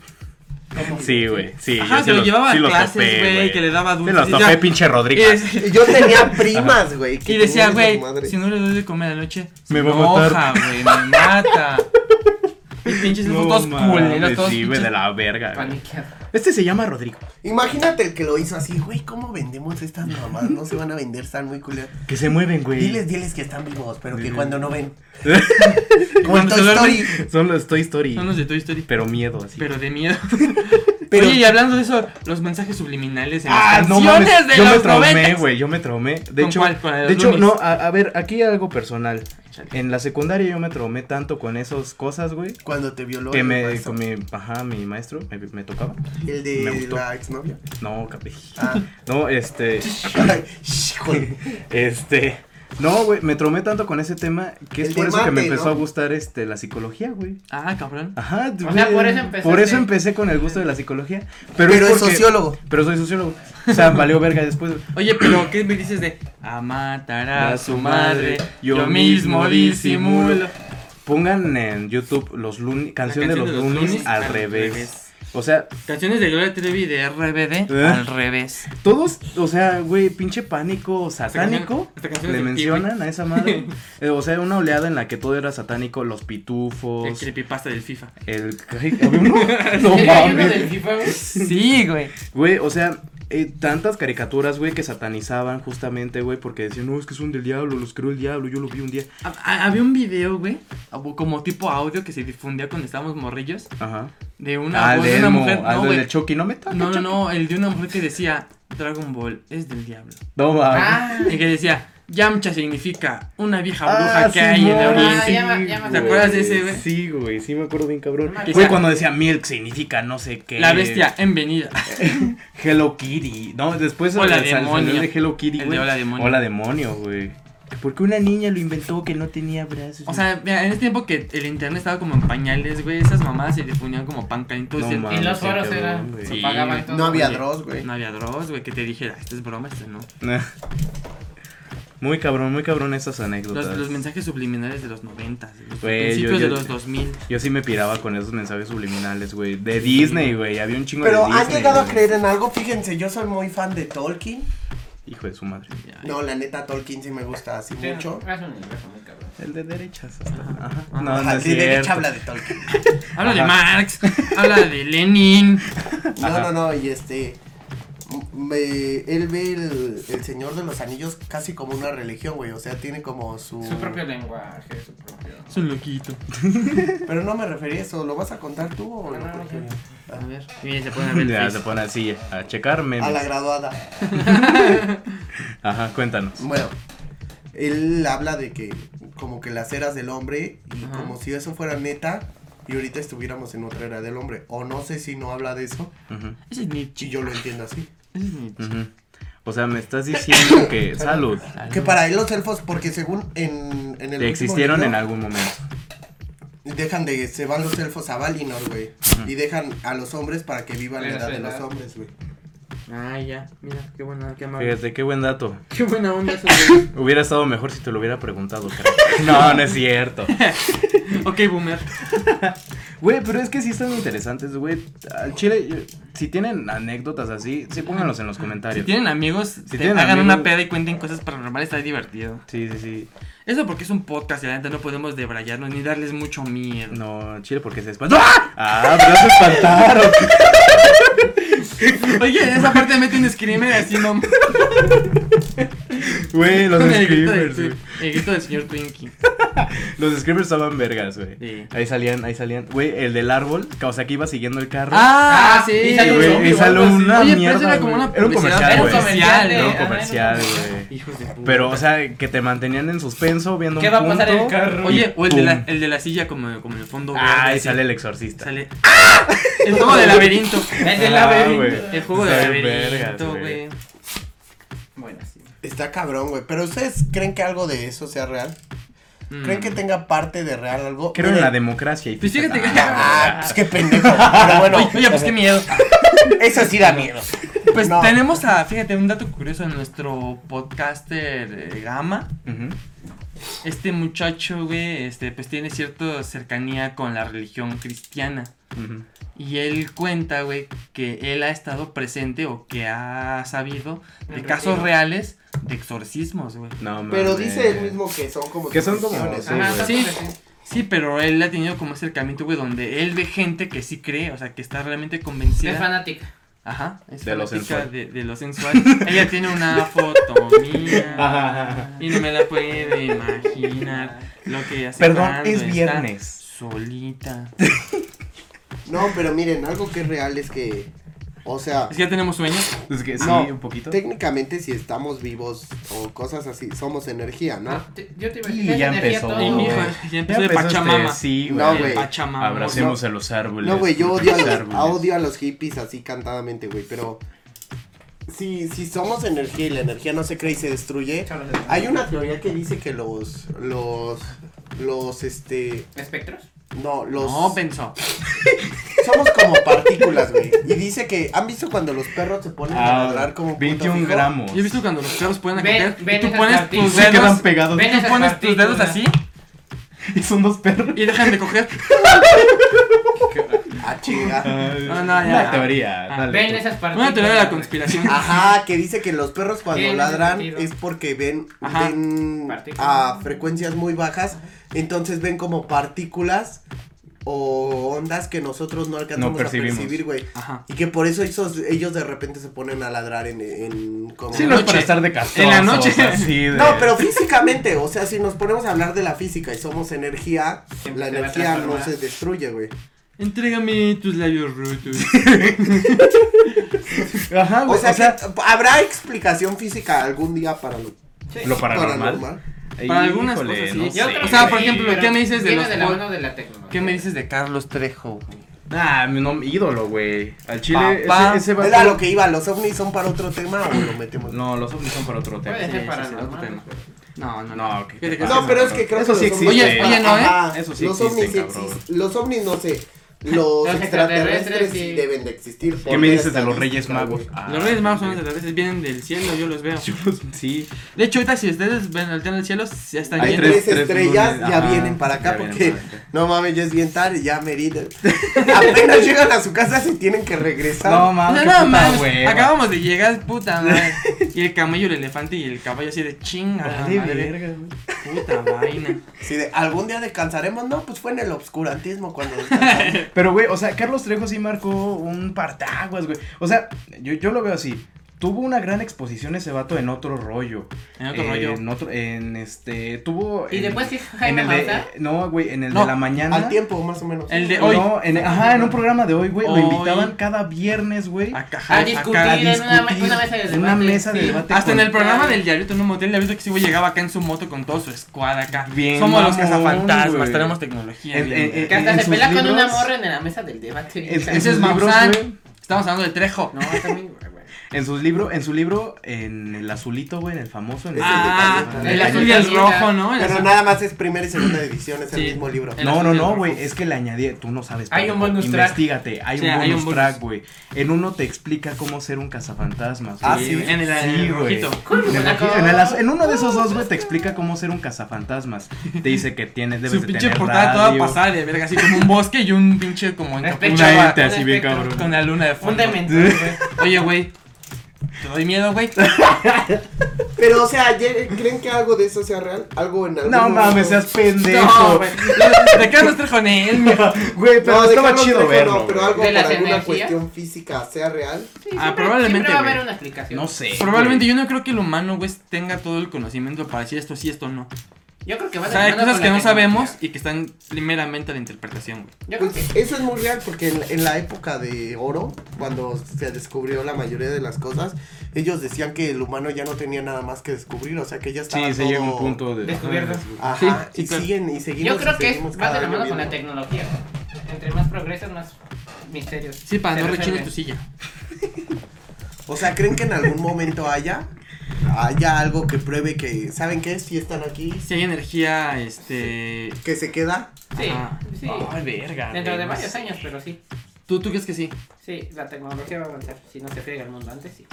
Speaker 5: Sí, güey. Sí,
Speaker 3: Ajá,
Speaker 5: yo
Speaker 3: que
Speaker 5: sí
Speaker 3: lo llevaba
Speaker 5: sí
Speaker 3: a
Speaker 5: los
Speaker 3: clases,
Speaker 5: topé,
Speaker 3: güey, que le daba
Speaker 5: Sí,
Speaker 3: dulces.
Speaker 5: los
Speaker 3: y
Speaker 5: topé,
Speaker 3: ya.
Speaker 5: pinche
Speaker 3: Y
Speaker 5: Rodrigo.
Speaker 3: es-
Speaker 2: Y Yo tenía primas, güey. que
Speaker 3: Y decía,
Speaker 2: tenían
Speaker 3: güey,
Speaker 2: esa madre.
Speaker 3: si no le doy de comer anoche,
Speaker 5: Me
Speaker 3: me
Speaker 5: va a
Speaker 3: enoja,
Speaker 5: matar.
Speaker 3: güey, me mata. Y pinches
Speaker 5: No
Speaker 3: elfos todos
Speaker 5: mames,
Speaker 3: culeros, todos
Speaker 5: Sí, güey,
Speaker 3: pinches-
Speaker 5: de la verga. güey.
Speaker 4: Paniqueado.
Speaker 5: Este se llama Rodrigo.
Speaker 2: Imagínate el que lo hizo así, güey, ¿cómo vendemos estas mamás? No se van a vender, están muy culeras.
Speaker 5: Que se mueven, güey.
Speaker 2: Diles, diles que están vivos, pero que
Speaker 5: Diles.
Speaker 2: cuando no ven. Como en
Speaker 3: Cuando
Speaker 2: Toy
Speaker 3: se duermen,
Speaker 2: Story.
Speaker 5: Son los Toy Story.
Speaker 3: Son los de Toy Story,
Speaker 5: Pero miedo, así.
Speaker 3: pero de miedo.
Speaker 2: Pero-
Speaker 3: Oye, y hablando de eso, los mensajes subliminales en
Speaker 5: Ah,
Speaker 3: las
Speaker 5: no
Speaker 3: canciones
Speaker 5: mames,
Speaker 3: de
Speaker 5: yo me
Speaker 3: los
Speaker 5: traumé,
Speaker 3: noventas.
Speaker 5: güey, yo me traumé. De
Speaker 3: ¿Con
Speaker 5: hecho,
Speaker 3: cuál? ¿Con la de
Speaker 5: de
Speaker 3: los
Speaker 5: hecho,
Speaker 3: Lunis?
Speaker 5: no, a, a ver, aquí algo personal.
Speaker 3: Échale.
Speaker 5: En la secundaria yo me traumé tanto con esas cosas, güey,
Speaker 2: Cuando te violó
Speaker 5: que
Speaker 2: el,
Speaker 5: me,
Speaker 2: maestro,
Speaker 5: con mi, ajá, mi maestro me, me tocaba.
Speaker 2: el
Speaker 5: me
Speaker 2: de
Speaker 5: gustó.
Speaker 2: la exnovia.
Speaker 5: No, cabrón.
Speaker 2: Ah,
Speaker 5: No, este,
Speaker 2: ay, híjole.
Speaker 5: este, no, güey, me traumé tanto con ese tema que es
Speaker 2: El
Speaker 5: por
Speaker 2: de
Speaker 5: eso que me
Speaker 2: mate,
Speaker 5: empezó
Speaker 2: ¿no?
Speaker 5: a gustar, este, la psicología, güey.
Speaker 3: Ah, cabrón.
Speaker 5: Ajá,
Speaker 4: O sea,
Speaker 5: güey,
Speaker 4: por eso empezaste.
Speaker 5: Por eso empecé con el gusto de la psicología. Pero,
Speaker 2: Pero,
Speaker 5: es
Speaker 2: es
Speaker 5: porque-
Speaker 2: sociólogo.
Speaker 5: Pero soy sociólogo. O sea, valió verga después.
Speaker 3: Oye, pero ¿qué me dices de a matar a
Speaker 5: A
Speaker 3: su
Speaker 5: su
Speaker 3: madre?
Speaker 5: madre,
Speaker 3: Yo,
Speaker 5: yo
Speaker 3: mismo
Speaker 5: mismo
Speaker 3: disimulo.
Speaker 5: disimulo. Pongan en YouTube los Looney-
Speaker 3: La
Speaker 5: canción, de los Lunis, al, revés. O sea,
Speaker 3: Canciones de Gloria Trevi de RBD
Speaker 5: ¿Eh?
Speaker 3: al revés.
Speaker 5: todos, o sea, güey, pinche pánico satánico.
Speaker 3: canción- esta canción es
Speaker 5: Le
Speaker 3: de Kiwi.
Speaker 5: mencionan a esa madre. Eh, o sea, una oleada en la que todo era satánico, los pitufos.
Speaker 3: El creepypasta del FIFA.
Speaker 5: El. ay, ¿había uno? No
Speaker 4: Sí, hay uno del
Speaker 5: mames.
Speaker 4: FIFA, güey.
Speaker 3: Sí, güey.
Speaker 5: Güey, o sea, eh, tantas caricaturas, güey, que satanizaban justamente, güey, porque decían, no, es que son del diablo, los creó el diablo, yo lo vi un día.
Speaker 3: Ha- ha- Había un video, güey, abo- como tipo audio que se difundía cuando estábamos morrillos,
Speaker 5: Ajá.
Speaker 3: de una,
Speaker 5: Ah, el
Speaker 3: voz de
Speaker 5: de
Speaker 3: una
Speaker 5: Elmo,
Speaker 3: mujer.
Speaker 5: ah,
Speaker 3: No,
Speaker 5: el
Speaker 3: güey.
Speaker 5: del Chucky, no me toques,
Speaker 3: No, no,
Speaker 5: Chucky.
Speaker 3: no, el de una mujer que decía Dragon Ball es del diablo.
Speaker 5: No, mames.
Speaker 4: Ah,
Speaker 3: Y que decía, Yamcha significa una vieja bruja
Speaker 5: Ah,
Speaker 3: que hay en el
Speaker 5: Simón,
Speaker 3: oriente.
Speaker 4: Ah, ya me- ya me
Speaker 5: güey.
Speaker 3: ¿Te acuerdas de ese, güey?
Speaker 5: Sí, güey, sí me acuerdo bien cabrón.
Speaker 4: No me
Speaker 5: Güey,
Speaker 4: acuerdo.
Speaker 5: cuando decía milk significa no sé qué.
Speaker 3: La bestia en venida.
Speaker 5: Hello Kitty. No, después
Speaker 3: Hola,
Speaker 5: sal- salió
Speaker 3: demonio.
Speaker 5: de Hello Kitty,
Speaker 3: El
Speaker 5: güey.
Speaker 3: de hola, demonio.
Speaker 5: Hola demonio, güey. Porque una niña lo inventó que no tenía brazos.
Speaker 3: O sea, mira, en ese tiempo que el internet estaba como en pañales, güey, esas mamadas se difundían como pan caliente.
Speaker 5: No
Speaker 3: Entonces,
Speaker 5: mames.
Speaker 4: en los
Speaker 5: sí,
Speaker 4: foros
Speaker 5: cabrón,
Speaker 4: era.
Speaker 5: güey.
Speaker 4: Se
Speaker 3: Sí,
Speaker 4: pagaban
Speaker 3: güey.
Speaker 4: todo.
Speaker 2: No había
Speaker 3: Oye,
Speaker 2: Dross, güey.
Speaker 3: no había drogas, güey, que te dijera, esto es broma, esto no.
Speaker 5: muy cabrón, muy cabrón esas anécdotas.
Speaker 3: Los, los mensajes subliminales de los 90, los
Speaker 5: Güey,
Speaker 3: principios
Speaker 5: yo- yo-
Speaker 3: de los 2000.
Speaker 5: Yo sí me piraba con esos mensajes subliminales, güey. De Disney, güey. Había un chingo
Speaker 2: Pero
Speaker 5: de Disney.
Speaker 2: han llegado a
Speaker 5: güey.
Speaker 2: creer en algo, fíjense, yo soy muy fan de Tolkien.
Speaker 5: Hijo de su madre.
Speaker 3: Ya.
Speaker 2: No, la neta, Tolkien sí me gusta así
Speaker 4: Sí,
Speaker 2: mucho.
Speaker 4: Es un universo muy cabrón.
Speaker 5: El de derechas. este.
Speaker 3: Ajá.
Speaker 5: Ajá.
Speaker 3: Ajá.
Speaker 5: No, no
Speaker 2: Ajá,
Speaker 5: es
Speaker 2: sí, Ah, de
Speaker 5: cierto.
Speaker 2: hecho habla de Tolkien.
Speaker 3: Habla de
Speaker 5: Ajá.
Speaker 3: Marx, habla de Lenin.
Speaker 2: No,
Speaker 5: Ajá.
Speaker 2: no, no, y este. me- él ve el, el Señor de los Anillos casi como una religión, güey. O sea, tiene como su...
Speaker 4: Su propio lenguaje, su propio.
Speaker 3: Es un loquito.
Speaker 2: Pero no me referí a eso. ¿Lo vas a contar tú o lo
Speaker 4: Ah, No, no,
Speaker 2: cuento
Speaker 4: no.
Speaker 2: yo?
Speaker 3: A ver. Mira, se pone a ver.
Speaker 5: Ya
Speaker 3: el
Speaker 5: se
Speaker 3: Face.
Speaker 5: pone así a checarme.
Speaker 2: A la graduada.
Speaker 5: Ajá, cuéntanos.
Speaker 2: Bueno, él habla de que como que las eras del hombre y
Speaker 3: Ajá.
Speaker 2: como si eso fuera neta y ahorita estuviéramos en otra era del hombre. O no sé si no habla de eso
Speaker 5: Ujú,
Speaker 3: Ese es Nietzsche.
Speaker 2: y yo lo entiendo así.
Speaker 3: Ese es Nietzsche.
Speaker 5: ujú. O sea, me estás diciendo que. Salud.
Speaker 2: Que para él los elfos, porque según en, en el... último
Speaker 5: Existieron en
Speaker 2: libro,
Speaker 5: algún momento.
Speaker 2: Dejan de... Se van los elfos a Valinor, güey. Y dejan a los hombres para que vivan la
Speaker 4: Esa
Speaker 2: edad de
Speaker 4: edad.
Speaker 2: los hombres, güey.
Speaker 3: Ah, ya. Mira, qué buena, qué amable.
Speaker 5: Fíjate, qué buen dato.
Speaker 3: Qué buena onda eso. güey.
Speaker 5: Hubiera estado mejor si te lo hubiera preguntado. cara. No, no es cierto.
Speaker 3: ok, boomer.
Speaker 5: Güey, pero es que sí están interesantes, güey. Al chile, yo- si tienen anécdotas así, sí pónganlos en los
Speaker 3: Si
Speaker 5: comentarios.
Speaker 3: tienen amigos, te-
Speaker 5: tienen
Speaker 3: hagan
Speaker 5: amigos-
Speaker 3: una peda y cuenten cosas paranormales, está divertido.
Speaker 5: Sí, sí, sí.
Speaker 3: Eso porque es un podcast y la neta no podemos debrayarnos ni darles mucho miedo.
Speaker 5: No, al chile porque se espantó. ¡Ah! ¡Ah! Pero se espantaron.
Speaker 3: Oye, en esa parte mete un screamer así, no.
Speaker 5: Güey, los
Speaker 3: Con el grito del
Speaker 5: screamers, güey.
Speaker 3: Twi- El grito del señor Twinkie.
Speaker 5: Los screamers estaban vergas, güey.
Speaker 3: Sí.
Speaker 5: Ahí salían, ahí salían. Güey, el del árbol, o sea, que iba siguiendo el carro.
Speaker 3: Ah, sí.
Speaker 4: y
Speaker 5: Sí,
Speaker 4: salió
Speaker 5: güey,
Speaker 4: un
Speaker 5: y
Speaker 4: zombie o
Speaker 5: salió
Speaker 4: algo así.
Speaker 5: una
Speaker 3: Oye, pero
Speaker 5: mierda.
Speaker 3: eso era como
Speaker 5: güey.
Speaker 3: una
Speaker 5: Era un
Speaker 3: publicidad,
Speaker 5: comercial,
Speaker 4: era un
Speaker 5: güey.
Speaker 4: comercial,
Speaker 5: Era un
Speaker 4: ajá,
Speaker 5: comercial,
Speaker 4: era un
Speaker 5: güey.
Speaker 3: Hijos de puta.
Speaker 5: Pero, o sea, que te mantenían en suspenso viendo
Speaker 4: ¿Qué
Speaker 5: un
Speaker 4: va a pasar en el
Speaker 5: punto,
Speaker 4: carro?
Speaker 3: Oye, o el de, la,
Speaker 5: ¡pum!
Speaker 3: el de la silla como, como en el fondo. verde,
Speaker 5: Ah, ahí
Speaker 3: así.
Speaker 5: sale el exorcista.
Speaker 3: Sale. ¡Ah! El juego de laberinto.
Speaker 4: El del
Speaker 5: Ah,
Speaker 4: laberinto.
Speaker 5: güey.
Speaker 3: El juego de
Speaker 5: Está bien
Speaker 3: laberinto,
Speaker 5: vergas,
Speaker 3: güey.
Speaker 4: Bueno, sí.
Speaker 2: Está cabrón, güey. Pero ¿ustedes creen que algo de eso sea real?
Speaker 3: Mm.
Speaker 2: ¿Creen que tenga parte de real algo?
Speaker 5: Creo en
Speaker 2: Miren,
Speaker 5: la democracia. Y
Speaker 3: Pues fíjate que-
Speaker 2: Ah, pues qué pendejo. Pero bueno,
Speaker 3: Oye, oye, pues qué miedo.
Speaker 2: eso sí da miedo.
Speaker 3: Pues
Speaker 2: No.
Speaker 3: tenemos a, fíjate, un dato curioso en nuestro podcaster eh, Gama.
Speaker 5: Ujú.
Speaker 3: Este muchacho, güey, este, pues tiene cierta cercanía con la religión cristiana.
Speaker 5: Ujú.
Speaker 3: Y él cuenta, güey, que él ha estado presente o que ha sabido de
Speaker 4: En
Speaker 3: casos
Speaker 4: retiro.
Speaker 3: reales de exorcismos, güey.
Speaker 5: No,
Speaker 6: Pero
Speaker 5: mames.
Speaker 6: dice él mismo que son como.
Speaker 5: Que son como-
Speaker 6: supersticiones,
Speaker 5: Sí,
Speaker 4: Ajá,
Speaker 5: güey.
Speaker 4: sí.
Speaker 3: Sí, pero él ha tenido como acercamiento, güey, donde él ve gente que sí cree, o sea, que está realmente
Speaker 4: Es
Speaker 3: convencida.
Speaker 4: fanática.
Speaker 3: Ajá, es
Speaker 5: De lo
Speaker 3: fanática
Speaker 5: sensual.
Speaker 3: De, de lo sensual. Ella tiene una foto
Speaker 5: Ajá,
Speaker 3: mía.
Speaker 5: ajá, ajá.
Speaker 3: Y no me la puede imaginar lo que hace.
Speaker 5: Perdón,
Speaker 3: cuando
Speaker 5: es
Speaker 3: está
Speaker 5: viernes.
Speaker 3: Solita.
Speaker 2: No, pero miren, algo que es real es que, o sea,
Speaker 3: Es que ya tenemos sueños.
Speaker 5: Es que sí,
Speaker 2: No.
Speaker 5: un poquito.
Speaker 2: técnicamente si estamos vivos o cosas así, somos energía, ¿no?
Speaker 4: Ah, te- Yo te iba a
Speaker 5: Y
Speaker 4: decir.
Speaker 5: ya
Speaker 4: es energía
Speaker 5: empezó.
Speaker 4: todo.
Speaker 3: Y, hijo,
Speaker 5: güey.
Speaker 3: ya
Speaker 5: Ya
Speaker 3: empezó de
Speaker 5: empezaste,
Speaker 3: Pachamama.
Speaker 5: Sí,
Speaker 2: No,
Speaker 5: güey.
Speaker 2: güey.
Speaker 3: Pachamama.
Speaker 5: Abracemos a los árboles.
Speaker 2: No, güey, yo odio a, los,
Speaker 5: Árboles.
Speaker 2: odio a los hippies así cantadamente, güey, pero si, si somos energía y la energía no se cree y se destruye,
Speaker 4: Chao, los-
Speaker 2: hay una teoría que dice que los, los, los, este,
Speaker 4: ¿Espectros?
Speaker 2: no, los,
Speaker 3: No, pensó.
Speaker 2: somos como partículas, güey, y dice que, ¿han visto cuando los perros se ponen a ladrar como un punto
Speaker 5: 21
Speaker 2: fijo?
Speaker 5: Ah, gramos.
Speaker 3: Yo he visto cuando los perros pueden
Speaker 4: Ven-
Speaker 3: acoger
Speaker 4: ven
Speaker 3: y tú
Speaker 4: esas
Speaker 3: pones
Speaker 4: cartitas.
Speaker 3: tus
Speaker 5: Se quedan
Speaker 3: dedos,
Speaker 5: pegados.
Speaker 4: Ven
Speaker 3: tú
Speaker 4: esas
Speaker 3: pones tus dedos
Speaker 4: partículas.
Speaker 3: así
Speaker 5: Y son dos perros.
Speaker 3: y dejan de coger.
Speaker 2: Ah, chinga.
Speaker 3: No, no,
Speaker 5: Una
Speaker 3: ya.
Speaker 5: teoría.
Speaker 3: Ah,
Speaker 5: dale.
Speaker 4: Ven esas partículas.
Speaker 3: Una teoría de la conspiración.
Speaker 2: Ajá, que dice que los perros cuando
Speaker 4: Tiene
Speaker 2: ladran
Speaker 4: sentido.
Speaker 2: es porque ven,
Speaker 3: Ajá.
Speaker 2: ven
Speaker 4: Partículas.
Speaker 2: a frecuencias muy bajas, entonces ven como partículas o ondas que nosotros no alcanzamos a
Speaker 5: No percibimos.
Speaker 2: percibir, güey.
Speaker 3: Ajá.
Speaker 2: Y que por eso esos- ellos de repente se ponen a ladrar en... en como...
Speaker 5: Sí, no es para
Speaker 3: Noche.
Speaker 5: estar de castrosos.
Speaker 3: En la noche.
Speaker 5: así de-
Speaker 2: No, pero físicamente, o sea, si nos ponemos a hablar de la física y somos energía,
Speaker 4: Siempre
Speaker 2: la
Speaker 4: te va a
Speaker 2: energía no
Speaker 4: transformar.
Speaker 2: se destruye, güey.
Speaker 3: Entrégame tus labios rotos.
Speaker 5: Ajá,
Speaker 2: O
Speaker 5: güey.
Speaker 2: sea, que, ¿habrá explicación física algún día para lo
Speaker 5: lo paranormal.
Speaker 2: paranormal?
Speaker 3: Para algunas cosas, sí.
Speaker 4: Yo
Speaker 3: Sí,
Speaker 4: creo
Speaker 3: o sea,
Speaker 4: que
Speaker 3: por
Speaker 4: sí,
Speaker 3: ejemplo,
Speaker 4: pero
Speaker 3: ¿qué me dices de
Speaker 4: viene
Speaker 3: los
Speaker 4: de la
Speaker 3: pod-
Speaker 4: mano de la tecnología?
Speaker 3: ¿Qué me dices de Carlos Trejo? güey?
Speaker 5: Ah, no, ídolo, güey. Al chile,
Speaker 3: Papá.
Speaker 5: ese, ese vato-
Speaker 2: Era lo que iba, los ovnis son para otro tema o lo metemos.
Speaker 5: No, los ovnis son para otro tema.
Speaker 4: Puede
Speaker 3: Sí,
Speaker 4: ser
Speaker 3: sí,
Speaker 4: para
Speaker 3: sí, otro tema. No, no,
Speaker 5: No,
Speaker 3: no.
Speaker 5: ¿qué te
Speaker 3: Fíjate que
Speaker 5: pasa?
Speaker 3: sí.
Speaker 2: No, pero es que creo
Speaker 5: Eso
Speaker 2: que
Speaker 5: sí
Speaker 2: los
Speaker 5: existe.
Speaker 2: ovnis-
Speaker 3: Oye, oye, ¿no, eh?
Speaker 2: Ajá,
Speaker 5: Eso sí
Speaker 2: los
Speaker 5: existe,
Speaker 2: ovnis sí
Speaker 5: cabrón.
Speaker 2: existen. Los ovnis no sé. Los
Speaker 4: Los
Speaker 2: extraterrestres
Speaker 4: extraterrestres
Speaker 2: sí
Speaker 4: sí.
Speaker 2: deben de existir.
Speaker 5: ¿Qué me dices de
Speaker 2: este
Speaker 5: los Reyes Magos? Ah,
Speaker 3: Los reyes magos son de las veces vienen del cielo, yo los veo.
Speaker 5: Yo los- Sí.
Speaker 3: De hecho, ahorita si ustedes ven al del cielo, ya están
Speaker 2: Hay
Speaker 5: Ahí
Speaker 3: yendo.
Speaker 2: tres,
Speaker 5: tres
Speaker 2: estrellas,
Speaker 5: lunes,
Speaker 2: ya
Speaker 5: ajá,
Speaker 2: vienen para acá
Speaker 5: ya vienen
Speaker 2: porque
Speaker 5: para acá.
Speaker 2: no mames, ya es bien tarde, ya merida. Apenas llegan a su casa se tienen que regresar.
Speaker 5: No
Speaker 3: O sea,
Speaker 5: mames, qué
Speaker 3: no
Speaker 5: puta
Speaker 3: mames,
Speaker 5: hueva.
Speaker 3: acabamos de llegar, puta madre. Y el camello, el elefante y el caballo así de chinga.
Speaker 5: Vale,
Speaker 3: la madre,
Speaker 5: verga, güey.
Speaker 3: puta vaina.
Speaker 2: Si de- algún día descansaremos, no, pues fue en el obscurantismo cuando descansamos.
Speaker 5: Pero, güey, o sea, Carlos Trejo sí marcó un partaguas, güey. O sea, yo, yo lo veo así. Tuvo una gran exposición ese vato en otro rollo.
Speaker 3: En otro
Speaker 5: Eh,
Speaker 3: rollo.
Speaker 5: En otro, en este, tuvo.
Speaker 4: Y
Speaker 5: en-
Speaker 4: después que
Speaker 5: en
Speaker 4: Jaime
Speaker 5: el de-
Speaker 4: Maussan,
Speaker 5: No, güey, en el
Speaker 3: No,
Speaker 5: de la mañana.
Speaker 2: Al tiempo, más o menos.
Speaker 3: El de
Speaker 5: No,
Speaker 3: hoy.
Speaker 5: en- ajá, en un programa de hoy, güey. Lo
Speaker 3: Hoy.
Speaker 5: invitaban cada viernes, güey.
Speaker 3: a caja-
Speaker 4: a
Speaker 3: a
Speaker 4: discutir
Speaker 3: caja-
Speaker 4: en una, ma-
Speaker 5: discutir
Speaker 4: una mesa Ah, de
Speaker 5: en
Speaker 4: debate.
Speaker 5: una mesa de
Speaker 4: sí.
Speaker 5: debate.
Speaker 3: Hasta en
Speaker 5: con-
Speaker 3: el programa del diablito en un motel, el diablito que sí güey, llegaba acá en su moto con todo su squad acá.
Speaker 5: Bien
Speaker 3: Somos los
Speaker 5: mamón,
Speaker 3: cazafantasmas,
Speaker 5: güey.
Speaker 3: tenemos tecnología.
Speaker 5: En-
Speaker 3: bien,
Speaker 5: en-
Speaker 3: güey.
Speaker 4: Que hasta
Speaker 5: en
Speaker 4: se
Speaker 5: sus
Speaker 4: pelea con una
Speaker 5: libros-
Speaker 4: morra en la mesa del debate.
Speaker 5: en- en
Speaker 3: Ese es
Speaker 5: sus libros,
Speaker 3: Maussan.
Speaker 5: güey.
Speaker 3: Estamos hablando de Trejo.
Speaker 4: No, también, güey, güey.
Speaker 5: En sus libros, en su libro, en el azulito, güey, en el famoso. En el-
Speaker 3: Ah,
Speaker 5: en
Speaker 3: el
Speaker 5: el
Speaker 3: azul
Speaker 5: cañón.
Speaker 3: y el
Speaker 4: Cañón.
Speaker 3: rojo, ¿no? El
Speaker 2: Pero
Speaker 3: azul-
Speaker 2: nada más es primera y segunda edición, es el
Speaker 3: Sí.
Speaker 2: mismo libro.
Speaker 3: El
Speaker 5: No,
Speaker 3: azul
Speaker 5: no,
Speaker 3: y el
Speaker 5: no,
Speaker 3: rojo.
Speaker 5: güey, es que le añadí, tú no sabes.
Speaker 4: Hay
Speaker 5: pendejo,
Speaker 4: un bonus track.
Speaker 5: Investígate, hay
Speaker 3: Sí,
Speaker 5: un
Speaker 3: hay
Speaker 5: bonus
Speaker 3: un bonus.
Speaker 5: track, güey. En uno te explica cómo ser un cazafantasmas.
Speaker 2: Ah,
Speaker 5: güey.
Speaker 2: sí.
Speaker 3: En el, en el
Speaker 5: Sí, güey.
Speaker 3: rojito.
Speaker 4: ¿Cómo
Speaker 5: En, el
Speaker 4: la
Speaker 5: roji-
Speaker 4: acabó?
Speaker 5: en el az- en uno de esos dos, güey, te explica cómo ser un cazafantasmas. Te dice que tienes, debes
Speaker 3: Su
Speaker 5: de
Speaker 3: pinche
Speaker 5: tener
Speaker 3: portada toda
Speaker 5: radio.
Speaker 3: pasada de verga, así como un bosque y un pinche como
Speaker 5: Una
Speaker 4: Pecho,
Speaker 5: gente
Speaker 3: encapuchado
Speaker 5: así bien
Speaker 4: espectro.
Speaker 5: cabrón.
Speaker 3: con la luna de fondo.
Speaker 4: Un dementor, güey.
Speaker 3: Oye, güey. Te doy miedo, güey.
Speaker 6: Pero, o sea, ¿ye- ¿creen que algo de eso sea real? Algo en algún
Speaker 5: No mames,
Speaker 6: momento?
Speaker 5: seas
Speaker 3: No,
Speaker 5: pendejo.
Speaker 3: güey. Te quedas Trejo en él, mijo.
Speaker 5: Güey, pero
Speaker 6: No, de
Speaker 5: estaba
Speaker 6: Carlos
Speaker 5: chido
Speaker 6: Trejo
Speaker 5: verlo.
Speaker 6: no, pero
Speaker 5: güey.
Speaker 6: algo
Speaker 4: ¿De
Speaker 6: por
Speaker 4: las
Speaker 6: alguna
Speaker 4: energías?
Speaker 6: cuestión física sea real.
Speaker 4: Sí, siempre-
Speaker 3: Ah, probablemente,
Speaker 4: Siempre va a
Speaker 3: güey.
Speaker 4: haber una explicación.
Speaker 5: No sé.
Speaker 3: Probablemente
Speaker 5: güey.
Speaker 3: yo no creo que el humano, güey, tenga todo el conocimiento para decir esto sí, esto no.
Speaker 4: Yo creo que va
Speaker 3: O
Speaker 4: de
Speaker 3: sea, hay
Speaker 4: la mano
Speaker 3: cosas
Speaker 4: con
Speaker 3: que
Speaker 4: la
Speaker 3: no sabemos
Speaker 4: tecnología.
Speaker 3: y que están primeramente a la interpretación, güey.
Speaker 4: Yo creo
Speaker 6: Pues,
Speaker 4: que
Speaker 6: eso es muy
Speaker 2: muy real porque en, en la época de oro, cuando se descubrió la mayoría de las cosas, ellos decían que el humano ya no tenía nada más que descubrir, o sea que ya estaba
Speaker 5: Sí, se
Speaker 2: todo-
Speaker 5: llega a un punto de.
Speaker 4: Descubierto.
Speaker 2: Ajá, y
Speaker 3: Sí, sí, claro.
Speaker 2: siguen y seguimos.
Speaker 4: Yo creo
Speaker 2: y
Speaker 4: que es-
Speaker 2: seguimos
Speaker 4: va de
Speaker 2: cada
Speaker 4: la mano
Speaker 2: año
Speaker 4: con la
Speaker 2: viendo.
Speaker 4: tecnología. güey. Entre más progresas, más misterios.
Speaker 3: Sí, para
Speaker 4: se
Speaker 3: no rechines
Speaker 4: resuelven.
Speaker 3: tu silla.
Speaker 2: O sea, ¿creen que en algún momento haya haya algo que pruebe que saben qué si están aquí,
Speaker 3: Si hay energía, este.
Speaker 2: que se queda?
Speaker 4: Sí,
Speaker 3: Ajá.
Speaker 4: sí.
Speaker 5: Ay, verga.
Speaker 4: Dentro
Speaker 5: güey,
Speaker 4: de
Speaker 5: no
Speaker 4: varios
Speaker 5: sé.
Speaker 4: años, pero sí.
Speaker 3: ¿Tú, tú crees que sí?
Speaker 4: Sí, la tecnología va a avanzar. Si no se friega el mundo antes, sí.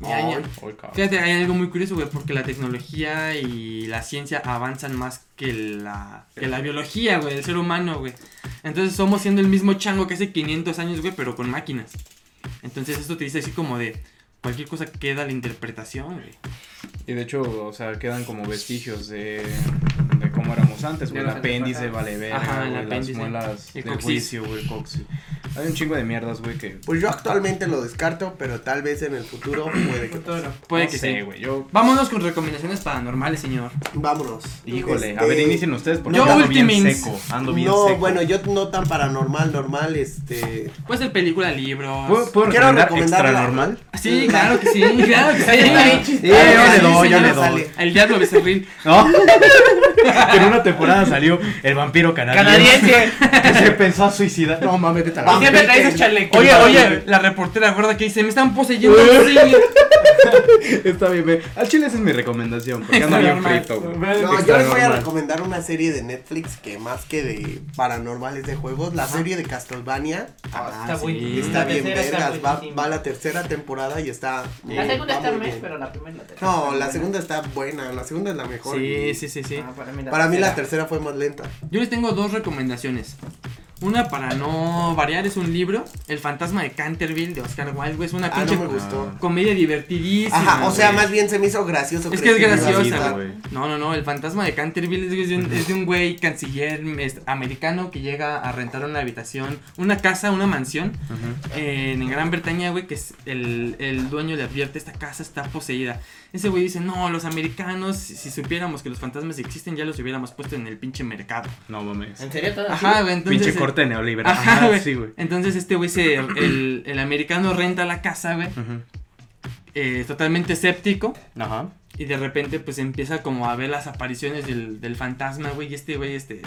Speaker 3: Ya, ya.
Speaker 5: Ay, cabrón.
Speaker 3: Fíjate, hay algo muy curioso, güey, porque la tecnología y la ciencia avanzan más que la, que la biología, güey, del ser humano, güey. Entonces somos siendo el mismo chango que hace 500 años, güey, pero con máquinas. Entonces esto te dice así como de, cualquier cosa queda a la interpretación, güey.
Speaker 5: Y de hecho, o sea, quedan como vestigios de, de cómo éramos antes, güey.
Speaker 4: De
Speaker 5: El
Speaker 4: los
Speaker 5: apéndice,
Speaker 4: antepasados.
Speaker 5: vale verga,
Speaker 3: Ajá, el
Speaker 5: güey, las
Speaker 3: apéndice.
Speaker 5: muelas
Speaker 3: El
Speaker 5: de
Speaker 3: coxis.
Speaker 5: juicio, güey, el coxis. Hay un chingo de mierdas, güey, que...
Speaker 2: Pues yo actualmente lo descarto, pero tal vez en el futuro puede que
Speaker 4: Futuro.
Speaker 3: Puede
Speaker 5: no
Speaker 3: que
Speaker 5: sé,
Speaker 3: sí.
Speaker 5: güey, yo...
Speaker 3: Vámonos con recomendaciones paranormales, señor.
Speaker 2: vámonos.
Speaker 5: Híjole, a
Speaker 2: Este,
Speaker 5: ver, inicien ustedes porque
Speaker 3: yo
Speaker 5: yo ando bien
Speaker 3: Ultimins.
Speaker 5: seco, ando bien
Speaker 2: no,
Speaker 5: seco.
Speaker 2: bueno, yo no tan paranormal, normal, este.
Speaker 3: Puede ser película, libros.
Speaker 5: ¿Puedo, puedo
Speaker 2: Quiero
Speaker 5: recomendar
Speaker 2: recomendar
Speaker 5: Extra
Speaker 2: la-
Speaker 5: Normal?
Speaker 3: Sí, claro que sí, claro que
Speaker 4: Está bien
Speaker 3: sí.
Speaker 4: chido.
Speaker 5: Sí, yo le
Speaker 2: sí,
Speaker 5: doy, yo
Speaker 2: sí,
Speaker 5: le
Speaker 2: no
Speaker 5: doy.
Speaker 2: sale.
Speaker 3: El diablo becerril.
Speaker 5: No. Que en una temporada salió el vampiro canadiense.
Speaker 4: Canadiense.
Speaker 5: Que se pensó a suicidar. No mames, vete a la...
Speaker 4: Y siempre traes ese chaleco.
Speaker 3: Oye, oye, la reportera gorda que dice, me están poseyendo. sí".
Speaker 5: Está bien, ve. Al chile esa es mi recomendación, porque anda
Speaker 3: Extra
Speaker 5: bien
Speaker 3: Normal.
Speaker 5: frito, güey.
Speaker 2: No, yo
Speaker 5: Extra
Speaker 2: les voy a
Speaker 5: normal.
Speaker 2: recomendar una serie de Netflix que más que de paranormales de juegos, la serie de Castlevania
Speaker 4: Ah,
Speaker 3: sí.
Speaker 4: buenísimo.
Speaker 2: está
Speaker 4: La
Speaker 2: bien
Speaker 4: tercera está
Speaker 2: vergas, va,
Speaker 4: buenísima.
Speaker 2: va la tercera temporada y está eh,
Speaker 4: La segunda
Speaker 2: va
Speaker 4: está
Speaker 2: muy
Speaker 4: mes,
Speaker 2: bien.
Speaker 4: pero la primera la tercera.
Speaker 2: No, la segunda está buena, la segunda es la mejor.
Speaker 3: Sí, sí, sí, sí.
Speaker 4: Ah, para mí la
Speaker 2: Para mí la tercera
Speaker 4: tercera.
Speaker 2: fue más lenta.
Speaker 3: Yo les tengo dos recomendaciones. Una para no variar es un libro, El fantasma de Canterville de Oscar Wilde, güey, es una
Speaker 2: Ah, no
Speaker 3: pinche
Speaker 2: me gustó.
Speaker 3: comedia divertidísima.
Speaker 2: Ajá, o sea,
Speaker 3: güey.
Speaker 2: más bien se me hizo gracioso.
Speaker 3: Es
Speaker 2: creer
Speaker 3: que es
Speaker 2: me iba a
Speaker 3: graciosa,
Speaker 2: gustar.
Speaker 5: güey.
Speaker 3: No, no, no, El fantasma de Canterville es de un, es de un güey canciller mes- americano que llega a rentar una habitación, una casa, una mansión en, en Gran Bretaña, güey, que es el, el dueño le advierte, esta casa está poseída. Ese güey dice, no, los americanos, si, si supiéramos que los fantasmas existen, ya los hubiéramos puesto en el pinche mercado.
Speaker 5: No mames.
Speaker 4: ¿En serio todo
Speaker 3: Ajá,
Speaker 4: Ajá.
Speaker 3: güey, entonces...
Speaker 5: Pinche corte neoliberal.
Speaker 3: Ajá, güey.
Speaker 5: sí, güey.
Speaker 3: Entonces este güey, se, el, el americano renta la casa, güey,
Speaker 5: Ujú.
Speaker 3: eh, totalmente escéptico.
Speaker 5: Ajá.
Speaker 3: Y de repente, pues empieza como a ver las apariciones del, del fantasma, güey. Y este güey, este.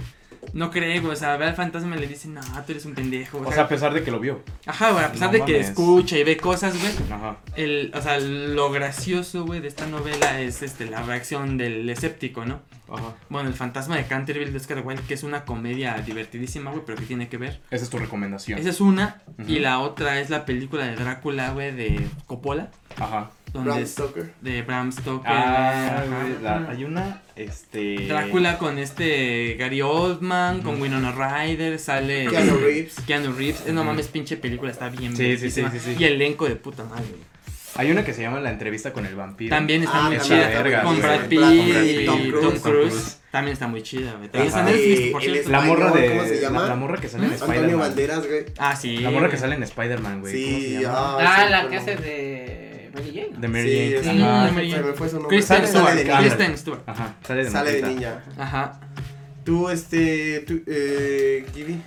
Speaker 3: No cree, güey. O sea, ve al fantasma y le dice, no, tú eres un pendejo.
Speaker 5: O sea, a pesar de que lo vio.
Speaker 3: ajá, güey. A pesar
Speaker 5: no
Speaker 3: de que
Speaker 5: mames.
Speaker 3: escucha y ve cosas, güey.
Speaker 5: Ajá.
Speaker 3: El, o sea, lo gracioso, güey, de esta novela es este, la reacción del escéptico, ¿no?
Speaker 5: Ajá.
Speaker 3: Bueno, el fantasma de Canterville de Oscar Wilde, que es una comedia divertidísima, güey, pero que tiene que ver.
Speaker 5: Esa es tu recomendación.
Speaker 3: Esa es una. Y
Speaker 5: Ujú.
Speaker 3: la otra es la película de Drácula, güey, de Coppola.
Speaker 5: Ajá.
Speaker 3: Donde
Speaker 2: Bram
Speaker 3: es-
Speaker 2: Stoker.
Speaker 3: de Bram Stoker.
Speaker 5: Ah,
Speaker 3: güey,
Speaker 5: güey,
Speaker 3: ajá.
Speaker 5: la- hay una, este...
Speaker 3: Drácula con este Gary Oldman, con Winona Ryder, sale
Speaker 2: Keanu Reeves.
Speaker 3: Keanu Reeves. Eh, No mames, pinche película, está bien.
Speaker 5: Sí, sí, sí,
Speaker 3: verguísima.
Speaker 5: sí, sí.
Speaker 3: Y elenco de puta madre. güey.
Speaker 5: Hay una que se llama La entrevista con el vampiro.
Speaker 3: También está
Speaker 2: Ah,
Speaker 3: muy
Speaker 5: esa
Speaker 3: chida.
Speaker 5: verga,
Speaker 3: con
Speaker 5: güey.
Speaker 3: Brad Pitt
Speaker 2: Con
Speaker 5: Brad
Speaker 3: y
Speaker 5: Pitt,
Speaker 3: Tom, Cruise.
Speaker 5: Tom Cruise.
Speaker 3: También está muy chida, güey. También
Speaker 2: Ajá.
Speaker 3: está en Netflix,
Speaker 2: Y
Speaker 3: por
Speaker 2: él
Speaker 3: cierto.
Speaker 5: La morra
Speaker 2: Ay,
Speaker 5: de...
Speaker 2: no, ¿cómo se llama? ¿Mm?
Speaker 5: La, la morra que sale en
Speaker 2: Antonio
Speaker 5: Spider-Man.
Speaker 2: Banderas, güey.
Speaker 3: Ah, sí.
Speaker 5: La morra que
Speaker 3: güey.
Speaker 5: sale en Spider-Man, güey. ¿Cómo se
Speaker 2: Sí,
Speaker 5: llama?
Speaker 2: ah,
Speaker 4: Ah,
Speaker 2: sí,
Speaker 4: la
Speaker 2: bueno.
Speaker 4: que hace de. Mary Jane.
Speaker 6: Sí,
Speaker 5: De Mary
Speaker 6: es-
Speaker 5: Jane.
Speaker 3: Sí,
Speaker 5: Ajá.
Speaker 6: se
Speaker 3: Mary
Speaker 6: me
Speaker 3: Jane.
Speaker 6: fue su nombre.
Speaker 3: Kristen
Speaker 2: Sale-
Speaker 3: Stewart.
Speaker 2: sale de
Speaker 5: niña.
Speaker 3: Kristen Stewart.
Speaker 5: Ajá, sale de
Speaker 2: Sale de
Speaker 5: morrita.
Speaker 2: niña.
Speaker 3: Ajá.
Speaker 2: Tú, este, tú, eh, Gibby.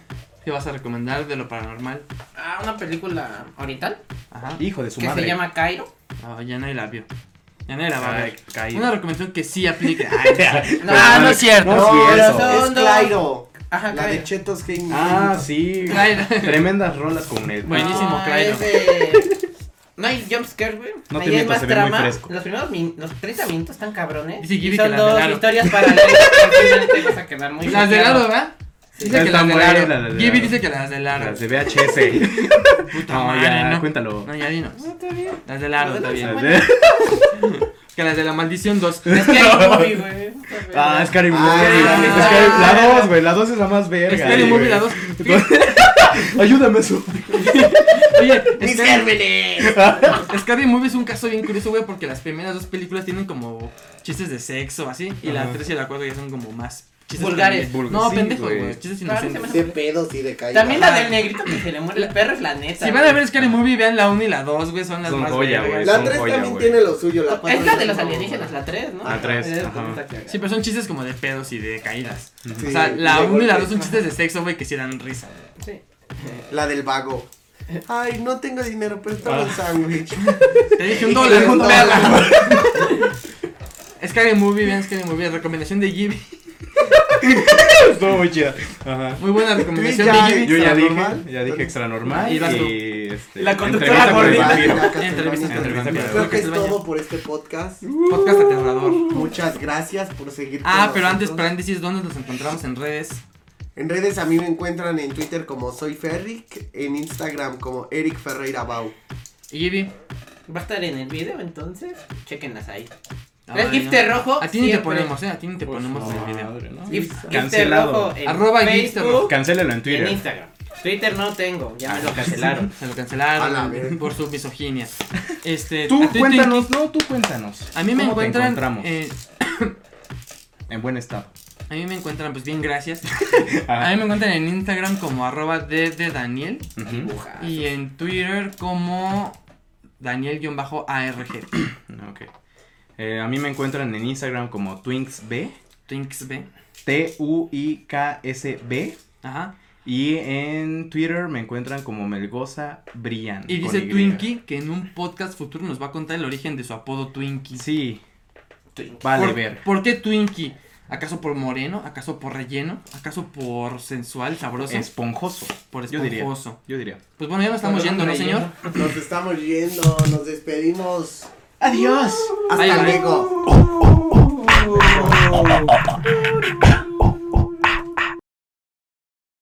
Speaker 3: ¿Qué vas a recomendar de lo paranormal?
Speaker 4: Ah, una película oriental
Speaker 3: Ajá.
Speaker 5: Hijo de su
Speaker 4: que
Speaker 5: madre.
Speaker 4: se llama Cairo.
Speaker 3: No, ya nadie la vio. Ya nadie la va a
Speaker 5: Ay,
Speaker 3: ver.
Speaker 5: caído.
Speaker 3: Una recomendación que sí aplique. Ay, no es cierto.
Speaker 4: No,
Speaker 3: ah, no
Speaker 5: no
Speaker 3: es cierto.
Speaker 5: No,
Speaker 2: pero
Speaker 5: cierto.
Speaker 2: Es
Speaker 4: no.
Speaker 2: Clairo.
Speaker 4: Ajá,
Speaker 2: La de
Speaker 4: Cairo.
Speaker 2: Chetos Game.
Speaker 5: Ah, sí.
Speaker 3: Claro.
Speaker 5: Tremendas rolas con él.
Speaker 3: Bueno. buenísimo, Cairo.
Speaker 4: Ah, es de- No hay jumpscare, güey.
Speaker 5: No
Speaker 4: Ahí
Speaker 5: te
Speaker 4: hay
Speaker 5: metas,
Speaker 4: más
Speaker 5: se ve muy
Speaker 4: trama.
Speaker 5: fresco.
Speaker 4: Los primeros min- los 30 minutos están cabrones.
Speaker 3: Dice Gibi
Speaker 4: y
Speaker 3: que
Speaker 4: son
Speaker 3: las
Speaker 4: dos
Speaker 3: velaron.
Speaker 4: historias paralelas. Entonces, te vas a quedar muy
Speaker 3: Las de Laro,
Speaker 4: choqueado.
Speaker 3: ¿verdad? Dice
Speaker 5: Están
Speaker 3: que las de
Speaker 5: buenas
Speaker 3: Laro.
Speaker 5: las de Laro.
Speaker 3: Gibi dice que las de Laro.
Speaker 5: Las de VHS.
Speaker 3: Puta
Speaker 5: No,
Speaker 3: madre,
Speaker 5: ya,
Speaker 3: no.
Speaker 5: cuéntalo.
Speaker 3: No, ya dinos. Las de Laro, está bien.
Speaker 5: Las
Speaker 4: Bueno.
Speaker 5: de-
Speaker 3: Que las de la maldición 2.
Speaker 4: Es que hay movie, güey.
Speaker 5: Ah, Scary Movie.
Speaker 2: Ah.
Speaker 5: Es Scary- la 2, güey. La 2 es la más verga.
Speaker 3: Scary
Speaker 5: güey.
Speaker 3: Movie, la 2.
Speaker 5: Ayúdame, su.
Speaker 3: Oye,
Speaker 2: Mis
Speaker 3: Scary-
Speaker 2: gérmenes.
Speaker 3: Scary Movie es un caso bien curioso, güey, porque las primeras dos películas tienen como chistes de sexo, así, y la
Speaker 5: Ajá.
Speaker 3: 3 y la 4 ya son como más chistes
Speaker 4: Vulgares.
Speaker 3: como-
Speaker 5: Vulgar-
Speaker 3: No,
Speaker 5: sí,
Speaker 3: pendejos,
Speaker 5: güey.
Speaker 3: güey, chistes
Speaker 4: Claro, se me
Speaker 3: inocentes.
Speaker 2: Qué
Speaker 4: hace-
Speaker 2: pedo, sí, de caída.
Speaker 4: También la del negrito que se le muere el perro es la neta.
Speaker 3: Si van a ver Scary Movie, vean la 1 y la 2, güey, son las
Speaker 5: Son
Speaker 3: más
Speaker 5: joya,
Speaker 3: vergas.
Speaker 5: güey.
Speaker 6: La
Speaker 5: Son
Speaker 6: 3
Speaker 5: joya,
Speaker 6: también
Speaker 5: güey.
Speaker 6: tiene lo suyo. La
Speaker 4: güey.
Speaker 6: cuatro
Speaker 4: Es la
Speaker 6: es
Speaker 4: de los
Speaker 6: como-
Speaker 4: alienígenas, la 3, ¿no?
Speaker 5: La Ah, tres,
Speaker 4: Es-
Speaker 5: ajá.
Speaker 3: Sí, pero son chistes como de pedos y de caídas.
Speaker 2: Sí,
Speaker 3: o sea, la
Speaker 2: de
Speaker 3: 1 y la
Speaker 2: golpe.
Speaker 3: 2 son chistes de sexo, güey, que sí dan risa.
Speaker 4: Sí.
Speaker 2: La del vago. Ay, no tengo dinero, pero está un sándwich.
Speaker 3: Te dije un dólar,
Speaker 2: Un
Speaker 3: un
Speaker 2: dólar.
Speaker 3: dólar. Scary Movie, vean Scary Movie, recomendación de Gibi.
Speaker 5: Estuvo muy chida. Ajá.
Speaker 3: Muy buena recomendación
Speaker 2: Tú ya-
Speaker 3: de Gibi.
Speaker 5: Yo ya
Speaker 2: Extranormal.
Speaker 5: dije, ya dije extra normal.
Speaker 3: Ahí vas tú.
Speaker 5: Y este,
Speaker 3: La conductora Pues,
Speaker 5: entrevista con el
Speaker 3: gordita.
Speaker 5: vampiro.
Speaker 3: Entrevistas con el vampiro.
Speaker 6: Creo que es
Speaker 3: Castlevania.
Speaker 6: todo por este podcast.
Speaker 3: Podcast
Speaker 2: Uh.
Speaker 3: aterrador.
Speaker 6: Muchas gracias por seguir. con
Speaker 3: Uh. Ah, pero antes,
Speaker 6: nosotros.
Speaker 3: paréntesis, ¿dónde nos encontramos en redes?
Speaker 6: En redes a mí me encuentran en Twitter como soy Ferric, en Instagram como Eric Ferreira Bau.
Speaker 3: Y Gibi.
Speaker 4: Va a estar en el video, entonces, chequenlas ahí.
Speaker 3: Ah,
Speaker 4: El gifte
Speaker 3: no.
Speaker 4: rojo
Speaker 3: A ti ni te
Speaker 4: siempre.
Speaker 3: ponemos, ¿eh? A ti ni te ponemos en el video.
Speaker 5: Pues, Madre, ¿no?
Speaker 4: Gif- Gifter
Speaker 5: Cancelado.
Speaker 4: rojo en
Speaker 3: Arroba Gifter rojo.
Speaker 4: Facebook
Speaker 5: Cancélalo en
Speaker 4: y en
Speaker 5: Twitter. Ah.
Speaker 4: Instagram. Twitter no tengo, ya me lo cancelaron.
Speaker 3: Se lo
Speaker 6: A la
Speaker 3: cancelaron
Speaker 6: verga.
Speaker 3: por su misoginia. Este,
Speaker 5: Tú
Speaker 3: a ti-
Speaker 5: cuéntanos, no, tú cuéntanos.
Speaker 3: A mí me
Speaker 5: ¿Cómo te
Speaker 3: encuentran.
Speaker 5: encontramos?
Speaker 3: eh,
Speaker 5: En buen estado.
Speaker 3: a mí me encuentran, pues bien, gracias.
Speaker 5: Ah.
Speaker 3: A mí me encuentran en Instagram como arroba Daniel
Speaker 5: Ujú.
Speaker 3: y en Twitter como Daniel-ARG.
Speaker 5: Ok. Eh, a mí me encuentran en Instagram como TwinksB,
Speaker 3: TwinksB.
Speaker 5: T-U-I-K-S-B.
Speaker 3: Ajá.
Speaker 5: Y en Twitter me encuentran como Melgoza Brian.
Speaker 3: Y
Speaker 5: con
Speaker 3: dice
Speaker 5: Y.
Speaker 3: Twinkie que en un podcast futuro nos va a contar el origen de su apodo Twinkie.
Speaker 5: Sí.
Speaker 4: Twinkie.
Speaker 5: Vale,
Speaker 3: ¿Por,
Speaker 5: ver.
Speaker 3: ¿Por qué Twinkie? ¿Acaso por moreno? ¿Acaso por relleno? ¿Acaso por sensual, sabroso?
Speaker 5: Esponjoso.
Speaker 3: por
Speaker 5: yo diría.
Speaker 3: esponjoso.
Speaker 5: Yo diría.
Speaker 3: Pues bueno, ya nos estamos yendo, ¿no, señor?
Speaker 6: Nos estamos yendo, nos despedimos.
Speaker 5: Adiós.
Speaker 6: Hasta
Speaker 3: Bye, bye.
Speaker 6: luego.